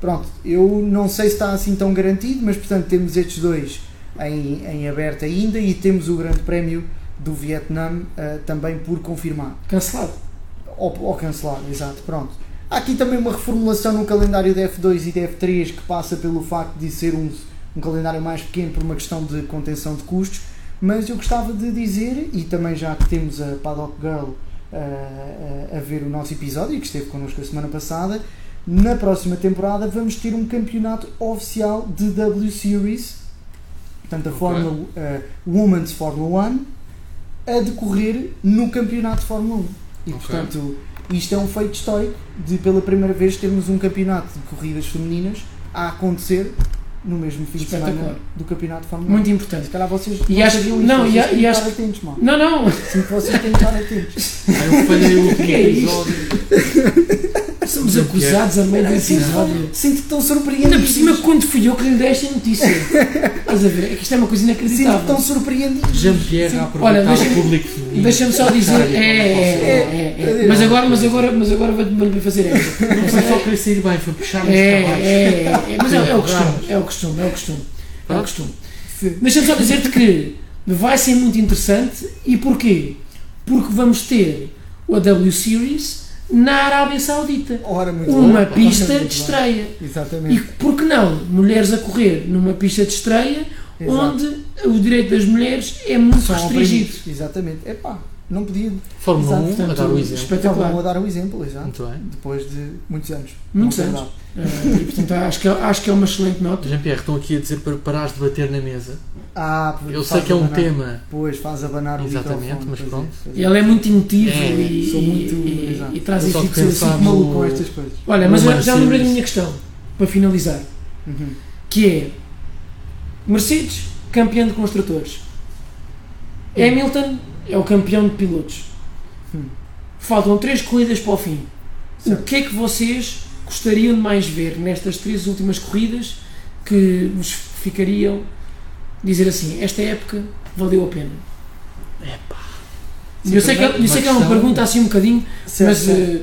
Speaker 3: pronto, eu não sei se está assim tão garantido, mas portanto temos estes dois em, em aberto ainda e temos o Grande Prémio do Vietnã ah, também por confirmar
Speaker 1: Cancelado.
Speaker 3: ou, ou cancelar, exato, pronto. Há aqui também uma reformulação no calendário da F2 e da F3 que passa pelo facto de ser um, um calendário mais pequeno por uma questão de contenção de custos, mas eu gostava de dizer, e também já que temos a Paddock Girl ah, a, a ver o nosso episódio, que esteve connosco a semana passada, na próxima temporada vamos ter um campeonato oficial de W Series, portanto a
Speaker 2: Ok.
Speaker 3: Fórmula, ah, Women's Fórmula 1, a decorrer no campeonato de Fórmula 1. E
Speaker 2: Ok.
Speaker 3: portanto, isto é um feito histórico de pela primeira vez termos um campeonato de corridas femininas a acontecer no mesmo fim de semana
Speaker 1: Espetacular.
Speaker 3: do campeonato de Fórmula 1.
Speaker 1: Muito importante.
Speaker 3: Se calhar vocês
Speaker 1: E acho-
Speaker 3: sabiam
Speaker 1: não,
Speaker 3: vocês
Speaker 1: e a-
Speaker 3: têm
Speaker 1: e
Speaker 3: que
Speaker 1: acho-
Speaker 3: estar atentos, mal.
Speaker 1: Não, não,
Speaker 3: Sim, vocês têm que estar atentos.
Speaker 2: Aí eu falhei o último
Speaker 1: Que é isto?
Speaker 2: episódio.
Speaker 1: somos acusados a meio desse episódio.
Speaker 3: Sinto tão surpreendido.
Speaker 1: Ainda por cima, quando fui eu que lhe dei esta notícia. Estás a ver? É que isto é uma coisa
Speaker 3: Sinto
Speaker 1: inacreditável.
Speaker 3: tão surpreendido.
Speaker 2: Jean-Pierre a
Speaker 1: Olha,
Speaker 2: aproveitar
Speaker 1: deixa-me-
Speaker 2: o público feminino.
Speaker 1: Deixa-me só dizer.
Speaker 2: Caralho,
Speaker 1: É, é, é, é, é. Mas agora, mas agora, mas agora vou-lhe vou fazer esta.
Speaker 2: Não foi é só querer sair bem, foi puxar-me
Speaker 1: É,
Speaker 2: é, para baixo.
Speaker 1: é, é. Mas é, é o costume, é o costume, é o costume. É o costume. Deixa-me só dizer-te que vai ser muito interessante. E porquê? Porque vamos ter o AW Series na Arábia Saudita.
Speaker 3: Ora, muito
Speaker 2: é,
Speaker 1: Uma
Speaker 3: bem.
Speaker 1: pista
Speaker 3: Muito
Speaker 1: de
Speaker 3: bem.
Speaker 1: estreia. E
Speaker 3: Exatamente.
Speaker 1: por que não? Mulheres a correr numa pista de estreia
Speaker 3: Exato. um
Speaker 1: onde o direito das mulheres é muito
Speaker 3: São
Speaker 1: restringido.
Speaker 3: oprimidos. Exatamente. Epá, não podia.
Speaker 2: Fórmula
Speaker 3: Exato,
Speaker 2: 1, a
Speaker 1: portanto,
Speaker 2: dar o exemplo.
Speaker 1: Espetacular.
Speaker 3: Vou dar um o exemplo, exato.
Speaker 2: Muito bem.
Speaker 3: Depois de muitos anos.
Speaker 1: Muitos
Speaker 3: Não
Speaker 1: anos.
Speaker 3: verdade.
Speaker 1: Eh, e, portanto, acho que, é- acho que é uma excelente nota.
Speaker 2: Jean-Pierre, estão aqui a dizer para parares de bater na mesa.
Speaker 3: Ah,
Speaker 2: Eu
Speaker 3: faz
Speaker 2: sei que é um
Speaker 3: abanar.
Speaker 2: tema.
Speaker 3: Pois, faz abanar
Speaker 2: Exatamente,
Speaker 3: o microfone.
Speaker 2: mas
Speaker 3: pois é,
Speaker 2: pronto.
Speaker 3: pois é.
Speaker 1: Ele é muito emotivo
Speaker 2: É,
Speaker 1: e,
Speaker 3: sou muito-
Speaker 1: e-
Speaker 3: exato.
Speaker 1: e traz
Speaker 2: Eu só
Speaker 1: este tipo de coisas
Speaker 2: pensava
Speaker 1: assim que maluco.
Speaker 3: Maluco com estas coisas.
Speaker 1: Olha, mas
Speaker 2: Uma
Speaker 1: já, já lembrei da
Speaker 2: Mercedes.
Speaker 1: minha questão, para finalizar,
Speaker 3: Uhum.
Speaker 1: que é Mercedes, campeão de construtores. Hamilton é o campeão de pilotos.
Speaker 3: Hum.
Speaker 1: Faltam três corridas para o fim. O
Speaker 3: Certo.
Speaker 1: que é que vocês gostariam de mais ver nestas três últimas corridas que vos ficariam dizer assim, esta época valeu a pena?
Speaker 3: Sim,
Speaker 1: eu sei que,
Speaker 3: primeiro,
Speaker 1: eu sei que é uma
Speaker 2: questão-
Speaker 1: pergunta assim um bocadinho,
Speaker 3: Certo,
Speaker 1: mas
Speaker 3: certo.
Speaker 1: eh,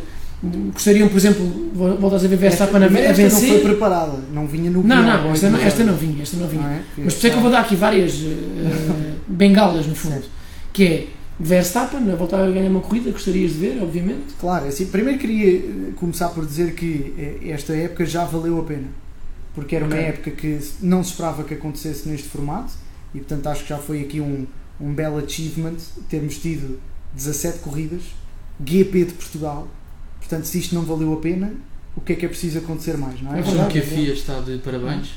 Speaker 1: gostariam, por exemplo, vol- voltas a ver Verstappen a, a
Speaker 3: esta não foi
Speaker 1: vencer.
Speaker 3: preparada, não vinha no
Speaker 1: Não,
Speaker 3: guião,
Speaker 1: não, esta não,
Speaker 3: é?
Speaker 1: esta não vinha, esta não vinha.
Speaker 3: Não é?
Speaker 1: Mas por isso é que eu vou dar aqui várias eh, bengalas, no fundo. Que é Verstappen, a voltar a ganhar uma corrida, gostarias de ver, obviamente.
Speaker 3: Claro, assim, primeiro queria eh, começar por dizer que eh, esta época já valeu a pena, porque era uma
Speaker 1: Ok.
Speaker 3: época que não se esperava que acontecesse neste formato e portanto acho que já foi aqui um, um belo achievement termos tido 17 corridas, GP de Portugal, portanto se isto não valeu a pena, o que é que é preciso acontecer mais, não é?
Speaker 1: É
Speaker 2: Acham
Speaker 1: verdade,
Speaker 2: que a
Speaker 1: é
Speaker 2: FIA está de parabéns?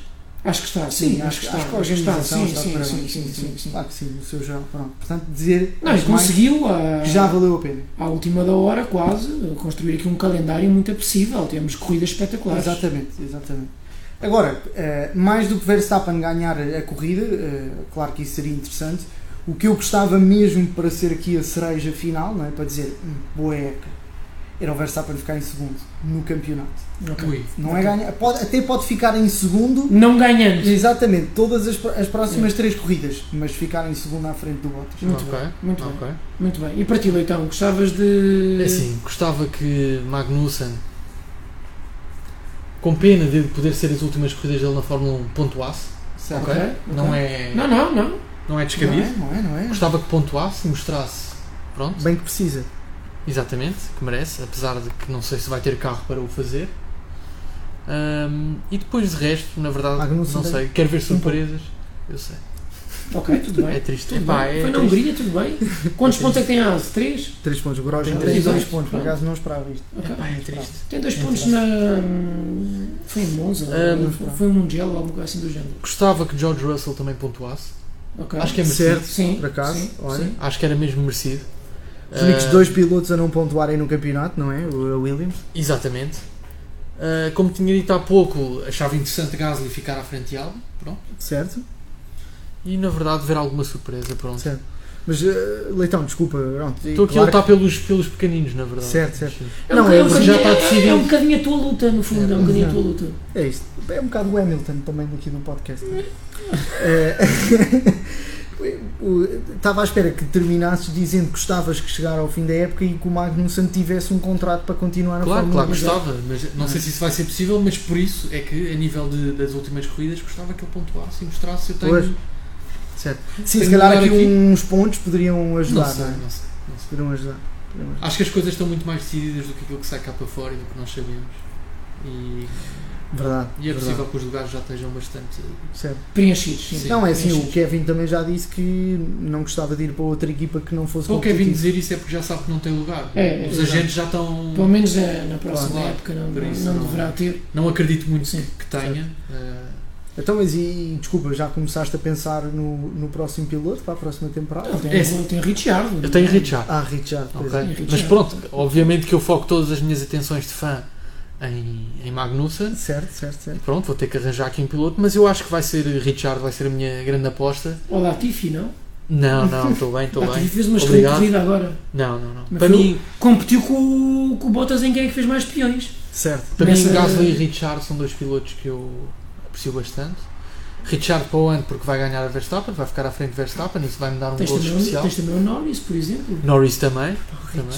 Speaker 1: Acho que está,
Speaker 3: Sim, acho, que- acho que a
Speaker 1: acho que está,
Speaker 3: organização
Speaker 1: sim,
Speaker 3: está de
Speaker 1: sim,
Speaker 3: parabéns,
Speaker 1: sim, sim, sim, sim.
Speaker 3: Claro que sim, o seu já, pronto. Portanto, dizer
Speaker 1: Não, e
Speaker 3: mais
Speaker 1: conseguiu à,
Speaker 3: que já valeu a pena.
Speaker 1: à última da hora, quase, construir aqui um calendário muito apetecível. Temos corridas espetaculares.
Speaker 3: Exatamente, exatamente. Agora, eh, mais do que Verstappen ganhar a corrida, eh, claro que isso seria interessante. O que eu gostava mesmo para ser aqui a cereja final, não é? para dizer "Hum, boa época, era o Verstappen ficar em segundo no campeonato.
Speaker 1: Ok.
Speaker 2: Ui.
Speaker 3: Não é ganhar, pode, até pode ficar em segundo,
Speaker 1: Não ganhando.
Speaker 3: exatamente, todas as, as próximas três corridas, mas ficar em segundo à frente do Bottas.
Speaker 1: Muito
Speaker 2: ok,
Speaker 1: bem, muito bem.
Speaker 2: ok.
Speaker 1: Muito bem. E para ti, Leitão, gostavas de.
Speaker 2: É Assim, gostava que Magnussen, com pena de poder ser as últimas corridas dele na Fórmula 1, pontuasse.
Speaker 3: Certo?
Speaker 1: Ok, ok.
Speaker 2: Não, é,
Speaker 1: Não, não, não.
Speaker 2: não é
Speaker 3: Não
Speaker 2: descabido.
Speaker 3: é, não é, não é?
Speaker 2: Gostava que pontuasse, mostrasse. Pronto,
Speaker 3: Bem que precisa.
Speaker 2: exatamente, que merece, apesar de que não sei se vai ter carro para o fazer. Ahm, e depois de resto, na verdade,
Speaker 3: Magnussen
Speaker 2: não
Speaker 3: tem-
Speaker 2: sei, quero ver surpresas. Eu sei,
Speaker 1: Ok, tudo
Speaker 2: é
Speaker 1: bem.
Speaker 2: triste.
Speaker 1: Tudo
Speaker 2: Epá,
Speaker 1: bem.
Speaker 2: é
Speaker 1: Foi na
Speaker 2: triste.
Speaker 1: Hungria, tudo bem. Quantos pontos é que tem a ASE? Três?
Speaker 3: 3 pontos, o Grosjean
Speaker 1: Três,
Speaker 3: tem 2
Speaker 1: dois.
Speaker 3: pontos, por acaso não esperava isto.
Speaker 1: Ok.
Speaker 2: Epá, é triste.
Speaker 1: Tem dois pontos na. hum, Foi em Monza?
Speaker 2: Um,
Speaker 1: foi- foi um Mundial ou alguma coisa assim do género?
Speaker 2: Gostava que George Russell também pontuasse.
Speaker 1: Ok.
Speaker 2: Acho que é merecido.
Speaker 3: Certo.
Speaker 1: Sim.
Speaker 3: Por acaso,
Speaker 1: sim,
Speaker 3: olha.
Speaker 1: sim.
Speaker 2: Acho que era mesmo merecido.
Speaker 3: Os únicos
Speaker 2: Ah,
Speaker 3: dois pilotos a não pontuarem no campeonato, não é? O Williams.
Speaker 2: Exatamente. Ah, como tinha dito há pouco, achava interessante Gasly ficar à frente de Albon. Pronto.
Speaker 3: Certo?
Speaker 2: E na verdade ver alguma surpresa. Pronto.
Speaker 3: Certo. Mas, eh, Leitão, desculpa. Pronto, e
Speaker 2: Estou aqui
Speaker 3: claro
Speaker 2: a lutar pelos, pelos pequeninos, na verdade.
Speaker 3: Certo, certo.
Speaker 2: Sim.
Speaker 1: É um,
Speaker 3: Não,
Speaker 1: bocadinho-
Speaker 3: eu-
Speaker 2: já está
Speaker 1: é-
Speaker 2: decidido. Uhum.
Speaker 1: É um bocadinho a tua luta, no fundo. É um bocadinho a tua luta.
Speaker 3: que- É isto. É um bocado o Hamilton também daqui do podcast.
Speaker 2: Hum.
Speaker 3: Eh, o- Estava à espera que terminasses dizendo que gostavas que chegar ao fim da época e que o Magnussen tivesse um contrato para continuar na
Speaker 2: Claro,
Speaker 3: Fórmula
Speaker 2: claro,
Speaker 3: 1.
Speaker 2: gostava, mas não sei se isso vai ser possível, mas por isso é que a nível de- das últimas corridas gostava que ele pontuasse e mostrasse eu tenho.
Speaker 3: Pois. Sim, se
Speaker 2: Tenho
Speaker 3: calhar
Speaker 2: lugar
Speaker 3: aqui,
Speaker 2: aqui.
Speaker 3: uns pontos poderiam
Speaker 2: Não
Speaker 3: ajudar,
Speaker 2: sei,
Speaker 3: não, é?
Speaker 2: não sei, não sei.
Speaker 3: Poderiam ajudar. poderiam ajudar.
Speaker 2: Acho que as coisas estão muito mais decididas do que aquilo que sai cá para fora e do que nós sabemos. E,
Speaker 3: Verdade.
Speaker 2: e é
Speaker 3: verdade.
Speaker 2: possível que os lugares já estejam bastante.
Speaker 3: Certo.
Speaker 1: Preenchidos, sim.
Speaker 2: Sim.
Speaker 3: Não, é assim, o
Speaker 1: preenchidos.
Speaker 3: Kevin também já disse que não gostava de ir para outra equipa que não fosse
Speaker 2: Se qualquer vim
Speaker 3: competitiva.
Speaker 2: dizer isso é porque já sabe que não tem lugar.
Speaker 1: É, é,
Speaker 2: os
Speaker 1: exato.
Speaker 2: agentes já estão.
Speaker 1: Pelo menos na, na próxima
Speaker 2: Claro.
Speaker 1: época não,
Speaker 2: Por isso,
Speaker 1: não,
Speaker 2: não.
Speaker 1: deverá ter.
Speaker 2: Não acredito muito
Speaker 1: Sim.
Speaker 2: que tenha. eh,
Speaker 3: Então, mas e desculpa, já começaste a pensar no, no próximo piloto para a próxima temporada?
Speaker 1: Não, Ah, tem,
Speaker 2: É assim.
Speaker 1: tem, Richard.
Speaker 2: eu tenho Richard.
Speaker 3: Ah, Richard, pois
Speaker 2: ok?
Speaker 3: é.
Speaker 1: Richard.
Speaker 2: Mas pronto, obviamente que eu foco todas as minhas atenções de fã em, em Magnussen.
Speaker 3: Certo, certo, certo.
Speaker 2: Pronto, vou ter que arranjar aqui um piloto, mas eu acho que vai ser Richard, vai ser a minha grande aposta.
Speaker 1: Ou Latifi, não?
Speaker 2: Não, não, estou bem, estou
Speaker 1: Latifi
Speaker 2: bem.
Speaker 1: fez uma excelente
Speaker 2: Obrigado.
Speaker 1: corrida agora.
Speaker 2: Não, não, não.
Speaker 1: Mas
Speaker 2: Para
Speaker 1: foi-
Speaker 2: mim,
Speaker 1: Competiu com, o- com o Bottas em quem é que fez mais peões.
Speaker 2: Certo. Para mim,
Speaker 1: Nessa-
Speaker 2: Gasly e Richard são dois pilotos que eu aprecio bastante. Richard para o ano porque vai ganhar a Verstappen, vai ficar à frente de Verstappen, isso vai me dar um
Speaker 1: Tens
Speaker 2: gol
Speaker 1: também, o-
Speaker 2: especial.
Speaker 1: tens também o Norris, por exemplo.
Speaker 2: Norris também. também.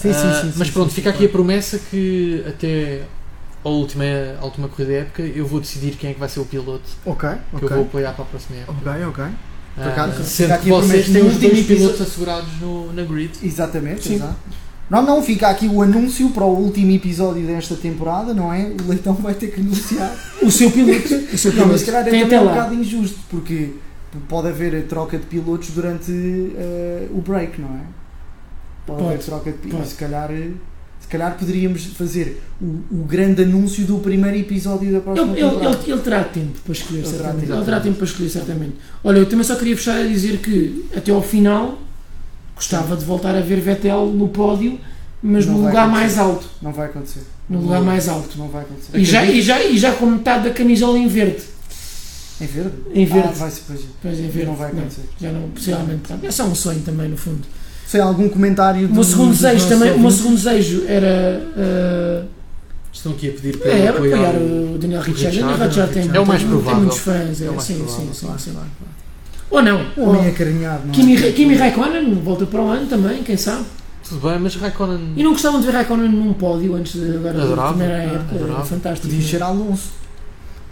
Speaker 3: Sim, sim,
Speaker 2: Ah,
Speaker 3: sim.
Speaker 2: mas
Speaker 3: sim,
Speaker 2: pronto,
Speaker 3: sim,
Speaker 2: fica
Speaker 3: sim,
Speaker 2: aqui a promessa que até à última, à última corrida da época eu vou decidir quem é que vai ser o piloto
Speaker 3: Ok,
Speaker 2: que eu vou
Speaker 3: ok.
Speaker 2: apoiar para a próxima época.
Speaker 3: Ok, ok. Por
Speaker 2: Ah,
Speaker 3: acaso, fica
Speaker 2: sendo
Speaker 3: aqui
Speaker 2: que
Speaker 3: a
Speaker 2: vocês
Speaker 3: promessa
Speaker 2: têm
Speaker 3: no
Speaker 2: os
Speaker 3: último
Speaker 2: dois pilotos
Speaker 3: episódio.
Speaker 2: assegurados no, na grid.
Speaker 3: Exatamente,
Speaker 1: Sim.
Speaker 3: exato. Não, não, fica aqui o anúncio para o último episódio desta temporada, não é? O Leitão vai ter que anunciar.
Speaker 1: O seu piloto. O seu
Speaker 3: Não,
Speaker 1: piloto.
Speaker 3: mas se calhar é
Speaker 1: Tem
Speaker 3: também
Speaker 1: até
Speaker 3: um
Speaker 1: lá.
Speaker 3: bocado injusto, porque pode haver a troca de pilotos durante eh, o break, não é? Pode,
Speaker 1: Pode,
Speaker 3: haver troca de
Speaker 1: pode.
Speaker 3: pilotos. Se calhar, eh, se calhar poderíamos fazer o, o grande anúncio do primeiro episódio da próxima
Speaker 1: Ele, ele-
Speaker 3: temporada.
Speaker 1: ele- ele terá tempo para escolher,
Speaker 3: Ele terá
Speaker 1: certamente.
Speaker 3: tempo.
Speaker 1: ele terá tempo para escolher, certamente. Olha, eu também só queria fechar a dizer que até ao final gostava de voltar a ver Vettel no pódio, mas
Speaker 3: Não
Speaker 1: no
Speaker 3: vai
Speaker 1: lugar
Speaker 3: acontecer.
Speaker 1: mais alto.
Speaker 3: Não vai acontecer.
Speaker 1: No lugar
Speaker 2: Boa.
Speaker 1: mais alto.
Speaker 3: Não vai acontecer.
Speaker 1: E já, e, já, e já com metade da camisola em verde.
Speaker 3: Em verde?
Speaker 1: Em verde.
Speaker 3: Ah, vai ser pois é.
Speaker 1: Pois em verde.
Speaker 3: Não vai acontecer.
Speaker 1: já não, possivelmente. Tá. É só um sonho também, no fundo.
Speaker 3: Sem algum comentário
Speaker 1: O meu segundo
Speaker 3: dos
Speaker 1: desejo,
Speaker 3: nossos
Speaker 1: também, o meu
Speaker 3: ouvintes?
Speaker 1: segundo desejo era. ah,
Speaker 2: Estão aqui a pedir para
Speaker 1: É,
Speaker 2: eu
Speaker 1: era apoiar
Speaker 2: apoiar o-
Speaker 3: eh,
Speaker 1: o Daniel Richard. O
Speaker 2: Richard,
Speaker 1: Daniel Richard tem,
Speaker 2: É o mais
Speaker 1: tem-
Speaker 2: provável.
Speaker 1: tem muitos fãs. É,
Speaker 2: É o mais
Speaker 1: sim,
Speaker 2: provável,
Speaker 1: sim,
Speaker 2: claro,
Speaker 1: sim,
Speaker 2: claro,
Speaker 1: sim. Ou não.
Speaker 3: Um
Speaker 1: Ou-
Speaker 3: homem acarinhado, não é?
Speaker 1: Kimi, Kimi Raikkonen volta para o ano também, quem sabe?
Speaker 2: Tudo bem, mas Raikkonen
Speaker 1: E não gostavam de ver Raikkonen num pódio antes de agora
Speaker 2: Adorava,
Speaker 1: da primeira
Speaker 2: ah,
Speaker 1: época. era
Speaker 2: adorava.
Speaker 1: fantástico.
Speaker 3: Podia ser Alonso.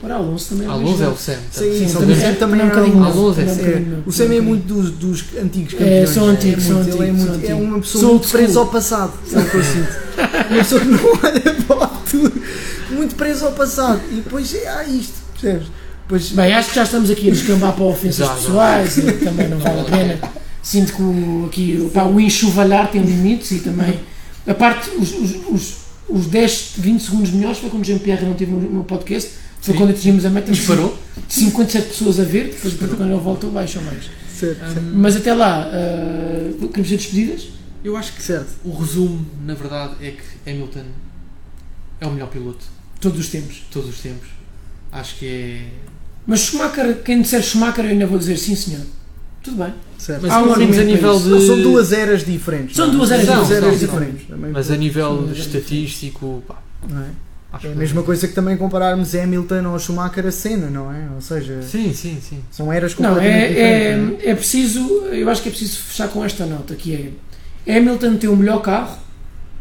Speaker 1: Ora, Alonso também.
Speaker 2: Alonso é o Sam.
Speaker 3: Sim,
Speaker 1: Sim,
Speaker 3: só
Speaker 1: também-
Speaker 3: que o Sam também
Speaker 1: também é um
Speaker 3: era
Speaker 1: bocadinho
Speaker 3: Alonso.
Speaker 2: Alonso é
Speaker 1: Não,
Speaker 2: Sam.
Speaker 1: não,
Speaker 3: É,
Speaker 1: não,
Speaker 3: o Sam
Speaker 1: não,
Speaker 3: é
Speaker 1: não.
Speaker 3: muito dos, dos antigos
Speaker 1: É,
Speaker 3: campeões.
Speaker 1: são antigos,
Speaker 3: é
Speaker 1: são
Speaker 3: muito- Ele é,
Speaker 1: antigos,
Speaker 3: muito,
Speaker 1: são
Speaker 3: é
Speaker 1: antigos.
Speaker 3: uma pessoa
Speaker 1: São
Speaker 3: muito
Speaker 1: old
Speaker 3: presa
Speaker 1: school.
Speaker 3: ao passado. É o que eu sinto. É Uma pessoa que não olha para o alto, muito presa ao passado. E depois é, há isto, percebes? Depois,
Speaker 1: Bem, acho que já estamos aqui a descambar para ofensas
Speaker 2: Já, já.
Speaker 1: pessoais e também não vale a pena. Sinto que o, aqui, pá, o enxovalhar tem limites e também. A parte, os, os, os, os 10, 20 segundos melhores foi quando o Jean-Pierre não teve no, no podcast, foi
Speaker 2: Sim.
Speaker 1: quando atingimos a meta de
Speaker 2: disparou.
Speaker 1: 57 pessoas a ver, depois quando ele voltou baixou mais.
Speaker 3: certo, certo.
Speaker 2: Hum,
Speaker 1: Mas até lá, ah, queremos ser despedidas?
Speaker 2: eu acho que
Speaker 3: certo.
Speaker 2: o resumo, na verdade, é que Hamilton é o melhor piloto
Speaker 1: Todos os tempos.
Speaker 2: de todos os tempos. Acho que é
Speaker 1: Mas Schumacher, quem disser Schumacher, eu ainda vou dizer sim, senhor. Tudo bem.
Speaker 3: certo.
Speaker 2: Mas
Speaker 1: Há um
Speaker 2: temos a
Speaker 1: argumento para
Speaker 2: nível de.
Speaker 3: Não, são duas eras diferentes.
Speaker 1: São
Speaker 3: não é?
Speaker 1: duas eras
Speaker 3: São
Speaker 2: diferentes.
Speaker 3: eras
Speaker 1: São, são.
Speaker 3: diferentes. também,
Speaker 2: Mas a nível
Speaker 1: Sim,
Speaker 2: de estatístico, pá,
Speaker 3: não é?
Speaker 2: acho
Speaker 3: É a
Speaker 2: que-
Speaker 3: mesma coisa que também compararmos Hamilton ou Schumacher a Senna, não é? Ou seja,
Speaker 2: Sim, sim, sim.
Speaker 3: são eras
Speaker 1: Não, é,
Speaker 3: completamente
Speaker 1: é,
Speaker 3: diferentes.
Speaker 1: é preciso, eu acho que é preciso fechar com esta nota, que é Hamilton tem o melhor carro,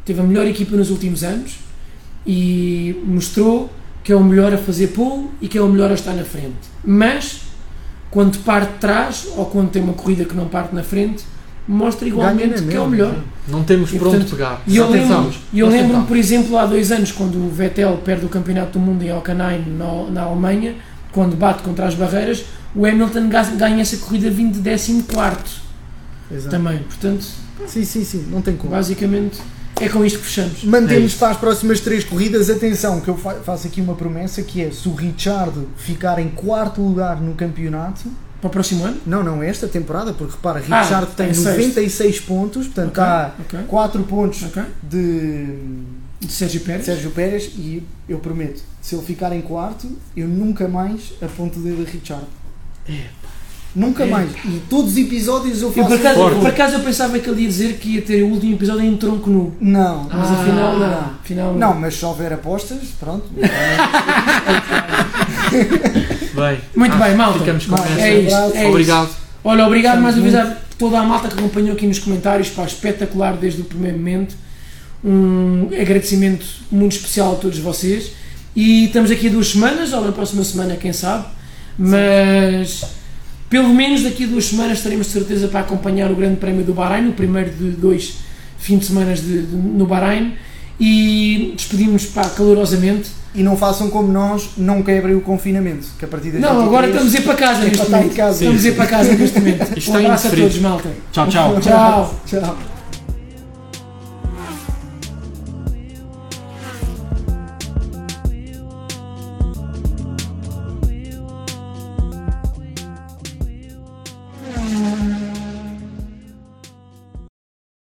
Speaker 1: teve a melhor equipa nos últimos anos e mostrou que é o melhor a fazer pole e que é o melhor a estar na frente. Mas quando parte de trás ou quando tem uma corrida que não parte na frente, mostra igualmente
Speaker 3: na
Speaker 1: que é o
Speaker 3: mesma,
Speaker 1: melhor.
Speaker 3: não
Speaker 2: Não temos
Speaker 1: E,
Speaker 2: por onde
Speaker 1: portanto,
Speaker 2: pegar.
Speaker 1: E eu
Speaker 2: Só
Speaker 1: lembro,
Speaker 2: tentamos.
Speaker 1: e eu
Speaker 2: Nós
Speaker 1: lembro
Speaker 2: tentamos.
Speaker 1: por exemplo, há dois anos, quando o Vettel perde o Campeonato do Mundo em Hockenheim, na, na Alemanha, quando bate contra as barreiras, o Hamilton ga- ganha essa corrida vindo de 14
Speaker 3: é. Exato.
Speaker 1: também. Portanto,
Speaker 3: Sim, sim, sim, não tem como.
Speaker 1: basicamente, é com isto que fechamos.
Speaker 3: Mantemos
Speaker 2: É
Speaker 3: para as próximas três corridas, atenção, que eu fa- faço aqui uma promessa que é se o Richard ficar em quarto lugar no campeonato,
Speaker 1: Para o próximo ano?
Speaker 3: não, não esta temporada, porque repara,
Speaker 1: Ah,
Speaker 3: Richard tem
Speaker 1: em sexto.
Speaker 3: 96 pontos, portanto há
Speaker 1: Ok, ok.
Speaker 3: 4 pontos
Speaker 1: ok.
Speaker 3: de
Speaker 1: De Sérgio
Speaker 3: de
Speaker 1: Pérez.
Speaker 3: Sérgio Pérez e eu prometo, se ele ficar em quarto, eu nunca mais aponto o dedo a Richard.
Speaker 2: É.
Speaker 3: Nunca
Speaker 1: É.
Speaker 3: mais. E todos os episódios eu
Speaker 1: Eu,
Speaker 3: faço.
Speaker 1: por, acaso,
Speaker 2: Forte.
Speaker 1: por acaso eu pensava que ele ia dizer que ia ter o último episódio em tronco nu,
Speaker 3: Não,
Speaker 1: mas
Speaker 2: Ah.
Speaker 1: afinal não. Afinal,
Speaker 3: não, mas se houver apostas, pronto. então,
Speaker 2: Bem,
Speaker 1: Muito
Speaker 2: acho
Speaker 1: bem,
Speaker 2: que
Speaker 1: malta.
Speaker 2: Ficamos com
Speaker 3: Malta.
Speaker 2: essa.
Speaker 1: É isto, é isto.
Speaker 2: Obrigado.
Speaker 1: Olha, obrigado
Speaker 3: Gostamos
Speaker 1: mais uma vez a toda a malta que acompanhou aqui nos comentários, pá, espetacular desde o primeiro momento. Um agradecimento muito especial a todos vocês. E estamos aqui a duas semanas, ou na próxima semana, quem sabe. Mas pelo menos daqui a duas semanas estaremos de certeza para acompanhar o Grande Prémio do Bahrein, o primeiro de dois fins de semana no Bahrein. E despedimos pá, calorosamente.
Speaker 3: e não façam como nós, não quebrem o confinamento. Que a partir das
Speaker 1: Não, agora
Speaker 3: 23
Speaker 1: estamos a ir para casa
Speaker 3: É para
Speaker 1: neste
Speaker 3: estar em
Speaker 1: momento.
Speaker 3: casa.
Speaker 1: Estamos a ir para casa neste momento.
Speaker 2: Isto
Speaker 1: Um
Speaker 2: está
Speaker 1: abraço a
Speaker 2: indeferido.
Speaker 1: todos, malta.
Speaker 2: Tchau, tchau.
Speaker 1: Tchau.
Speaker 3: Tchau.